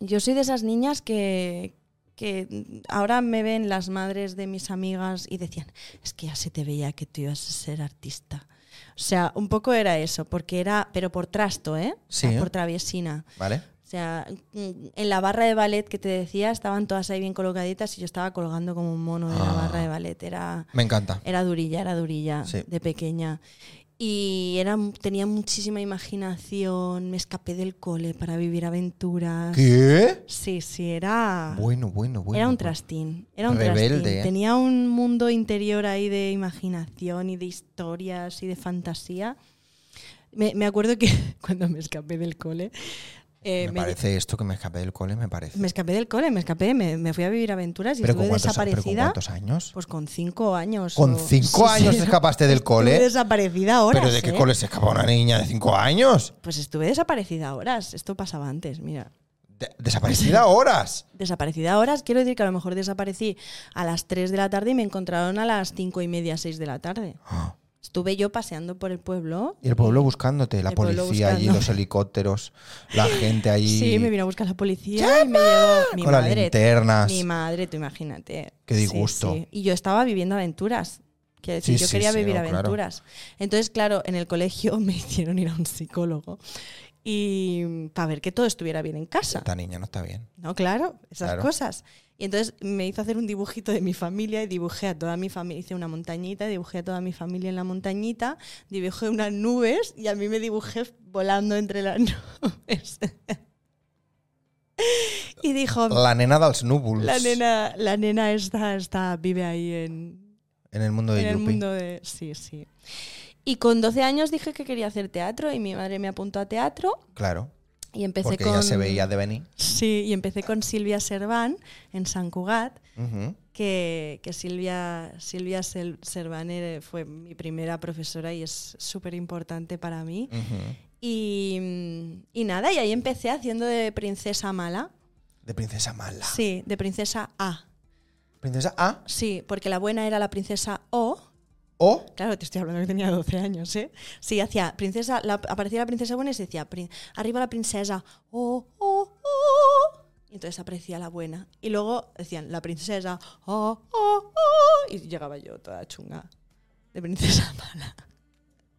S2: Yo soy de esas niñas que. que mm, ahora me ven las madres de mis amigas y decían: Es que ya se te veía que tú ibas a ser artista. O sea, un poco era eso, porque era. Pero por trasto, ¿eh? O sea,
S1: Sí.
S2: por traviesina.
S1: ¿Vale?
S2: O sea, mm, en la barra de ballet que te decía, estaban todas ahí bien colocaditas y yo estaba colgando como un mono de la
S1: Ah.
S2: barra de ballet. Era,
S1: Me encanta.
S2: era durilla, era durilla
S1: Sí.
S2: de pequeña. Y era, tenía muchísima imaginación, me escapé del cole para vivir aventuras.
S1: ¿Qué?
S2: Sí, sí, era...
S1: Bueno, bueno, bueno.
S2: ah. Era un
S1: bueno.
S2: trastín, era un
S1: Rebelde,
S2: trastín.
S1: ¿eh?
S2: Tenía un mundo interior ahí de imaginación y de historias y de fantasía. Me, me acuerdo que [LAUGHS] cuando me escapé del cole, eh,
S1: me,
S2: me-
S1: parece esto que me escapé del cole, me parece.
S2: me escapé del cole, me escapé, me, me fui a vivir aventuras y
S1: pero,
S2: estuve
S1: con cuántos, pero con
S2: desaparecida.
S1: cuántos años?
S2: Pues con cinco años.
S1: ¿Con
S2: o-
S1: cinco
S2: Sí,
S1: años
S2: sí.
S1: te escapaste del
S2: [LAUGHS] Estuve
S1: cole?
S2: desaparecida horas.
S1: ¿Pero de qué
S2: ¿eh?
S1: cole se escapa una niña de cinco años?
S2: Pues estuve desaparecida horas. Esto pasaba antes, mira.
S1: De- ¿Desaparecida horas?
S2: Desaparecida horas, quiero decir que a lo mejor desaparecí a las 3 de la tarde y me encontraron a las cinco y media, 6 de la tarde.
S1: Ah,
S2: Estuve yo paseando por el pueblo.
S1: Y el pueblo buscándote, la
S2: El pueblo
S1: policía allí,
S2: buscando.
S1: los helicópteros, la gente allí
S2: [LAUGHS] Sí, me vino a buscar la policía y me llevó mi
S1: con las
S2: madre.
S1: linternas.
S2: Mi madre, tú imagínate.
S1: Qué
S2: Sí,
S1: disgusto.
S2: sí. Y yo estaba viviendo aventuras. Quiero decir,
S1: Sí,
S2: yo
S1: sí,
S2: quería
S1: sí,
S2: vivir
S1: no, claro.
S2: aventuras. Entonces, claro, en el colegio [LAUGHS] me hicieron ir a un psicólogo y para ver que todo estuviera bien en casa.
S1: Esta niña no está bien.
S2: No, claro, esas
S1: Claro.
S2: cosas. Y entonces me hizo hacer un dibujito de mi familia y dibujé a toda mi familia, hice una montañita, dibujé a toda mi familia en la montañita, dibujé unas nubes y a mí me dibujé volando entre las [LAUGHS] nubes. y dijo,
S1: La nena dels núvols.
S2: la nena, la nena esta, esta vive ahí en,
S1: en el mundo de
S2: en el
S1: Yupi.
S2: mundo de... Sí, sí. Y con 12 años dije que quería hacer teatro y mi madre me apuntó a teatro
S1: Claro,
S2: y empecé
S1: porque
S2: con...
S1: ya se veía de venir.
S2: Sí, y empecé con Silvia Serván en San Cugat,
S1: Ujú.
S2: que, que Silvia, Silvia Sel- Serván eh, fue mi primera profesora y es súper importante para mí.
S1: Ujú.
S2: Y, mm, y nada, y ahí empecé haciendo de princesa mala.
S1: De princesa mala.
S2: Sí, de princesa A.
S1: Princesa A
S2: Sí, porque la buena era la princesa O.
S1: o
S2: Claro, te estoy hablando que tenía 12 años, ¿eh? Sí, hacía princesa, la- aparecía la princesa buena y se decía, "Pri- arriba la princesa, oh, oh, oh. Y entonces aparecía la buena. Y luego decían, la princesa, oh, oh, oh. Y llegaba yo toda chunga, de princesa [LAUGHS] mala.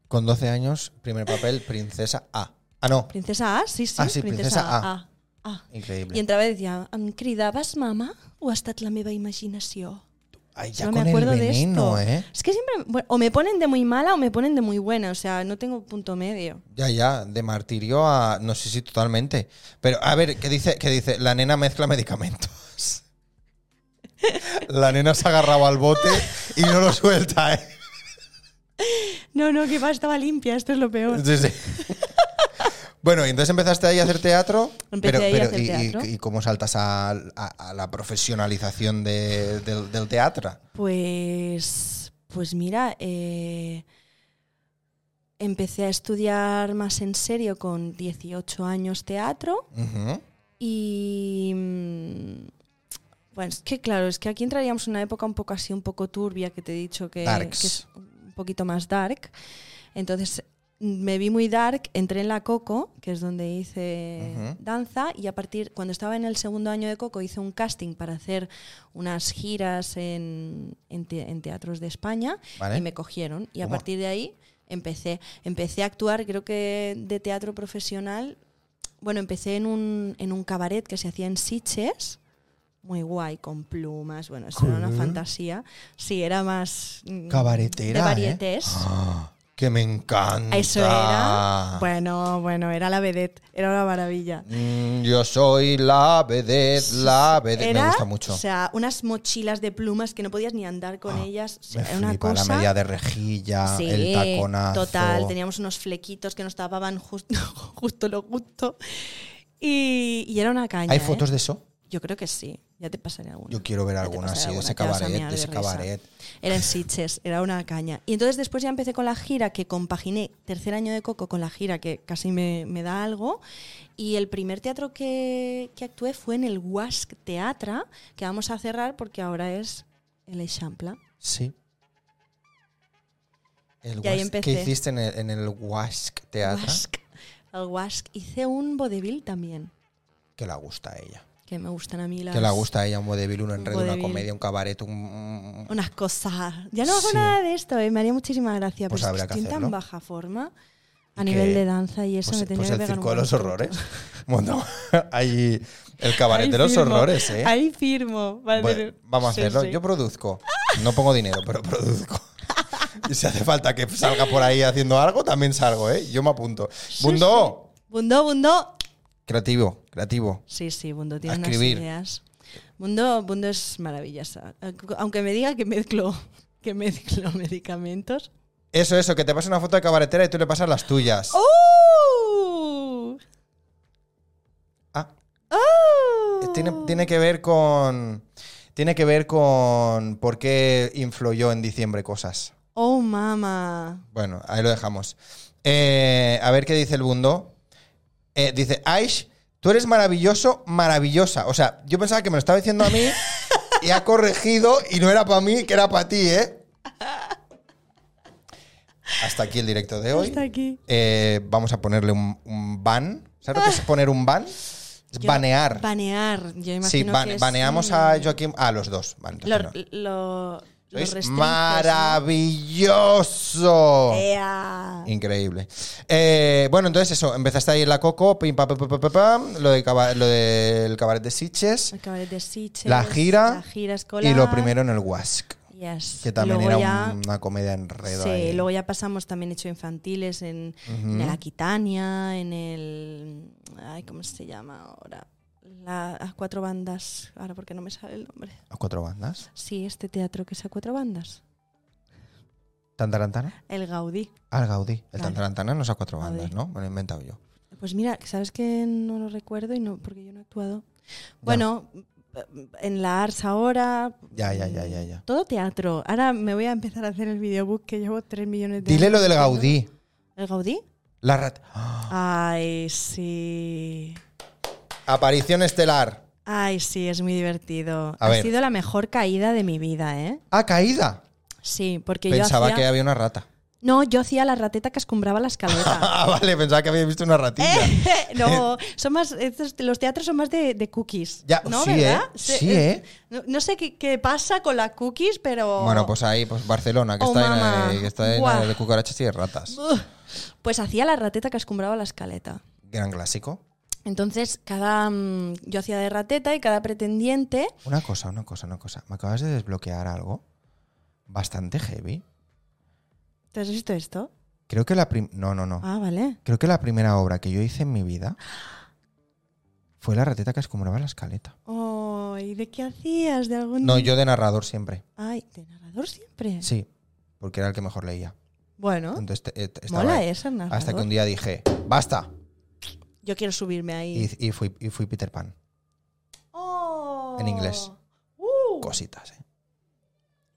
S1: con 12 años, primer papel, princesa A. Ah, no.
S2: Princesa A, sí, sí,
S1: Ah, sí, princesa A.
S2: A. Ah. I
S1: Increíble.
S2: entrava i decía, em cridaves mama o ha estat la meva imaginació?
S1: Ay, ya
S2: No me
S1: con el
S2: acuerdo de
S1: veneno,
S2: esto.
S1: ¿eh?
S2: Es que siempre, bueno, o me ponen de muy mala o me ponen de muy buena, o sea, no tengo punto medio.
S1: Ya, ya, de martirio a. No sé si totalmente. Pero, a ver, ¿qué dice? ¿Qué dice? La nena mezcla medicamentos. [LAUGHS] La nena se agarraba al bote y no lo suelta, ¿eh?
S2: No, no, que va, estaba limpia, esto es lo peor.
S1: Sí, sí. Bueno, y entonces empezaste ahí a hacer teatro.
S2: Empecé ahí a hacer
S1: y, y-
S2: teatro.
S1: y cómo saltas a, a- a la profesionalización de- del, del teatro?
S2: Pues, pues mira, eh, empecé a estudiar más en serio con 18 años teatro.
S1: Ujú.
S2: Y. mm, Bueno, es que claro, es que aquí entraríamos en una época un poco así, un poco turbia, que te he dicho que,
S1: Darks.
S2: que es un poquito más dark. Entonces mm, me vi muy dark, entré en la Coco, que es donde hice
S1: Ujú.
S2: danza, y a partir, cuando estaba en el segundo año de Coco, hice un casting para hacer unas giras en, en te- en teatros de España
S1: Vale.
S2: y me cogieron. Y a
S1: Toma.
S2: partir de ahí empecé. Empecé a actuar, creo que de teatro profesional. Bueno, empecé en un, en un cabaret que se hacía en Sitges. Muy guay, con plumas. Bueno, eso era una
S1: Joder.
S2: fantasía. Sí, era más. mm,
S1: Cabaretera.
S2: De
S1: ¿eh?
S2: varietés.
S1: Ah, que me encanta.
S2: Eso era. Bueno, bueno, era la vedette. Era una maravilla.
S1: Mm, Yo soy la vedette, la vedette.
S2: Era,
S1: me gusta mucho. Ah,
S2: O sea, unas mochilas de plumas que no podías ni andar con ellas. O sea,
S1: me
S2: era una
S1: flipa
S2: cosa.
S1: la media de rejilla, el taconazo.
S2: Total, teníamos unos flequitos que nos tapaban [LAUGHS] justo, justo lo justo. Y, y era una caña.
S1: ¿Hay
S2: ¿eh?
S1: fotos de eso?
S2: Yo creo que sí. Ya te pasaré alguna.
S1: Yo quiero ver
S2: Ya te
S1: alguna
S2: pasaré
S1: así, de
S2: alguna,
S1: ese
S2: te vas a
S1: cabaret,
S2: mear
S1: de ese
S2: risa.
S1: cabaret.
S2: Era en Sitges, era una caña. Y entonces después ya empecé con la gira que compaginé tercer año de Coco con la gira que casi me, me da algo. Y el primer teatro que, que actué fue en el Wask Teatra, que vamos a cerrar porque ahora es el Eixample.
S1: Sí. El
S2: Y ahí
S1: Wask-
S2: empecé.
S1: ¿Qué hiciste en el, en el Wask Teatro?
S2: Wask. El Wask. Hice un vodevil también,
S1: Que la gusta a ella.
S2: que me gustan a mí las...
S1: Que la gusta a ella un vodevil, un enredo, una
S2: vodevil.
S1: comedia, un cabaret, un- un...
S2: Unas cosas. Ya no hago
S1: Sí.
S2: nada de esto, eh, me haría muchísima gracia,
S1: Pues
S2: pero
S1: habrá
S2: es que
S1: que
S2: estoy en tan
S1: hacerlo.
S2: baja forma a
S1: Y
S2: nivel
S1: que-
S2: de danza y eso
S1: Pues,
S2: me tenía
S1: pues
S2: que
S1: el
S2: pegar un
S1: circo de
S2: buen
S1: los
S2: susto.
S1: horrores. [LAUGHS] Bueno, ahí el cabaret
S2: Ahí
S1: de los
S2: firmo,
S1: horrores, ¿eh?
S2: Ahí firmo. madre
S1: Bueno,
S2: mía.
S1: vamos a
S2: Sí,
S1: hacerlo.
S2: sí.
S1: Yo produzco. No pongo dinero, pero [LAUGHS] produzco. Y si hace falta que salga por ahí haciendo algo, también salgo, ¿eh? Yo me apunto. Bundo,
S2: Bundo, Bundo.
S1: creativo, creativo.
S2: Sí, sí, Bundo tiene
S1: A
S2: unas
S1: escribir.
S2: ideas. Bundo, Bundo es maravillosa. Aunque me diga que mezclo, que mezclo [LAUGHS] medicamentos.
S1: Eso, eso, que te pase una foto de cabaretera y tú le pasas las tuyas.
S2: ¡Oh!
S1: Ah,
S2: ¡Oh!
S1: Eh, tiene, tiene que ver con. Tiene que ver con por qué influyó en diciembre cosas.
S2: Oh, mama.
S1: Bueno, ahí lo dejamos. Eh, a ver qué dice el Bundo. Eh, dice, Aish, tú eres maravilloso, maravillosa. O sea, yo pensaba que me lo estaba diciendo a
S2: [LAUGHS]
S1: mí y ha corregido y no era para mí, que era para ti, ¿eh? Hasta aquí el directo de hoy.
S2: Hasta aquí.
S1: Eh, vamos a ponerle un, un ban. ¿Sabes lo que es poner un ban? Es
S2: Yo-
S1: banear.
S2: Banear. Yo imagino
S1: sí, ban-
S2: que es
S1: baneamos
S2: un-
S1: a Joaquín. A los dos. Vale,
S2: Lo,
S1: entonces no.
S2: lo, lo
S1: Sois
S2: restringes, ¿no?
S1: maravilloso.
S2: Eh, Ea.
S1: Increíble. Eh, bueno, entonces eso, empezaste ahí en la Coco, pim, pam, pam, pam, pam, pam, pam, lo, de caba- lo del cabaret de Sitges,
S2: El cabaret de Sitges,
S1: la gira,
S2: la gira escolar.
S1: y lo primero en el Wask,
S2: Yes.
S1: que también
S2: Luego
S1: era
S2: ya-
S1: una comedia enredo.
S2: Sí,
S1: ahí.
S2: luego ya pasamos también hecho infantiles en, en el Aquitania, en el. Ay, ¿Cómo se llama ahora? La- Las cuatro bandas. Ahora porque no me sale el nombre.
S1: Las cuatro bandas.
S2: Sí, este teatro que es a cuatro bandas.
S1: ¿Tantarantana?
S2: El Gaudí.
S1: Al Gaudí. El
S2: Vale.
S1: Tantarantana no es a cuatro
S2: Gaudí.
S1: bandas, ¿no? Me lo he inventado yo.
S2: Pues mira, sabes que no lo recuerdo y no, porque yo no he actuado. Bueno, en la Ars ahora.
S1: Ya, ya, ya, ya, ya.
S2: Todo teatro. Ahora me voy a empezar a hacer el videobook que llevo 3 millones de
S1: Dile lo del
S2: haciendo.
S1: Gaudí.
S2: ¿El Gaudí?
S1: La rat- ¡Ah!
S2: Ay, sí.
S1: Aparición estelar.
S2: Ay, sí, es muy divertido.
S1: A
S2: ha
S1: ver.
S2: sido la mejor caída de mi vida, ¿eh?
S1: ¡Ah, caída!
S2: Sí, porque
S1: Pensaba
S2: yo
S1: que
S2: hacía...
S1: había una rata.
S2: No, yo hacía la rateta que escumbraba la
S1: [LAUGHS]
S2: escalera. [LAUGHS]
S1: Ah, vale, pensaba que había visto una ratilla.
S2: Eh. no, son más, estos- los teatros son más de, de cookies.
S1: Eh. Ya,
S2: ¿no,
S1: sí,
S2: ¿verdad?
S1: ¿eh? Sí, ¿eh?
S2: No, no sé qué, qué pasa con las cookies, pero.
S1: Bueno, pues ahí, pues Barcelona, que
S2: Oh,
S1: está llena
S2: mamá.
S1: de, que está llena
S2: Buah.
S1: de cucarachas y de ratas.
S2: Uf, pues hacía la rateta que escumbraba la escaleta.
S1: Gran clásico.
S2: Entonces, cada. mm, Yo hacía de rateta y cada pretendiente.
S1: Una cosa, una cosa, una cosa. Me acabas de desbloquear algo bastante heavy.
S2: ¿Te has visto esto?
S1: Creo que la prim- No, no, no.
S2: Ah, vale.
S1: Creo que la primera obra que yo hice en mi vida fue la rateta que escumbraba la escaleta.
S2: Oh, ¿Y de qué hacías? ¿De algún.?
S1: No, yo de narrador siempre.
S2: Ay, de narrador siempre.
S1: Sí, porque era el que mejor leía.
S2: Bueno,
S1: Entonces te- eh, te- estaba
S2: mola
S1: ahí.
S2: esa narrador.
S1: Hasta que un día dije, basta.
S2: Yo quiero subirme ahí.
S1: Y, y fui, y fui Peter Pan.
S2: Oh.
S1: en inglés.
S2: Uh.
S1: Cositas, ¿eh?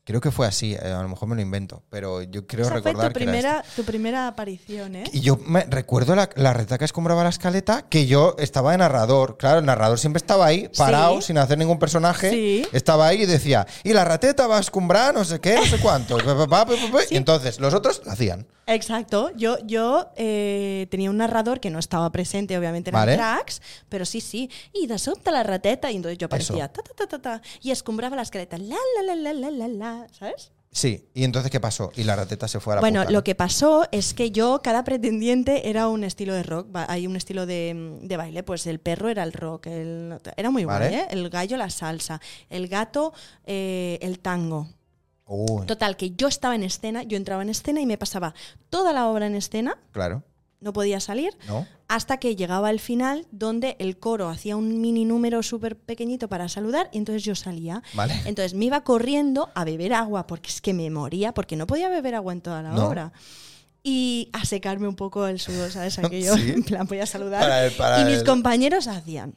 S1: Creo que fue así, eh, a lo mejor me lo invento, pero yo creo
S2: Esa fue
S1: recordar
S2: tu
S1: que era
S2: primera, tu primera aparición, ¿eh?
S1: esto. Y yo me recuerdo la, la reta que escumbraba la escaleta, que yo estaba de narrador. Claro, el narrador siempre estaba ahí, parado,
S2: Sí.
S1: sin hacer ningún personaje.
S2: Sí.
S1: Estaba ahí y decía, y la rateta va a escumbrar, no sé qué, no sé cuánto. pa, pa, pa, pa, pa, pa. Y entonces los otros lo hacían.
S2: Exacto. Yo, yo eh, tenía un narrador que no estaba presente, obviamente, en
S1: Vale.
S2: el tracks, pero sí, sí. Y de sopta la rateta, y entonces yo aparecía ta, ta, ta, ta, ta, y escumbraba la escaleta, la, la, la, la, la, la, la, ¿sabes?
S1: Sí, y entonces ¿qué pasó? Y la rateta se fue a la
S2: Bueno,
S1: puta, ¿no?
S2: lo que pasó es que yo, cada pretendiente era un estilo de rock, ba- hay un estilo de, de baile, pues el perro era el rock, el- era muy
S1: Vale.
S2: guay, ¿eh? El gallo la salsa, el gato eh, el tango.
S1: Uy,
S2: Total, que yo estaba en escena, yo entraba en escena y me pasaba toda la obra en escena,
S1: claro,
S2: no podía salir,
S1: ¿no?
S2: hasta que llegaba el final donde el coro hacía un mini número súper pequeñito para saludar y entonces yo salía.
S1: Vale.
S2: Entonces me iba corriendo a beber agua porque es que me moría, porque no podía beber agua en toda la
S1: No.
S2: obra. Y a secarme un poco el
S1: [LAUGHS]
S2: sudor, ¿sabes? Aquello,
S1: Sí.
S2: en plan, voy a saludar.
S1: Para el- para
S2: y mis
S1: el-
S2: compañeros hacían,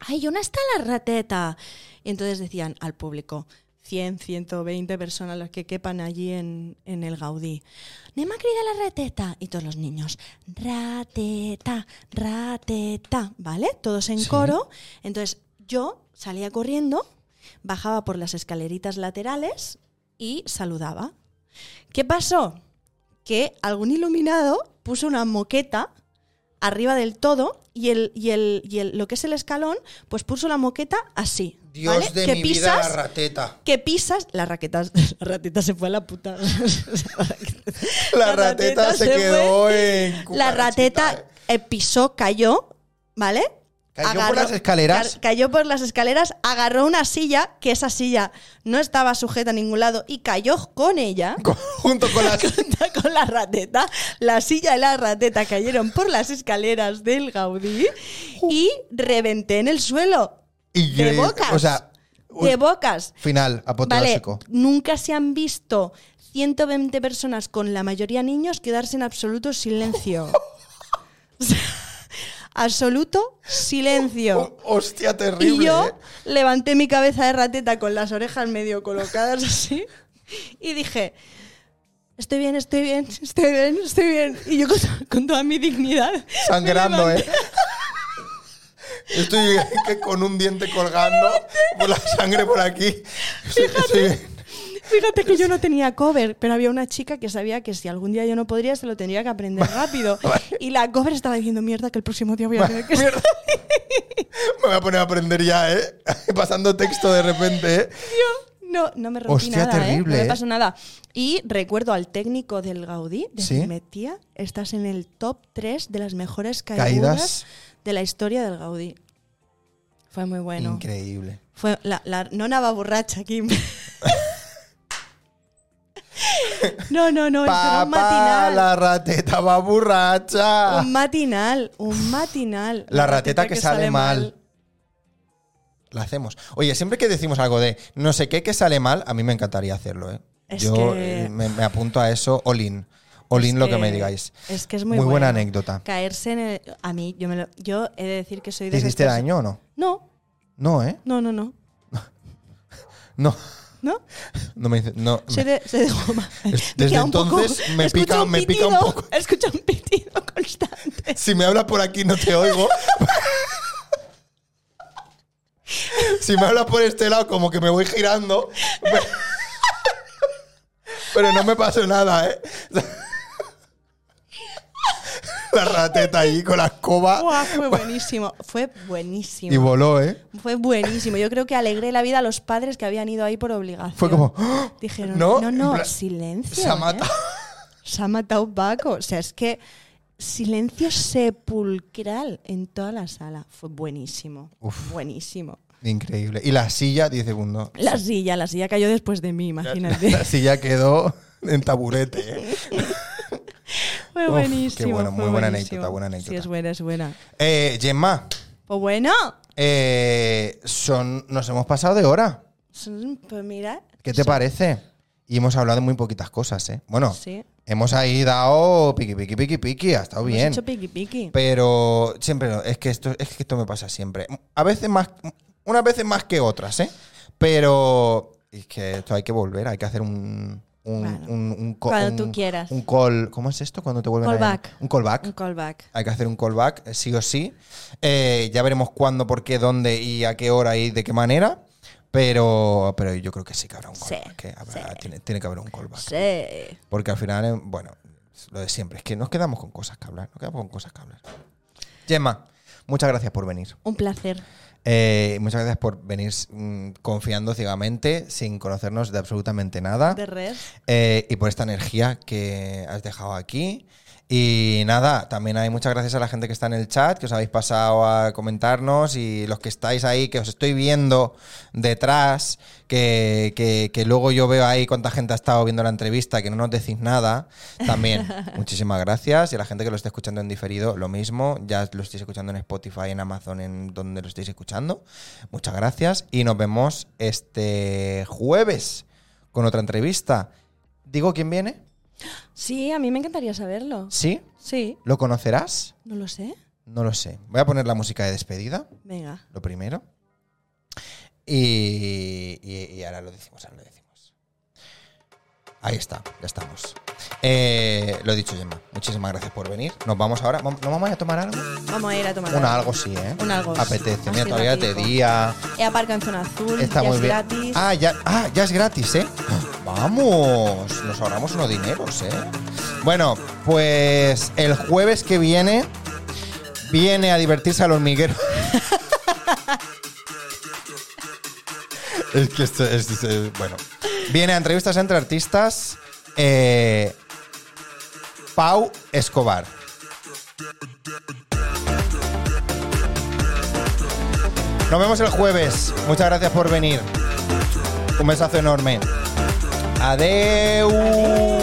S2: ¡ay, ¿dónde está la rateta? Y entonces decían al público, 100, 120 personas las que quepan allí en, en el Gaudí. Nema querida la rateta. Y todos los niños, rateta, rateta, ¿vale? Todos en
S1: Sí.
S2: coro. Entonces yo salía corriendo, bajaba por las escaleritas laterales y saludaba. ¿Qué pasó? Que algún iluminado puso una moqueta arriba del todo y, el, y, el, y el- lo que es el escalón, pues puso la moqueta así.
S1: Dios
S2: ¿vale?
S1: de
S2: que
S1: mi
S2: pisas,
S1: vida, la rateta.
S2: que pisas, la raqueta, la rateta se fue a la puta. [LAUGHS]
S1: La rateta se quedó en
S2: fue. La rateta
S1: cucarachita.
S2: eh, pisó, cayó, ¿vale?
S1: Cayó por las escaleras.
S2: ca- cayó por las escaleras, agarró una silla, que esa silla no estaba sujeta a ningún lado, y cayó con ella.
S1: [LAUGHS] junto con
S2: [LAUGHS]
S1: las
S2: Cuenta con la rateta. La silla y la rateta cayeron por las escaleras del Gaudí y reventé en el suelo.
S1: y yo-
S2: de bocas.
S1: o sea, un-
S2: de bocas.
S1: final
S2: Vale,
S1: apoteósico.
S2: nunca se han visto 120 personas, con la mayoría niños, quedarse en absoluto silencio. O sea, absoluto silencio.
S1: Oh, hostia, terrible.
S2: Y yo
S1: ¿eh?
S2: levanté mi cabeza de rateta con las orejas medio colocadas [LAUGHS] así y dije, estoy bien, estoy bien, estoy bien, estoy bien. Y yo con, con toda mi dignidad. me
S1: sangrando,
S2: levanté.
S1: eh. [LAUGHS] Estoy que con un diente colgando, [LAUGHS] por la sangre por aquí. Sí.
S2: Fíjate que yo no tenía cover, pero había una chica que sabía que si algún día yo no podría, se lo tendría que aprender rápido. Y la cover estaba diciendo, mierda, que el próximo día voy a tener que...
S1: Mierda. Me voy a poner a aprender ya, ¿eh? [LAUGHS] Pasando texto de repente, ¿eh?
S2: [LAUGHS] No, no me rompí
S1: Hostia,
S2: nada, ¿eh?
S1: terrible,
S2: No
S1: ¿eh?
S2: me pasó nada. Y recuerdo al técnico del Gaudí,
S1: Sí.
S2: decirme, tía, estás en el top 3 de las mejores
S1: Caídas.
S2: caídas, de la historia del Gaudí. Fue muy bueno.
S1: Increíble.
S2: Fue la, la nona va borracha aquí.
S1: [LAUGHS]
S2: no, no, no, eso era un
S1: Papá,
S2: matinal.
S1: la rateta va borracha.
S2: Un matinal, un matinal.
S1: La rateta que sale mal. La hacemos. Oye, siempre que decimos algo de no sé qué que sale mal, a mí me encantaría hacerlo, ¿eh?
S2: Es
S1: Yo
S2: que-
S1: eh, me, me apunto a eso, Olin. Olin
S2: Es
S1: lo que, me digáis.
S2: eh, Es que es muy,
S1: Muy buena
S2: bueno.
S1: anécdota.
S2: Caerse en el- A mí, yo, me lo- yo he de decir que soy de.
S1: ¿Te
S2: esas
S1: hiciste
S2: perso-
S1: daño o no?
S2: No,
S1: No, ¿eh?
S2: no, no, no.
S1: No, [LAUGHS]
S2: ¿No?
S1: no me dice. No.
S2: Soy de, soy de goma.
S1: Es-
S2: Me
S1: desde
S2: queda un poco-
S1: entonces me
S2: escucho
S1: pica- me pica un
S2: pitido,
S1: poco.
S2: Escucho un pitido [LAUGHS] constante.
S1: Si me hablas por aquí no te oigo. si me hablas por este lado como que me voy girando. Pero, pero no me pasa nada, ¿eh? La rateta ahí con la escoba
S2: Buah, fue buenísimo. Fue buenísimo.
S1: Ah. y voló, ¿eh?
S2: Fue buenísimo. Yo creo que alegré la vida a los padres que habían ido ahí por obligación.
S1: Fue como, ¡Ah!
S2: Dijeron,
S1: No,
S2: no, no,
S1: en plan,
S2: silencio.
S1: Se ha
S2: ¿eh?
S1: matado.
S2: Se ha matado Paco. O sea, es que silencio sepulcral en toda la sala. Fue buenísimo.
S1: Uf.
S2: Buenísimo.
S1: Increíble. Y la silla, 10 segundos.
S2: La silla, la silla cayó después de mí,
S1: La [LAUGHS]
S2: imagínate.
S1: silla quedó en taburete, ¿eh?
S2: [LAUGHS] Fue
S1: Uf,
S2: buenísimo.
S1: qué bueno,
S2: fue
S1: muy buena
S2: buenísimo.
S1: anécdota, buena
S2: Sí,
S1: anécdota.
S2: es buena, es buena.
S1: Eh, Gemma,
S2: Pues bueno,
S1: eh, son, nos hemos pasado de hora.
S2: son- pues mira.
S1: ¿Qué te
S2: son-
S1: parece? Y hemos hablado de muy poquitas cosas, ¿eh? Bueno,
S2: Sí.
S1: hemos ahí dado piqui, piqui, piqui, piqui, ha estado
S2: Hemos
S1: bien.
S2: hecho piqui piqui.
S1: Pero siempre, no, es que, esto, es que esto me pasa siempre. A veces más, unas veces más que otras, ¿eh? Pero es que esto hay que volver, hay que hacer un... un,
S2: Bueno,
S1: un- un co-
S2: cuando
S1: un-
S2: tú quieras.
S1: Un call, ¿cómo es esto? Cuando te vuelven a llamar?
S2: Callback.
S1: Un callback.
S2: Un callback.
S1: Hay que hacer un callback, eh, sí o sí. Eh, ya veremos cuándo, por qué, dónde y a qué hora y de qué manera. Pero, pero yo creo que sí que habrá un
S2: Sí,
S1: callback. que habrá-
S2: sí.
S1: tiene, tiene que haber un callback.
S2: Sí.
S1: Porque al final, eh, bueno, es lo de siempre. Es que nos quedamos con cosas que hablar. Nos quedamos con cosas que hablar. Gemma, muchas gracias por venir.
S2: Un placer.
S1: Eh, muchas gracias por venir mm, confiando ciegamente, sin conocernos de absolutamente nada.
S2: De red.
S1: Eh, y por esta energía que has dejado aquí. Y nada, también hay muchas gracias a la gente que está en el chat, que os habéis pasado a comentarnos y los que estáis ahí, que os estoy viendo detrás, que, que- que luego yo veo ahí cuánta gente ha estado viendo la entrevista, que no nos decís nada. También, muchísimas gracias. Y a la gente que lo esté escuchando en diferido, lo mismo. Ya lo estáis escuchando en Spotify, en Amazon, en donde lo estéis escuchando. Muchas gracias y nos vemos este jueves con otra entrevista. ¿Digo quién viene?
S2: Sí, a mí me encantaría saberlo.
S1: ¿Sí?
S2: Sí,
S1: ¿Lo conocerás?
S2: no lo sé.
S1: No lo sé. Voy a poner la música de despedida,
S2: Venga.
S1: lo primero. Y, y- y ahora lo decimos, ahora lo decimos. Ahí está, ya estamos. Eh, lo he dicho, Gemma. Muchísimas gracias por venir. Nos vamos ahora. ¿Nos vamos a tomar algo?
S2: Vamos a ir a tomar
S1: Una algo sí, ¿eh?
S2: Un algo sí.
S1: Apetece. Mira,
S2: Así
S1: todavía de
S2: ratico.
S1: día.
S2: He aparcado en zona azul,
S1: Está
S2: ya
S1: muy
S2: es
S1: bien.
S2: gratis.
S1: Ah ya, ah, ya es gratis, ¿eh? Vamos, nos ahorramos unos dineros, ¿eh? Bueno, pues el jueves que viene, viene a divertirse al hormiguero. [LAUGHS] es que esto es, es- es- Bueno, viene a entrevistas entre artistas. eh, Pau Escobar. Nos vemos el jueves. Muchas gracias por venir. Un besazo enorme. Adeu.